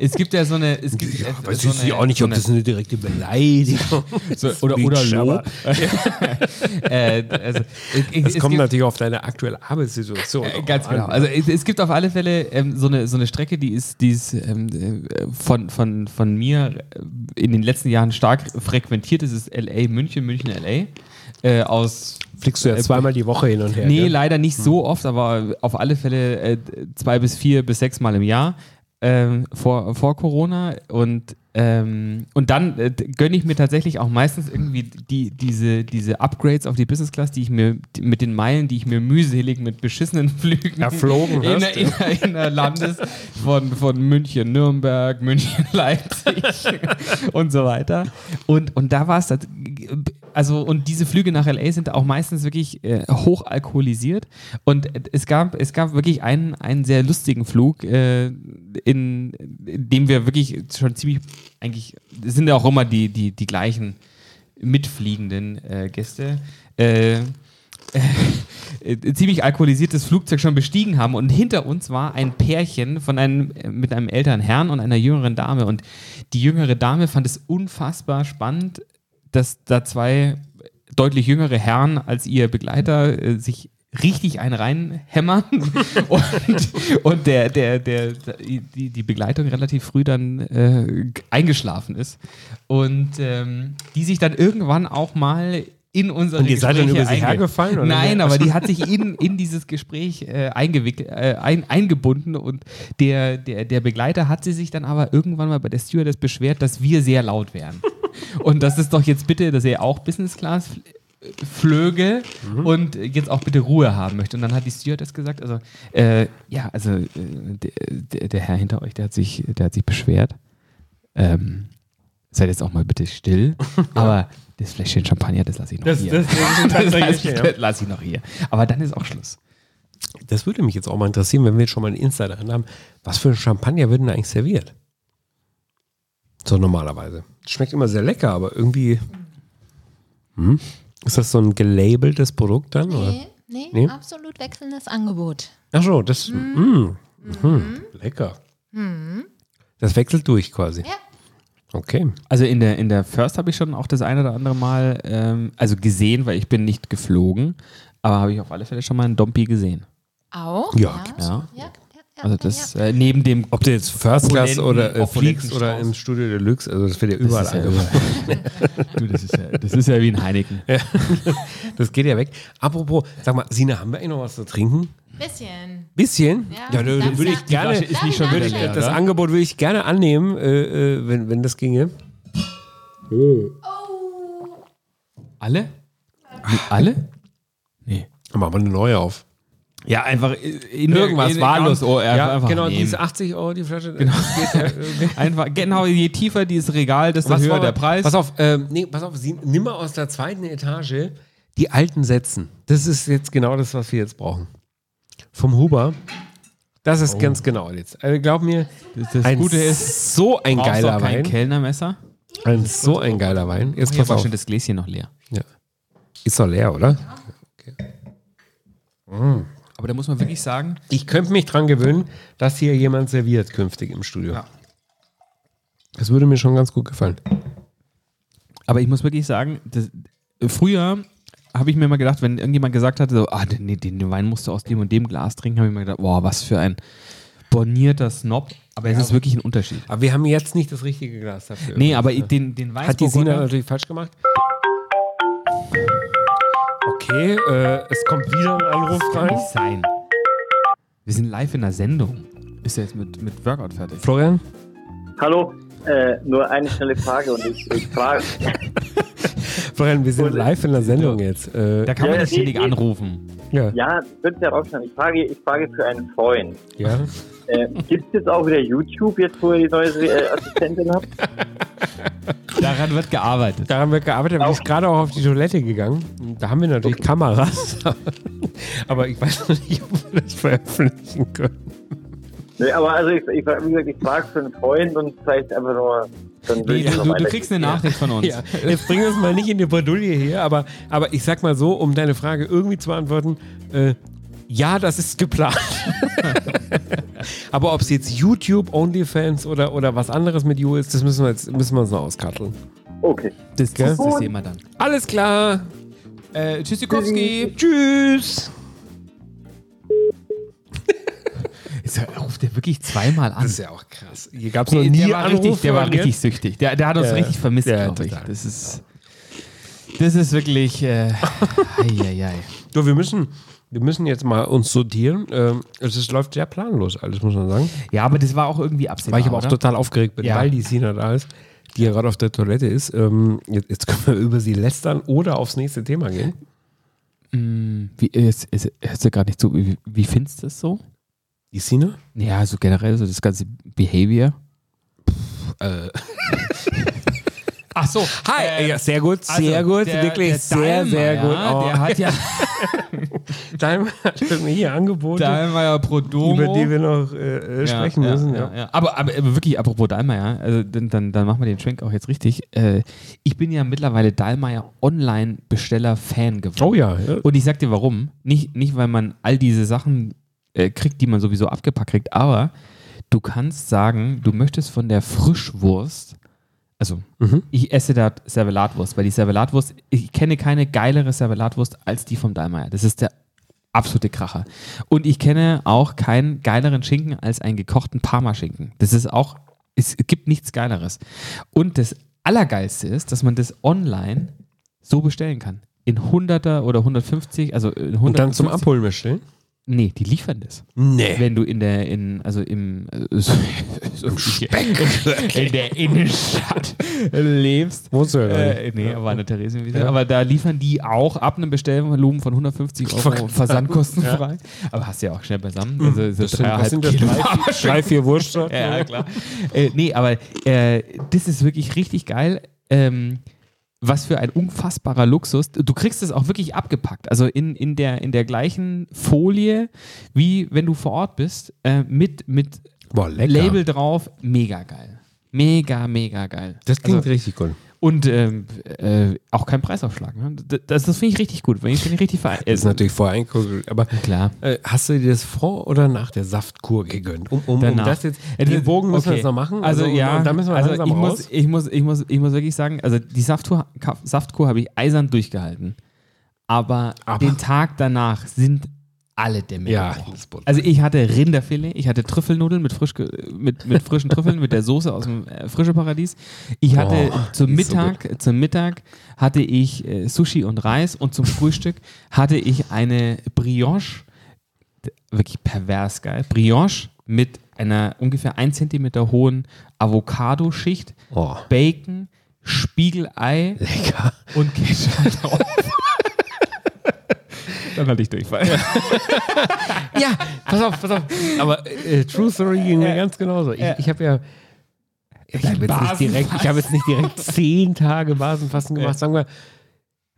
[SPEAKER 5] es gibt ja so eine. Es gibt ja,
[SPEAKER 3] Weiß
[SPEAKER 5] so
[SPEAKER 3] ich auch nicht,
[SPEAKER 5] so
[SPEAKER 3] ob das eine direkte Beleidigung
[SPEAKER 5] so, oder, oder
[SPEAKER 3] Speech,
[SPEAKER 5] Lob. äh, also, es,
[SPEAKER 3] Das
[SPEAKER 5] es
[SPEAKER 3] kommt
[SPEAKER 5] gibt-
[SPEAKER 3] natürlich auf deine aktuelle Arbeitssituation.
[SPEAKER 5] Äh,
[SPEAKER 3] auch
[SPEAKER 5] Ganz
[SPEAKER 3] an.
[SPEAKER 5] genau. Also es, es gibt auf alle Fälle ähm, so, eine, so eine Strecke, die ist, die ist ähm, äh, von, von, von mir äh, in den letzten Jahren stark frequentiert. Es ist LA, München, München, LA. Äh, aus
[SPEAKER 3] Fliegst du ja zweimal die Woche hin und her.
[SPEAKER 5] äh, Nee,
[SPEAKER 3] gell?
[SPEAKER 5] leider nicht so oft, aber auf alle Fälle äh, zwei bis vier bis sechs Mal im Jahr. ähm, vor, vor Corona und, ähm, und dann äh, gönne ich mir tatsächlich auch meistens irgendwie die, diese, diese Upgrades auf die Business Class, die ich mir die, mit den Meilen, die ich mir mühselig mit beschissenen Flügen
[SPEAKER 3] Erflogen
[SPEAKER 5] in,
[SPEAKER 3] hast.
[SPEAKER 5] in, in der Landes von, von München, Nürnberg, München, Leipzig und so weiter. Und, und da war es, das- also, und diese Flüge nach LA sind auch meistens wirklich äh, hoch alkoholisiert. Und es gab, es gab wirklich einen, einen sehr lustigen Flug, äh, in, in dem wir wirklich schon ziemlich, eigentlich, es sind ja auch immer die, die, die gleichen mitfliegenden äh, Gäste. Äh, äh, ziemlich alkoholisiertes Flugzeug schon bestiegen haben und hinter uns war ein Pärchen von einem, äh, mit einem älteren Herrn und einer jüngeren Dame und die jüngere Dame fand es unfassbar spannend, dass da zwei deutlich jüngere Herren als ihr Begleiter äh, sich richtig einen reinhämmern und, und der, der, der, die, die Begleitung relativ früh dann äh, eingeschlafen ist und ähm, die sich dann irgendwann auch mal in unsere
[SPEAKER 3] Und ihr seid dann
[SPEAKER 5] Gespräche
[SPEAKER 3] über sie
[SPEAKER 5] einge-
[SPEAKER 3] hergefallen, oder?
[SPEAKER 5] Nein, aber die hat sich in, in dieses Gespräch äh, eingewickelt, äh, ein, eingebunden und der, der, der Begleiter hat sie sich dann aber irgendwann mal bei der Stewardess beschwert, dass wir sehr laut wären. und das ist doch jetzt bitte, dass er auch Business Class fl- äh, flöge und jetzt auch bitte Ruhe haben möchte. Und dann hat die Stewardess gesagt, also äh, ja, also äh, der, der- der Herr hinter euch, der hat sich, der hat sich beschwert. Ähm, seid jetzt auch mal bitte still. Aber das Fläschchen Champagner, das lasse ich noch hier. Das lasse ich, das lasse ich noch hier. Aber dann ist auch Schluss.
[SPEAKER 3] Das würde mich jetzt auch mal interessieren, wenn wir jetzt schon mal einen Insider haben. Was für ein Champagner wird denn da eigentlich serviert? So normalerweise. Schmeckt immer sehr lecker, aber irgendwie. Hm? Ist das so ein gelabeltes Produkt dann? Oder?
[SPEAKER 1] Nee, nee,
[SPEAKER 3] Nee?
[SPEAKER 1] absolut wechselndes Angebot.
[SPEAKER 3] Ach so, das. Mm. Mhm. Lecker. Das wechselt durch quasi.
[SPEAKER 1] Ja.
[SPEAKER 3] Okay.
[SPEAKER 5] Also in der, in der First habe ich schon auch das ein oder andere Mal ähm, also gesehen, weil ich bin nicht geflogen, aber habe ich auf alle Fälle schon mal einen Dompi gesehen.
[SPEAKER 1] Auch?
[SPEAKER 3] Ja,
[SPEAKER 1] ja,
[SPEAKER 5] Ja.
[SPEAKER 1] ja, ja,
[SPEAKER 5] Also
[SPEAKER 1] ja,
[SPEAKER 5] das
[SPEAKER 1] ja.
[SPEAKER 5] äh, neben dem
[SPEAKER 3] Ob du jetzt First Class
[SPEAKER 5] Opulenten-
[SPEAKER 3] oder äh,
[SPEAKER 5] Opulenten
[SPEAKER 3] fliegst oder
[SPEAKER 5] Strauß.
[SPEAKER 3] im Studio Deluxe, also das wird ja überall
[SPEAKER 5] ist ja
[SPEAKER 3] angeboten.
[SPEAKER 5] du, das ist ja, das ist ja wie ein Heineken.
[SPEAKER 3] Das geht ja weg. Apropos, sag mal, Sina, haben wir eigentlich noch was zu trinken?
[SPEAKER 1] Bisschen.
[SPEAKER 3] Bisschen?
[SPEAKER 1] Ja.
[SPEAKER 3] Ja, dann
[SPEAKER 1] Darf
[SPEAKER 3] würde
[SPEAKER 1] ich-
[SPEAKER 3] ich gerne.
[SPEAKER 5] Flasche ist nicht schon
[SPEAKER 3] würde
[SPEAKER 5] wieder
[SPEAKER 3] ich,
[SPEAKER 5] leer,
[SPEAKER 3] das
[SPEAKER 5] oder?
[SPEAKER 3] Angebot würde ich gerne annehmen, äh, äh, wenn, wenn das ginge.
[SPEAKER 5] Äh. Alle? Wie, alle? Nee.
[SPEAKER 3] Machen wir eine neue auf.
[SPEAKER 5] Ja, einfach in
[SPEAKER 3] Irgendwas wahllos.
[SPEAKER 5] Oh,
[SPEAKER 3] ja,
[SPEAKER 5] einfach
[SPEAKER 3] genau, die
[SPEAKER 5] nehmen.
[SPEAKER 3] ist 80 Euro, die Flasche. Genau.
[SPEAKER 5] Einfach, genau, je tiefer dieses Regal, desto höher der Preis.
[SPEAKER 3] Pass auf, ähm, nee, pass auf, sie, nimm mal aus der zweiten Etage die alten Sätzen. Das ist jetzt genau das, was wir jetzt brauchen. Vom Huber. Das ist ganz genau jetzt. Also glaub mir,
[SPEAKER 5] Oh. Das, das
[SPEAKER 3] ein
[SPEAKER 5] Gute ist,
[SPEAKER 3] so ein
[SPEAKER 5] brauchst
[SPEAKER 3] geiler
[SPEAKER 5] auch kein
[SPEAKER 3] Wein.
[SPEAKER 5] Kellnermesser.
[SPEAKER 3] Ein so ein geiler Wein. Jetzt
[SPEAKER 5] Hier
[SPEAKER 3] pass
[SPEAKER 5] war
[SPEAKER 3] auf.
[SPEAKER 5] schon das Gläschen noch leer.
[SPEAKER 3] Ist doch leer, oder?
[SPEAKER 5] Aber da muss man wirklich sagen,
[SPEAKER 3] Ich könnte mich dran gewöhnen, dass hier jemand serviert künftig im Studio.
[SPEAKER 5] Ja.
[SPEAKER 3] Das würde mir schon ganz gut gefallen.
[SPEAKER 5] aber ich muss wirklich sagen, das, früher habe ich mir mal gedacht, wenn irgendjemand gesagt hatte, so, ah, den, den, den Wein musst du aus dem und dem Glas trinken, habe ich mir gedacht, boah, was für ein bornierter Snob. Aber es ist wirklich ein Unterschied.
[SPEAKER 3] Aber wir haben jetzt nicht das richtige Glas dafür.
[SPEAKER 5] Nee, aber ich- den, den
[SPEAKER 3] Hat die Sina
[SPEAKER 5] Weißburgunder,
[SPEAKER 3] natürlich falsch gemacht. Okay, äh, es kommt wieder ein Anruf
[SPEAKER 5] kann nicht sein. Wir sind live in der Sendung. Ist er jetzt mit, mit Workout fertig?
[SPEAKER 3] Florian?
[SPEAKER 6] Hallo, äh, nur eine schnelle Frage und ich, ich frage.
[SPEAKER 3] Florian, wir sind live in der Sendung jetzt. Äh,
[SPEAKER 5] Da kann
[SPEAKER 6] Ja,
[SPEAKER 5] man nicht
[SPEAKER 6] nee,
[SPEAKER 5] ständig
[SPEAKER 6] nee.
[SPEAKER 5] anrufen.
[SPEAKER 3] ja.
[SPEAKER 6] Ja, könnt ihr rausschneiden. Ich frage, ich frage für einen Freund.
[SPEAKER 3] ja.
[SPEAKER 6] Äh, Gibt es jetzt auch wieder YouTube, jetzt wo ihr die neue äh, Assistentin habt?
[SPEAKER 5] Daran wird gearbeitet.
[SPEAKER 3] Da haben wir gearbeitet. Wir sind gerade auch auf die Toilette gegangen. Da haben wir natürlich Kameras. aber ich weiß noch nicht, ob wir das veröffentlichen können.
[SPEAKER 6] Nee, aber also ich, ich, wie gesagt, ich frage für einen Freund und vielleicht einfach nur. Dann will
[SPEAKER 5] Nee,
[SPEAKER 6] ich
[SPEAKER 5] du,
[SPEAKER 6] noch
[SPEAKER 5] du, du
[SPEAKER 6] weiter-
[SPEAKER 5] kriegst eine Nachricht von uns.
[SPEAKER 3] Ja, jetzt bringen wir es mal nicht in die Bredouille hier, aber, aber ich sag mal so, um deine Frage irgendwie zu beantworten, äh, ja, das ist geplant. aber ob es jetzt YouTube, OnlyFans oder, oder was anderes mit You ist, das müssen wir jetzt müssen wir uns noch auskatteln.
[SPEAKER 6] Okay.
[SPEAKER 5] Das,
[SPEAKER 3] Gell?
[SPEAKER 5] das, das sehen wir dann.
[SPEAKER 3] Alles klar.
[SPEAKER 5] Äh, Tschüssikowski.
[SPEAKER 3] Tschüss.
[SPEAKER 5] Ruft der wirklich zweimal an?
[SPEAKER 3] Das ist ja auch krass. Hier gab es noch
[SPEAKER 5] Nee,
[SPEAKER 3] nie
[SPEAKER 5] der war,
[SPEAKER 3] Anrufe
[SPEAKER 5] richtig, der war
[SPEAKER 3] von dir.
[SPEAKER 5] richtig süchtig. Der, der hat uns
[SPEAKER 3] Ja.
[SPEAKER 5] richtig vermisst,
[SPEAKER 3] Ja,
[SPEAKER 5] glaube ich.
[SPEAKER 3] total.
[SPEAKER 5] Das ist, das ist wirklich. Äh, ei, ei, ei.
[SPEAKER 3] Du, wir müssen, wir müssen jetzt mal uns sortieren. Ähm, es ist, läuft sehr planlos alles, muss man sagen.
[SPEAKER 5] Ja, aber das war auch irgendwie absehbar.
[SPEAKER 3] Weil ich aber auch
[SPEAKER 5] oder?
[SPEAKER 3] total aufgeregt bin,
[SPEAKER 5] Ja.
[SPEAKER 3] weil die Sina da ist, die ja gerade auf der Toilette ist. Ähm, jetzt, jetzt können wir über sie lästern oder aufs nächste Thema gehen.
[SPEAKER 5] Wie, jetzt, jetzt, hörst du gerade nicht zu. Wie, wie findest du es so?
[SPEAKER 3] Die Sina?
[SPEAKER 5] Ja, also generell so das ganze Behavior.
[SPEAKER 4] Ach so.
[SPEAKER 3] Hi! äh.
[SPEAKER 5] äh,
[SPEAKER 3] ja, sehr gut, sehr
[SPEAKER 4] Ähm, also,
[SPEAKER 3] gut,
[SPEAKER 4] der-
[SPEAKER 3] wirklich
[SPEAKER 4] der
[SPEAKER 3] sehr,
[SPEAKER 4] Daimler,
[SPEAKER 3] sehr gut.
[SPEAKER 4] Ja, Der hat ja
[SPEAKER 3] Oh, Daimler hat mir hier Angebote,
[SPEAKER 4] Dahlmeier Pro Domo.
[SPEAKER 3] über die wir noch äh, äh,
[SPEAKER 4] Ja,
[SPEAKER 3] sprechen
[SPEAKER 4] ja,
[SPEAKER 3] müssen.
[SPEAKER 4] ja,
[SPEAKER 3] Ja.
[SPEAKER 4] ja.
[SPEAKER 5] Aber, aber, aber wirklich, apropos Dahlmeier, also dann, dann, dann machen wir den Schwenk auch jetzt richtig. Äh, ich bin ja mittlerweile Dahlmeier Online-Besteller-Fan geworden.
[SPEAKER 3] Oh ja, ja.
[SPEAKER 5] Und ich sag dir warum. Nicht, nicht weil man all diese Sachen äh, kriegt, die man sowieso abgepackt kriegt, aber du kannst sagen, du möchtest von der Frischwurst, also
[SPEAKER 3] Mhm.
[SPEAKER 5] ich esse da Servelatwurst, weil die Servelatwurst, ich kenne keine geilere Servelatwurst als die vom Dallmayr. Das ist der absolute Kracher. Und ich kenne auch keinen geileren Schinken als einen gekochten Parmaschinken. Das ist auch, es gibt nichts Geileres. Und das Allergeilste ist, dass man das online so bestellen kann. In 100er oder 150, also in 100
[SPEAKER 3] Und dann zum Abholen bestellen?
[SPEAKER 5] Nee, die liefern das.
[SPEAKER 3] Nee.
[SPEAKER 5] Wenn du in der, in, also im, äh, so, so in der Innenstadt lebst.
[SPEAKER 3] Wohnst du ja gar nicht.
[SPEAKER 5] Äh, nee, aber an der Theresienwiese. Aber da liefern die auch ab einem Bestellvolumen von 150 Euro versandkostenfrei. Aber hast du ja auch schnell beisammen. Also
[SPEAKER 3] Hm. Das
[SPEAKER 5] so
[SPEAKER 3] sind, was
[SPEAKER 5] dreieinhalb
[SPEAKER 3] sind das?
[SPEAKER 5] Kilo.
[SPEAKER 3] Drei, drei, vier Wurstsorten?
[SPEAKER 5] Ja, klar. äh, nee, aber äh, das ist wirklich richtig geil. Ähm, was für ein unfassbarer Luxus. Du kriegst es auch wirklich abgepackt. Also in, in, der, in der gleichen Folie, wie wenn du vor Ort bist, äh, mit, mit
[SPEAKER 3] Boah, lecker.
[SPEAKER 5] Label drauf. Mega geil. Mega, mega geil.
[SPEAKER 3] Das klingt
[SPEAKER 5] also,
[SPEAKER 3] richtig gut.
[SPEAKER 5] Und ähm, äh, auch kein Preisaufschlag. Ne? D- Das, das finde ich richtig gut. Finde ich, find ich richtig fein.
[SPEAKER 3] Ist natürlich vorher eingeguckt, aber
[SPEAKER 5] Klar.
[SPEAKER 3] Äh, hast du dir das vor oder nach der Saftkur gegönnt? Um, um, um
[SPEAKER 5] Danach.
[SPEAKER 3] das jetzt,
[SPEAKER 5] Äh,
[SPEAKER 3] den
[SPEAKER 5] das-
[SPEAKER 3] Bogen müssen wir
[SPEAKER 5] okay.
[SPEAKER 3] jetzt noch machen.
[SPEAKER 5] Also,
[SPEAKER 3] und-
[SPEAKER 5] ja,
[SPEAKER 3] und da müssen wir
[SPEAKER 5] also
[SPEAKER 3] langsam
[SPEAKER 5] ich
[SPEAKER 3] raus.
[SPEAKER 5] muss, ich muss, ich muss, ich muss wirklich sagen, also die Saftkur, Ka- Saftkur habe ich eisern durchgehalten. Aber,
[SPEAKER 3] Aber-
[SPEAKER 5] den Tag danach sind alle Dämme
[SPEAKER 3] Ja,
[SPEAKER 5] gebrochen.
[SPEAKER 3] das ist bunt.
[SPEAKER 5] also ich hatte Rinderfilet, ich hatte Trüffelnudeln mit, frisch, ge- mit, mit frischen Trüffeln, mit der Soße aus dem äh, frische Paradies. Ich hatte
[SPEAKER 3] Boah,
[SPEAKER 5] zum
[SPEAKER 3] die ist so
[SPEAKER 5] Mittag, zum Mittag hatte ich äh, Sushi und Reis und zum Frühstück hatte ich eine Brioche wirklich pervers geil. Brioche mit einer ungefähr 1 cm hohen Avocado-Schicht,
[SPEAKER 3] Oh.
[SPEAKER 5] Bacon, Spiegelei
[SPEAKER 3] Lecker.
[SPEAKER 5] und Ketchup drauf. Dann hatte ich Durchfall.
[SPEAKER 3] Ja, pass auf, pass auf. Aber äh, True Story ging mir ganz genauso. Ich, ich habe ja. Ich habe jetzt, nicht direkt- ich hab jetzt nicht direkt zehn Tage Basenfasten gemacht, sagen wir.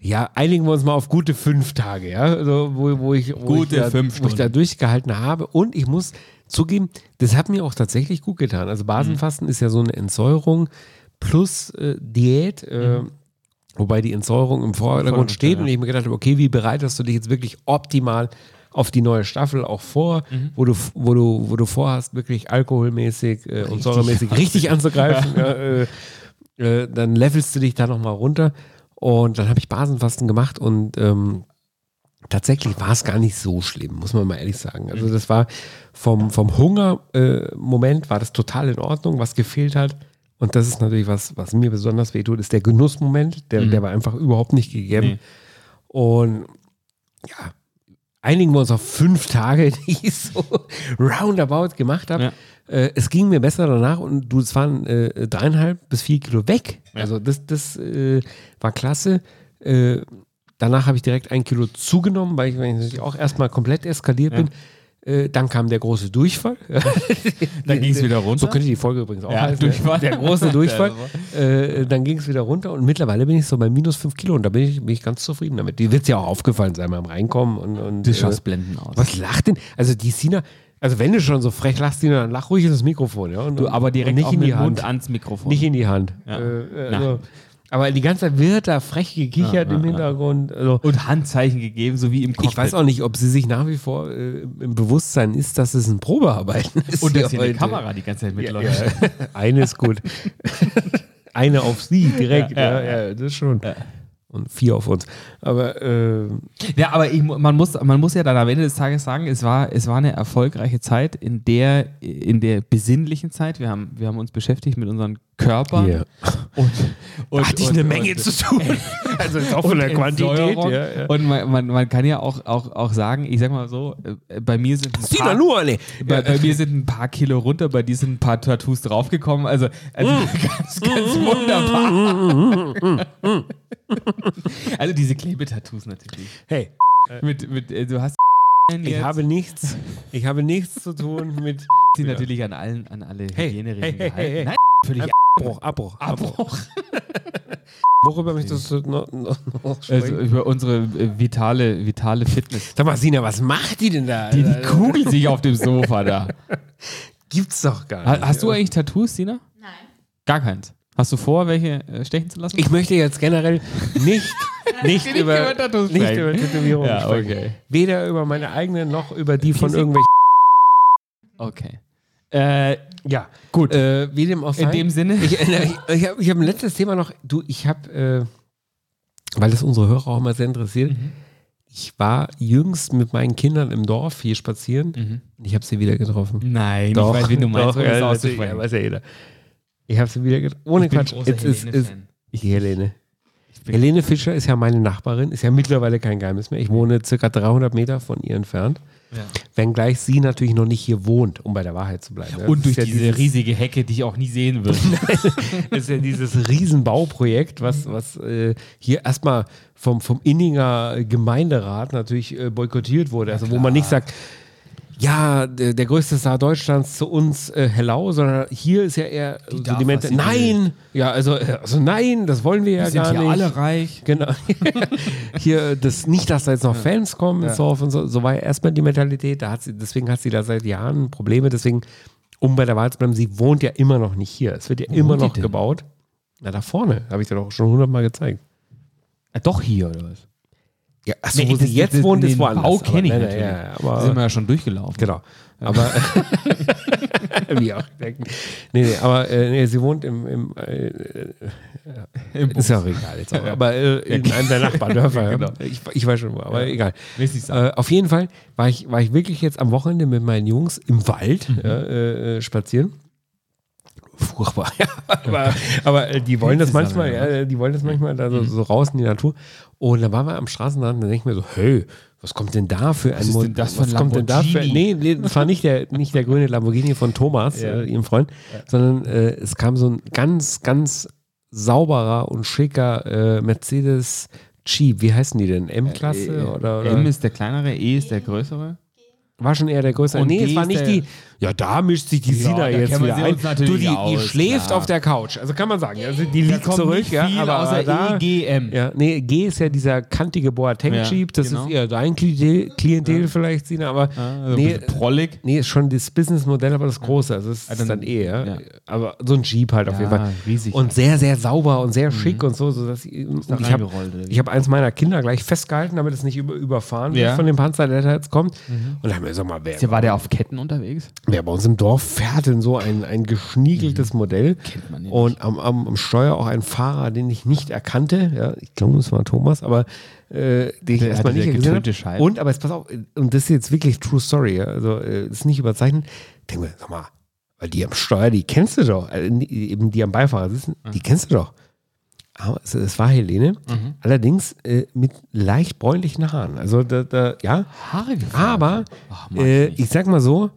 [SPEAKER 3] Ja, einigen wir uns mal auf gute fünf Tage, ja, also wo, wo ich wo
[SPEAKER 5] Gute
[SPEAKER 3] ich da,
[SPEAKER 5] fünf
[SPEAKER 3] wo ich da durchgehalten habe. Und ich muss zugeben, das hat mir auch tatsächlich gut getan.
[SPEAKER 5] Mhm.
[SPEAKER 3] Also Basenfasten ist ja so eine Entsäuerung plus äh, Diät. Äh,
[SPEAKER 5] Mhm.
[SPEAKER 3] Wobei die Entsäuerung im Vordergrund steht und ich mir gedacht habe, okay, wie bereitest du dich jetzt wirklich optimal auf die neue Staffel auch vor, wo, du, wo, du, wo du vorhast, wirklich alkoholmäßig äh, und säuremäßig richtig anzugreifen, ja, äh, äh, dann levelst du dich da nochmal runter. Und dann habe ich Basenfasten gemacht und ähm, tatsächlich war es gar nicht so schlimm, muss man mal ehrlich sagen. Also das war vom, vom Hunger-Moment äh, Moment war das total in Ordnung, was gefehlt hat. Und das ist natürlich was, was mir besonders wehtut, ist der Genussmoment. Der, der war einfach überhaupt nicht gegeben. Und ja, einigen wir uns auf fünf Tage, die ich so roundabout gemacht habe.
[SPEAKER 5] Ja.
[SPEAKER 3] Äh, es ging mir besser danach und du, es waren äh, dreieinhalb bis vier Kilo weg. Also das, das äh, war klasse. Äh, danach habe ich direkt ein Kilo zugenommen, weil ich, weil ich natürlich auch erstmal komplett eskaliert bin. Äh, dann kam der große Durchfall.
[SPEAKER 5] Dann ging's wieder runter.
[SPEAKER 3] So könnte die Folge übrigens auch
[SPEAKER 5] Ja,
[SPEAKER 3] heißen.
[SPEAKER 5] Durchfall.
[SPEAKER 3] Der große Durchfall. äh, dann ging es wieder runter und mittlerweile bin ich so bei minus 5 Kilo und da bin ich, bin ich ganz zufrieden damit. Die wird ja auch aufgefallen sein beim Reinkommen. Und, und, äh,
[SPEAKER 5] Du schaust blenden aus.
[SPEAKER 3] was lacht denn? Also die Sina, also wenn du schon so frech lachst, Sina, dann lach ruhig ins Mikrofon. Ja? Und,
[SPEAKER 5] Du aber direkt
[SPEAKER 3] und nicht
[SPEAKER 5] auch
[SPEAKER 3] in
[SPEAKER 5] mit
[SPEAKER 3] die
[SPEAKER 5] dem Mund
[SPEAKER 3] Hand.
[SPEAKER 5] ans Mikrofon.
[SPEAKER 3] Nicht in die Hand.
[SPEAKER 5] Ja.
[SPEAKER 3] Äh, äh,
[SPEAKER 5] Nein.
[SPEAKER 3] also, aber die ganze Zeit wird da frech gekichert
[SPEAKER 5] Ja, ja,
[SPEAKER 3] im
[SPEAKER 5] ja.
[SPEAKER 3] Hintergrund. Also,
[SPEAKER 5] und Handzeichen gegeben, so wie im Cockpit.
[SPEAKER 3] ich weiß auch nicht, ob sie sich nach wie vor äh, im Bewusstsein ist, dass es ein Probearbeiten ist.
[SPEAKER 5] und dass hier eine
[SPEAKER 3] heute.
[SPEAKER 5] Kamera die ganze Zeit mitläuft.
[SPEAKER 3] Eine ist gut. Eine auf sie direkt. Ja, ja, das schon. Und vier auf uns. Aber ähm,
[SPEAKER 5] Ja, aber ich, mu- man, muss, man muss ja dann am Ende des Tages sagen, es war, es war eine erfolgreiche Zeit in der, in der besinnlichen Zeit. Wir haben, wir haben uns beschäftigt mit unseren Körper
[SPEAKER 3] Ja.
[SPEAKER 5] und, und
[SPEAKER 3] Hatte ich
[SPEAKER 5] und-
[SPEAKER 3] eine Menge
[SPEAKER 5] und,
[SPEAKER 3] zu tun. Also ist auch
[SPEAKER 5] und
[SPEAKER 3] von der Quantität.
[SPEAKER 5] Entsäuerung.
[SPEAKER 3] Ja, ja.
[SPEAKER 5] Und man, man, man kann ja auch, auch, auch sagen, ich sag mal so, äh, bei mir sind ein paar,
[SPEAKER 3] Nuale.
[SPEAKER 5] bei, bei mir sind ein paar Kilo runter, bei dir sind ein paar Tattoos draufgekommen. Also, also
[SPEAKER 3] Mm.
[SPEAKER 5] ganz, ganz wunderbar. also diese Klebetattoos natürlich.
[SPEAKER 3] Hey,
[SPEAKER 5] Mit, mit, äh, du hast
[SPEAKER 3] ich
[SPEAKER 5] jetzt-
[SPEAKER 3] habe nichts. Ich habe nichts zu tun mit
[SPEAKER 5] sie natürlich an allen an alle
[SPEAKER 3] Hey,
[SPEAKER 5] Hygieneregeln
[SPEAKER 3] hey, hey,
[SPEAKER 5] gehalten.
[SPEAKER 3] hey, hey.
[SPEAKER 5] Nein, völlig
[SPEAKER 3] Abbruch, Abbruch, Abbruch.
[SPEAKER 5] Abbruch.
[SPEAKER 3] Worüber möchtest du noch, noch, noch sprechen?
[SPEAKER 5] Also über unsere äh, vitale, vitale Fitness.
[SPEAKER 3] Sag mal, Sina, was macht die denn da?
[SPEAKER 5] Die, die kugelt sich auf dem Sofa da.
[SPEAKER 3] gibt's doch gar
[SPEAKER 5] Ha-
[SPEAKER 3] nicht.
[SPEAKER 5] Hast du eigentlich Tattoos, Sina? Nein. Gar keins. Hast du vor, welche äh, stechen zu lassen?
[SPEAKER 3] ich möchte jetzt generell nicht, nicht, über,
[SPEAKER 5] Tattoos
[SPEAKER 3] nicht über Tätowierungen
[SPEAKER 5] Ja,
[SPEAKER 3] sprechen.
[SPEAKER 5] okay.
[SPEAKER 3] Weder über meine eigenen noch über die von
[SPEAKER 5] Piercing?
[SPEAKER 3] irgendwelchen.
[SPEAKER 5] Okay. Äh,
[SPEAKER 3] Ja,
[SPEAKER 5] gut.
[SPEAKER 3] äh, wie dem auch sei.
[SPEAKER 5] In dem Sinne.
[SPEAKER 3] Ich, äh, ich habe ich hab ein letztes Thema noch. Du, ich habe, äh, weil das unsere Hörer auch immer sehr interessiert,
[SPEAKER 5] Mhm.
[SPEAKER 3] ich war jüngst mit meinen Kindern im Dorf hier spazieren
[SPEAKER 5] Mhm.
[SPEAKER 3] und ich habe sie wieder getroffen.
[SPEAKER 5] Nein,
[SPEAKER 3] Doch,
[SPEAKER 5] ich weiß, wen du
[SPEAKER 3] doch,
[SPEAKER 5] meinst, um das
[SPEAKER 3] ja, natürlich, ja,
[SPEAKER 5] auszusprechen.
[SPEAKER 3] weiß ja jeder. Ich habe sie wieder getroffen. Ohne Quatsch. Jetzt ist, ist, ich, Helene. Helene Fischer ist ja meine Nachbarin, ist ja mittlerweile kein Geheimnis mehr. Ich wohne circa 300 Meter von ihr entfernt. Wenngleich sie natürlich noch nicht hier wohnt, um bei der Wahrheit zu bleiben.
[SPEAKER 5] Und durch
[SPEAKER 3] Das ist ja
[SPEAKER 5] diese
[SPEAKER 3] dieses-
[SPEAKER 5] riesige Hecke, die ich auch nie sehen würde.
[SPEAKER 3] Das ist ja dieses Riesenbauprojekt, was, was äh, hier erstmal vom, vom Inninger Gemeinderat natürlich äh, boykottiert wurde. Also wo man nicht sagt, ja, der, der größte Star Deutschlands zu uns, äh, hello, sondern hier ist ja eher die, so
[SPEAKER 4] darf,
[SPEAKER 3] die
[SPEAKER 4] was
[SPEAKER 3] Mente,
[SPEAKER 4] sie
[SPEAKER 3] nein, ja, also, äh, also nein, das wollen wir ja
[SPEAKER 4] sind
[SPEAKER 3] gar
[SPEAKER 4] hier
[SPEAKER 3] nicht.
[SPEAKER 4] alle reich.
[SPEAKER 3] Genau. Hier, das, nicht, dass da jetzt noch Fans kommen ins Dorf und so, so war ja erstmal die Mentalität. Da hat sie, deswegen hat sie da seit Jahren Probleme. Deswegen, um bei der Wahl zu bleiben, sie wohnt ja immer noch nicht hier. Es wird ja immer
[SPEAKER 5] wohnt die
[SPEAKER 3] noch
[SPEAKER 5] denn?
[SPEAKER 3] gebaut. Na, da vorne, habe ich dir doch schon hundertmal gezeigt.
[SPEAKER 5] Doch hier, oder was?
[SPEAKER 3] Ja, also,
[SPEAKER 5] Nee,
[SPEAKER 3] wo
[SPEAKER 5] das-
[SPEAKER 3] sie jetzt
[SPEAKER 5] das-
[SPEAKER 3] wohnt,
[SPEAKER 5] den
[SPEAKER 3] ist woanders.
[SPEAKER 5] Bau
[SPEAKER 3] Aber
[SPEAKER 5] kenne ich
[SPEAKER 3] nein, nein,
[SPEAKER 5] natürlich.
[SPEAKER 3] Ja,
[SPEAKER 5] Da sind
[SPEAKER 3] aber,
[SPEAKER 5] wir ja schon durchgelaufen.
[SPEAKER 3] genau. Aber. Wie auch. denken. Nee, nee, aber äh, nee, sie wohnt im. im äh,
[SPEAKER 5] Im
[SPEAKER 3] ist ja auch egal jetzt. Auch, aber äh, in einem der Nachbardörfer.
[SPEAKER 5] Genau.
[SPEAKER 3] ich, ich weiß schon wo, aber egal.
[SPEAKER 5] Willst nicht sagen.
[SPEAKER 3] Äh, auf jeden Fall war ich, war ich wirklich jetzt am Wochenende mit meinen Jungs im Wald ja, äh, äh, spazieren. Furchtbar, ja. aber, aber äh, die wollen das
[SPEAKER 5] Pilze
[SPEAKER 3] manchmal,
[SPEAKER 5] sammeln,
[SPEAKER 3] ja, äh, die wollen das manchmal da
[SPEAKER 5] Mhm.
[SPEAKER 3] so, so raus in die Natur. Und da waren wir am Straßenrand, da denke ich mir so, hey, was kommt denn da für ein
[SPEAKER 5] ist
[SPEAKER 3] Mo-
[SPEAKER 5] denn das für ein
[SPEAKER 3] was kommt denn da für,
[SPEAKER 5] Lamborghini?
[SPEAKER 3] Nee, nee, das war nicht der, nicht der grüne Lamborghini von Thomas, äh, ihrem Freund, sondern äh, es kam so ein ganz, ganz sauberer und schicker äh, Mercedes Jeep. Wie heißen die denn? M-Klasse
[SPEAKER 5] Äh,
[SPEAKER 3] oder, oder?
[SPEAKER 5] M ist der kleinere, E ist der größere.
[SPEAKER 3] War schon eher der größere.
[SPEAKER 5] Und
[SPEAKER 3] nee,
[SPEAKER 5] die
[SPEAKER 3] es war
[SPEAKER 5] ist
[SPEAKER 3] nicht
[SPEAKER 5] der-
[SPEAKER 3] die. Ja, da mischt sich die Sina
[SPEAKER 5] da
[SPEAKER 3] jetzt
[SPEAKER 5] kennen wir
[SPEAKER 3] wieder
[SPEAKER 5] sie
[SPEAKER 3] ein.
[SPEAKER 5] uns natürlich
[SPEAKER 3] Du, die, die
[SPEAKER 5] aus,
[SPEAKER 3] schläft
[SPEAKER 5] klar.
[SPEAKER 3] auf der Couch. Also kann man sagen. Also die
[SPEAKER 5] Da
[SPEAKER 3] liegt
[SPEAKER 5] kommt
[SPEAKER 3] zurück,
[SPEAKER 5] nicht
[SPEAKER 3] ja.
[SPEAKER 5] viel
[SPEAKER 3] Aber
[SPEAKER 5] außer E
[SPEAKER 3] da,
[SPEAKER 5] EGM.
[SPEAKER 3] Ja, nee, E G ist ja dieser kantige Boateng-Jeep.
[SPEAKER 5] Ja,
[SPEAKER 3] das
[SPEAKER 5] genau.
[SPEAKER 3] ist eher dein Klientel, Klientel vielleicht, Sina. Aber
[SPEAKER 5] Also nee,
[SPEAKER 3] nee,
[SPEAKER 5] ein bisschen prollig.
[SPEAKER 3] nee, ist schon das Businessmodell, aber das große. Also das ist
[SPEAKER 5] Also
[SPEAKER 3] dann
[SPEAKER 5] ein-
[SPEAKER 3] eh, ja.
[SPEAKER 5] ja.
[SPEAKER 3] Aber so ein Jeep halt auf
[SPEAKER 5] Ja,
[SPEAKER 3] jeden Fall.
[SPEAKER 5] riesig. Mhm.
[SPEAKER 3] Und sehr, sehr sauber und sehr schick und so. sodass ich und
[SPEAKER 5] da
[SPEAKER 3] ich habe
[SPEAKER 5] reingerollt, oder wie?
[SPEAKER 3] ich hab eins meiner Kinder gleich festgehalten, damit es nicht über, überfahren
[SPEAKER 5] Ja. Mhm.
[SPEAKER 3] wird von dem Panzer, der da jetzt kommt. Und dann haben wir gesagt, mal, wer,
[SPEAKER 5] Ja, War der auf Ketten unterwegs?
[SPEAKER 3] Wer bei uns im Dorf fährt denn so ein, ein geschniegeltes Modell?
[SPEAKER 5] Mhm. Kennt man ja
[SPEAKER 3] Und am, am, am Steuer auch ein Fahrer, den ich nicht erkannte. Ja, ich glaube, es war Thomas, aber äh, den ich
[SPEAKER 5] Der
[SPEAKER 3] erstmal nicht
[SPEAKER 5] hatte sehr
[SPEAKER 3] gesehen
[SPEAKER 5] getönte
[SPEAKER 3] habe.
[SPEAKER 5] Scheiben.
[SPEAKER 3] Und, aber jetzt pass auf, und das ist jetzt wirklich True Story, ja, also äh, ist nicht überzeichnet. Denk mir, sag mal, weil die am Steuer, die kennst du doch. Äh, die- eben die am Beifahrer sitzen, die kennst du doch. Aber es, es war Helene,
[SPEAKER 5] Mhm.
[SPEAKER 3] allerdings äh, mit leicht bräunlichen Haaren. Also da, da ja.
[SPEAKER 5] Haare gefärbt.
[SPEAKER 3] Aber
[SPEAKER 5] Ach, mag ich
[SPEAKER 3] äh,
[SPEAKER 5] nicht.
[SPEAKER 3] ich sag mal so,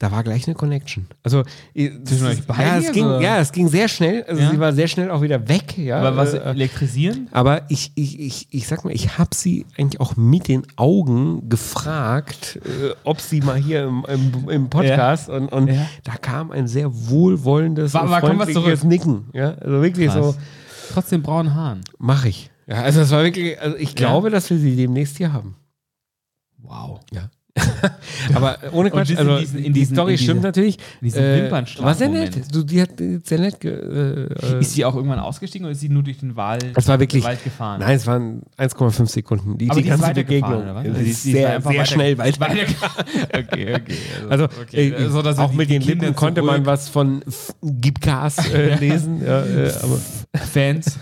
[SPEAKER 3] da war gleich eine Connection. Also äh, das
[SPEAKER 5] euch
[SPEAKER 3] ist-
[SPEAKER 5] beiden
[SPEAKER 3] ja, es
[SPEAKER 5] jetzt,
[SPEAKER 3] ging,
[SPEAKER 5] oder?
[SPEAKER 3] ja, es ging sehr schnell. Also
[SPEAKER 5] Ja?
[SPEAKER 3] sie war sehr schnell auch wieder weg. Ja,
[SPEAKER 5] Aber was
[SPEAKER 3] äh,
[SPEAKER 5] elektrisieren?
[SPEAKER 3] aber ich, ich, ich, ich sag mal, ich habe sie eigentlich auch mit den Augen gefragt, äh, ob sie mal hier im, im, im Podcast und, und
[SPEAKER 5] Ja.
[SPEAKER 3] da kam ein sehr wohlwollendes,
[SPEAKER 5] War-
[SPEAKER 3] und
[SPEAKER 5] war- komm, was
[SPEAKER 3] freundliches Nicken. Ja, also wirklich
[SPEAKER 5] Krass.
[SPEAKER 3] so,
[SPEAKER 5] Trotzdem braunen Haaren.
[SPEAKER 3] mache ich. Ja, also es war wirklich, also ich glaube, dass wir sie demnächst hier haben.
[SPEAKER 5] Wow.
[SPEAKER 3] Ja. Aber ohne Quatsch,
[SPEAKER 5] diesen-
[SPEAKER 3] also
[SPEAKER 5] diesen- in
[SPEAKER 3] die
[SPEAKER 5] diesen-
[SPEAKER 3] Story
[SPEAKER 5] in diese-
[SPEAKER 3] stimmt natürlich.
[SPEAKER 5] diesen Wimpernschlag-
[SPEAKER 3] war sehr nett.
[SPEAKER 5] Moment.
[SPEAKER 3] Du, die hat äh, sehr nett. Ge, äh, äh,
[SPEAKER 5] Ist sie auch irgendwann ausgestiegen oder ist sie nur durch den Wald,
[SPEAKER 3] das war wirklich.
[SPEAKER 5] Wald gefahren?
[SPEAKER 3] Nein, es waren 1,5 Sekunden. Die,
[SPEAKER 5] Aber
[SPEAKER 3] die
[SPEAKER 5] die ist
[SPEAKER 3] ganze
[SPEAKER 5] weitergefahren,
[SPEAKER 3] Begegnung.
[SPEAKER 5] oder was?
[SPEAKER 3] Ja,
[SPEAKER 5] Also
[SPEAKER 3] die
[SPEAKER 5] die-
[SPEAKER 3] ist
[SPEAKER 5] die ist
[SPEAKER 3] sehr,
[SPEAKER 5] einfach
[SPEAKER 3] sehr
[SPEAKER 5] weiter-
[SPEAKER 3] schnell weiter.
[SPEAKER 5] okay, okay.
[SPEAKER 3] Also
[SPEAKER 5] okay.
[SPEAKER 3] äh,
[SPEAKER 5] So, dass
[SPEAKER 3] auch
[SPEAKER 5] die-
[SPEAKER 3] mit
[SPEAKER 5] die
[SPEAKER 3] den
[SPEAKER 5] Kinder
[SPEAKER 3] Lippen konnte man
[SPEAKER 5] zurück-
[SPEAKER 3] was von F- Gib Gas äh, lesen. ja, äh, aber
[SPEAKER 5] Fans.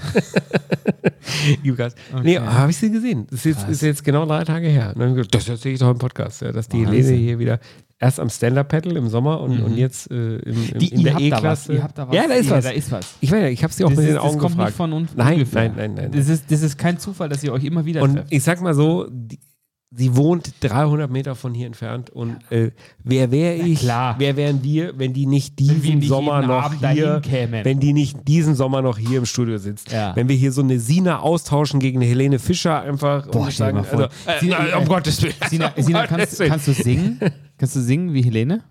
[SPEAKER 3] Jukas. Nee, habe ich sie gesehen. Das ist jetzt, ist jetzt genau drei Tage her. Und dann, hab ich gesagt, das erzähle ich doch im Podcast, ja, dass die Helene hier wieder erst am Stand-Up-Paddle im Sommer und, und jetzt äh, im, im,
[SPEAKER 4] Mhm. Die-
[SPEAKER 3] in
[SPEAKER 4] ihr
[SPEAKER 3] der
[SPEAKER 4] habt da was,
[SPEAKER 3] E-Klasse.
[SPEAKER 4] ihr habt da was.
[SPEAKER 3] Ja, da ist
[SPEAKER 4] Ja,
[SPEAKER 3] was.
[SPEAKER 4] da ist was.
[SPEAKER 3] Ich meine, ich habe sie auch
[SPEAKER 4] Das
[SPEAKER 3] mit
[SPEAKER 4] ist-
[SPEAKER 3] den
[SPEAKER 4] das
[SPEAKER 3] Augen
[SPEAKER 4] kommt
[SPEAKER 3] gefragt.
[SPEAKER 4] nicht von un-
[SPEAKER 3] nein,
[SPEAKER 4] ungefähr.
[SPEAKER 3] nein, nein, nein, nein.
[SPEAKER 4] Das ist, das ist kein Zufall, dass ihr euch immer wieder
[SPEAKER 3] Und
[SPEAKER 4] trefft.
[SPEAKER 3] ich sag mal so, die, sie wohnt 300 Meter von hier entfernt und äh, wer wäre ich,
[SPEAKER 4] klar.
[SPEAKER 3] wer wären wir, wenn die nicht
[SPEAKER 4] wir
[SPEAKER 3] diesen
[SPEAKER 4] nicht
[SPEAKER 3] Sommer
[SPEAKER 4] jeden
[SPEAKER 3] noch
[SPEAKER 4] Abend dahin
[SPEAKER 3] hier,
[SPEAKER 4] kämen.
[SPEAKER 3] wenn die nicht diesen Sommer noch hier im Studio sitzt,
[SPEAKER 4] Ja.
[SPEAKER 3] wenn wir hier so eine Sina austauschen gegen eine Helene Fischer einfach und
[SPEAKER 4] stell dir
[SPEAKER 3] sagen,
[SPEAKER 4] mal vor.
[SPEAKER 3] also, äh,
[SPEAKER 4] Sina-
[SPEAKER 3] nein, um
[SPEAKER 4] äh,
[SPEAKER 3] Gottes Willen.
[SPEAKER 4] Sina, Sina kannst, kannst du singen?
[SPEAKER 5] Kannst du singen wie Helene?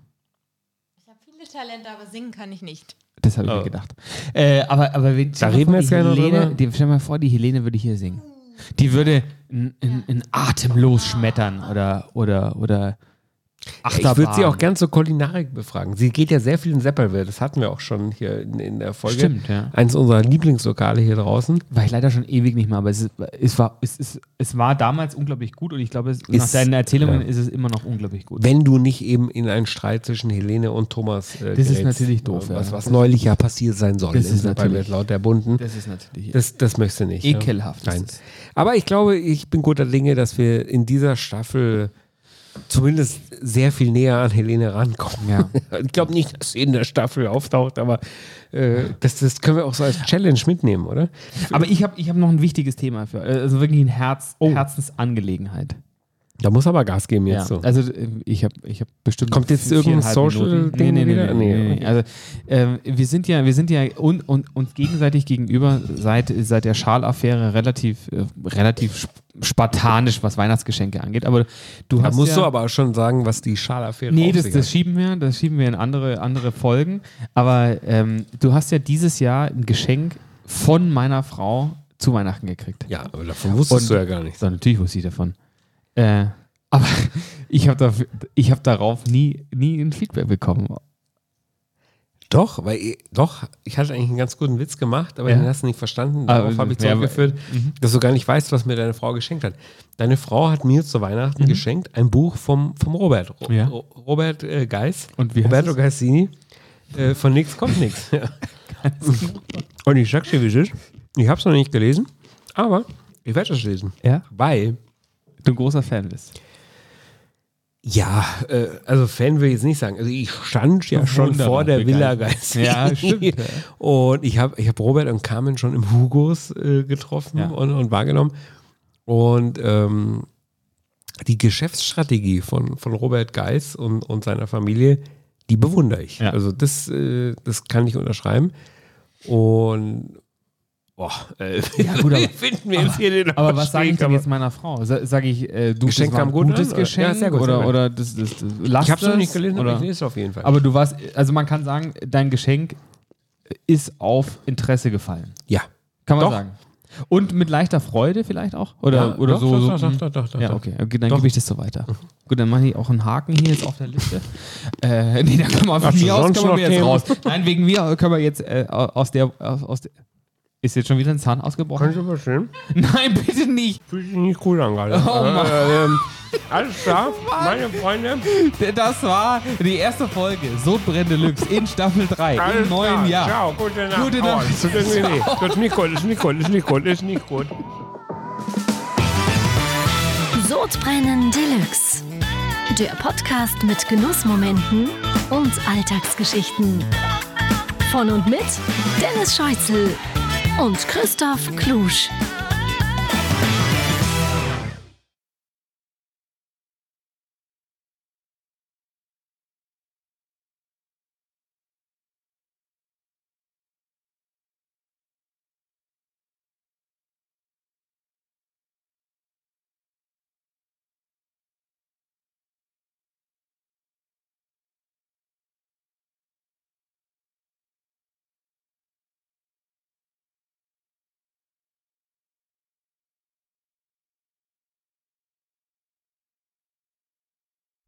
[SPEAKER 1] Ich habe viele Talente, aber singen kann ich nicht.
[SPEAKER 5] Das habe ich
[SPEAKER 3] Oh.
[SPEAKER 5] mir gedacht. Äh, aber, aber wenn, stell
[SPEAKER 3] Da
[SPEAKER 5] mal
[SPEAKER 3] reden
[SPEAKER 5] vor,
[SPEAKER 3] wir
[SPEAKER 5] die
[SPEAKER 3] jetzt gerne
[SPEAKER 5] Helene,
[SPEAKER 3] drüber.
[SPEAKER 5] Die, stell mal vor, die Helene würde hier singen. Die würde einen ein Atem losschmettern oder, oder, oder Achterbahn.
[SPEAKER 3] Ich würde sie auch gern zur Kulinarik befragen. Sie geht ja sehr viel in Seppelwirt, das hatten wir auch schon hier in, in der Folge.
[SPEAKER 5] Stimmt, ja.
[SPEAKER 3] Eins unserer Lieblingslokale hier draußen.
[SPEAKER 5] War ich leider schon ewig nicht mehr, aber es, ist, es, war, es, ist, es war damals unglaublich gut und ich glaube, es, nach
[SPEAKER 3] Ist-
[SPEAKER 5] deinen Erzählungen
[SPEAKER 3] ja.
[SPEAKER 5] ist es immer noch unglaublich gut.
[SPEAKER 3] wenn du nicht eben in einen Streit zwischen Helene und Thomas äh,
[SPEAKER 5] Das ist
[SPEAKER 3] gerätst.
[SPEAKER 5] natürlich doof,
[SPEAKER 3] Was,
[SPEAKER 5] ja.
[SPEAKER 3] was neulich ja passiert sein soll.
[SPEAKER 5] Das
[SPEAKER 3] im
[SPEAKER 5] ist
[SPEAKER 3] Fußball
[SPEAKER 5] natürlich-
[SPEAKER 3] mit laut der Bunden.
[SPEAKER 5] Das ist natürlich
[SPEAKER 3] Das, das möchtest du nicht.
[SPEAKER 5] ekelhaft.
[SPEAKER 3] Ja. Nein.
[SPEAKER 5] Ist es.
[SPEAKER 3] Aber ich glaube, ich bin guter Dinge, dass wir in dieser Staffel zumindest sehr viel näher an Helene rankommen.
[SPEAKER 5] Ja.
[SPEAKER 3] Ich glaube nicht, dass sie in der Staffel auftaucht, aber äh, das, das können wir auch so als Challenge mitnehmen, oder?
[SPEAKER 5] Aber ich habe ich hab noch ein wichtiges Thema für, also wirklich ein Herz,
[SPEAKER 3] Oh.
[SPEAKER 5] Herzensangelegenheit.
[SPEAKER 3] Da muss aber Gas geben jetzt
[SPEAKER 5] Ja.
[SPEAKER 3] so.
[SPEAKER 5] Also äh, ich habe ich hab bestimmt.
[SPEAKER 3] Kommt jetzt
[SPEAKER 5] vi-
[SPEAKER 3] irgendein
[SPEAKER 5] viereinhalb
[SPEAKER 3] Social
[SPEAKER 5] Minuten.
[SPEAKER 3] Ding
[SPEAKER 5] nee, nee,
[SPEAKER 3] wieder?
[SPEAKER 5] nee, nee,
[SPEAKER 3] Nee,
[SPEAKER 5] nee, nee. Also ähm, wir sind ja, wir sind ja un, un, uns gegenseitig gegenüber seit, seit der Schal-Affäre relativ, äh, relativ sp- spartanisch, was Weihnachtsgeschenke angeht. Aber du
[SPEAKER 3] da
[SPEAKER 5] hast
[SPEAKER 3] musst
[SPEAKER 5] ja,
[SPEAKER 3] du aber schon sagen, was die Schalaffäre
[SPEAKER 5] Nee,
[SPEAKER 3] auf
[SPEAKER 5] das,
[SPEAKER 3] sich
[SPEAKER 5] das
[SPEAKER 3] hat.
[SPEAKER 5] schieben wir, das schieben wir in andere, andere Folgen. Aber ähm, du hast ja dieses Jahr ein Geschenk von meiner Frau zu Weihnachten gekriegt.
[SPEAKER 3] Ja, aber davon wusstest
[SPEAKER 5] Und-
[SPEAKER 3] du ja gar nichts.
[SPEAKER 5] So, natürlich wusste ich davon. Äh, aber ich habe hab darauf nie, nie ein Feedback bekommen.
[SPEAKER 3] Doch, weil ich- doch, ich hatte eigentlich einen ganz guten Witz gemacht, aber
[SPEAKER 5] Ja.
[SPEAKER 3] den hast du nicht verstanden.
[SPEAKER 5] Ah, Mhm.
[SPEAKER 3] Darauf habe ich
[SPEAKER 5] ja, aber-
[SPEAKER 3] zurückgeführt, dass du gar nicht weißt, was mir deine Frau geschenkt hat. Deine Frau hat mir zu Weihnachten geschenkt ein Buch vom, vom Robert. Ro
[SPEAKER 5] Mhm. Ja.
[SPEAKER 3] Ro- Robert äh, Geis.
[SPEAKER 5] Und wie heißt
[SPEAKER 3] Roberto
[SPEAKER 5] es?
[SPEAKER 3] Geissini. Äh, von nix kommt nix. Ja. Und ich sag's dir, wie es ist. Ich hab's noch nicht gelesen, aber ich werde es lesen.
[SPEAKER 5] Ja?
[SPEAKER 3] Weil
[SPEAKER 5] Du ein großer Fan bist.
[SPEAKER 3] Ja, äh, also Fan will ich jetzt nicht sagen. Also ich stand ja schon
[SPEAKER 5] Wunderbar,
[SPEAKER 3] vor der Villa
[SPEAKER 5] begeistert.
[SPEAKER 3] Geist.
[SPEAKER 5] Ja, stimmt, ja.
[SPEAKER 3] Und ich habe ich hab Robert und Carmen schon im Hugos äh, getroffen
[SPEAKER 5] Ja.
[SPEAKER 3] und, und wahrgenommen. Und ähm, die Geschäftsstrategie von, von Robert Geis und, und seiner Familie, die bewundere ich.
[SPEAKER 5] Ja.
[SPEAKER 3] Also das, äh, das kann ich unterschreiben. Und boah, äh,
[SPEAKER 5] gut, aber-
[SPEAKER 3] finden wir jetzt hier den
[SPEAKER 5] Aber was sage ich denn
[SPEAKER 3] Ausweg,
[SPEAKER 5] jetzt meiner Frau? Sage ich, äh, du
[SPEAKER 3] Geschenk
[SPEAKER 5] das war
[SPEAKER 3] kam
[SPEAKER 5] ein
[SPEAKER 3] gut
[SPEAKER 5] gutes
[SPEAKER 3] an, oder?
[SPEAKER 5] Geschenk
[SPEAKER 3] Ja, sehr gut, sehr
[SPEAKER 5] oder,
[SPEAKER 3] gut.
[SPEAKER 5] oder das, das, das
[SPEAKER 3] aber
[SPEAKER 5] lass
[SPEAKER 3] Ich habe es noch nicht
[SPEAKER 5] das,
[SPEAKER 3] gelesen, aber
[SPEAKER 5] oder?
[SPEAKER 3] ich lese es auf jeden Fall.
[SPEAKER 5] Aber du warst, also man kann sagen, dein Geschenk ist auf Interesse gefallen.
[SPEAKER 3] ja.
[SPEAKER 5] Kann man
[SPEAKER 3] Doch.
[SPEAKER 5] sagen. Und mit leichter Freude vielleicht auch? Oder,
[SPEAKER 3] Ja,
[SPEAKER 5] Äh, oder
[SPEAKER 3] doch,
[SPEAKER 5] so?
[SPEAKER 3] doch,
[SPEAKER 5] so
[SPEAKER 3] doch, doch,
[SPEAKER 5] mh.
[SPEAKER 3] doch, doch, doch,
[SPEAKER 5] ja,
[SPEAKER 3] doch.
[SPEAKER 5] okay. okay dann
[SPEAKER 3] Doch.
[SPEAKER 5] gebe ich das so weiter. Gut, dann mache ich auch einen Haken hier jetzt auf der Liste. äh, nee, da können wir von
[SPEAKER 3] Hast du
[SPEAKER 5] mir aus
[SPEAKER 3] sonst
[SPEAKER 5] können wir
[SPEAKER 3] noch
[SPEAKER 5] jetzt
[SPEAKER 3] Themen?
[SPEAKER 5] raus. Nein, wegen mir können wir jetzt äh, aus, der, aus, aus der. Ist jetzt schon wieder ein Zahn
[SPEAKER 3] Kannst
[SPEAKER 5] ausgebrochen?
[SPEAKER 3] du verstehen?
[SPEAKER 5] Nein, bitte nicht.
[SPEAKER 3] Fühlt sich nicht cool an gerade.
[SPEAKER 5] Oh, Mann.
[SPEAKER 3] äh, ähm, alles klar, meine Freunde.
[SPEAKER 5] Das war die erste Folge. Sodbrenn Deluxe in Staffel 3
[SPEAKER 3] Alles
[SPEAKER 5] im neuen
[SPEAKER 3] klar.
[SPEAKER 5] Jahr.
[SPEAKER 3] Ciao, gute Nacht.
[SPEAKER 5] Gute Nacht.
[SPEAKER 3] Oh, das tut irgendwie weh. Das ist nicht gut, das ist nicht gut, das ist nicht gut, das ist nicht gut.
[SPEAKER 2] Sodbrennen Deluxe. Der Podcast mit Genussmomenten und Alltagsgeschichten. Von und mit Dennis Scheuzel und Christoph Klusch.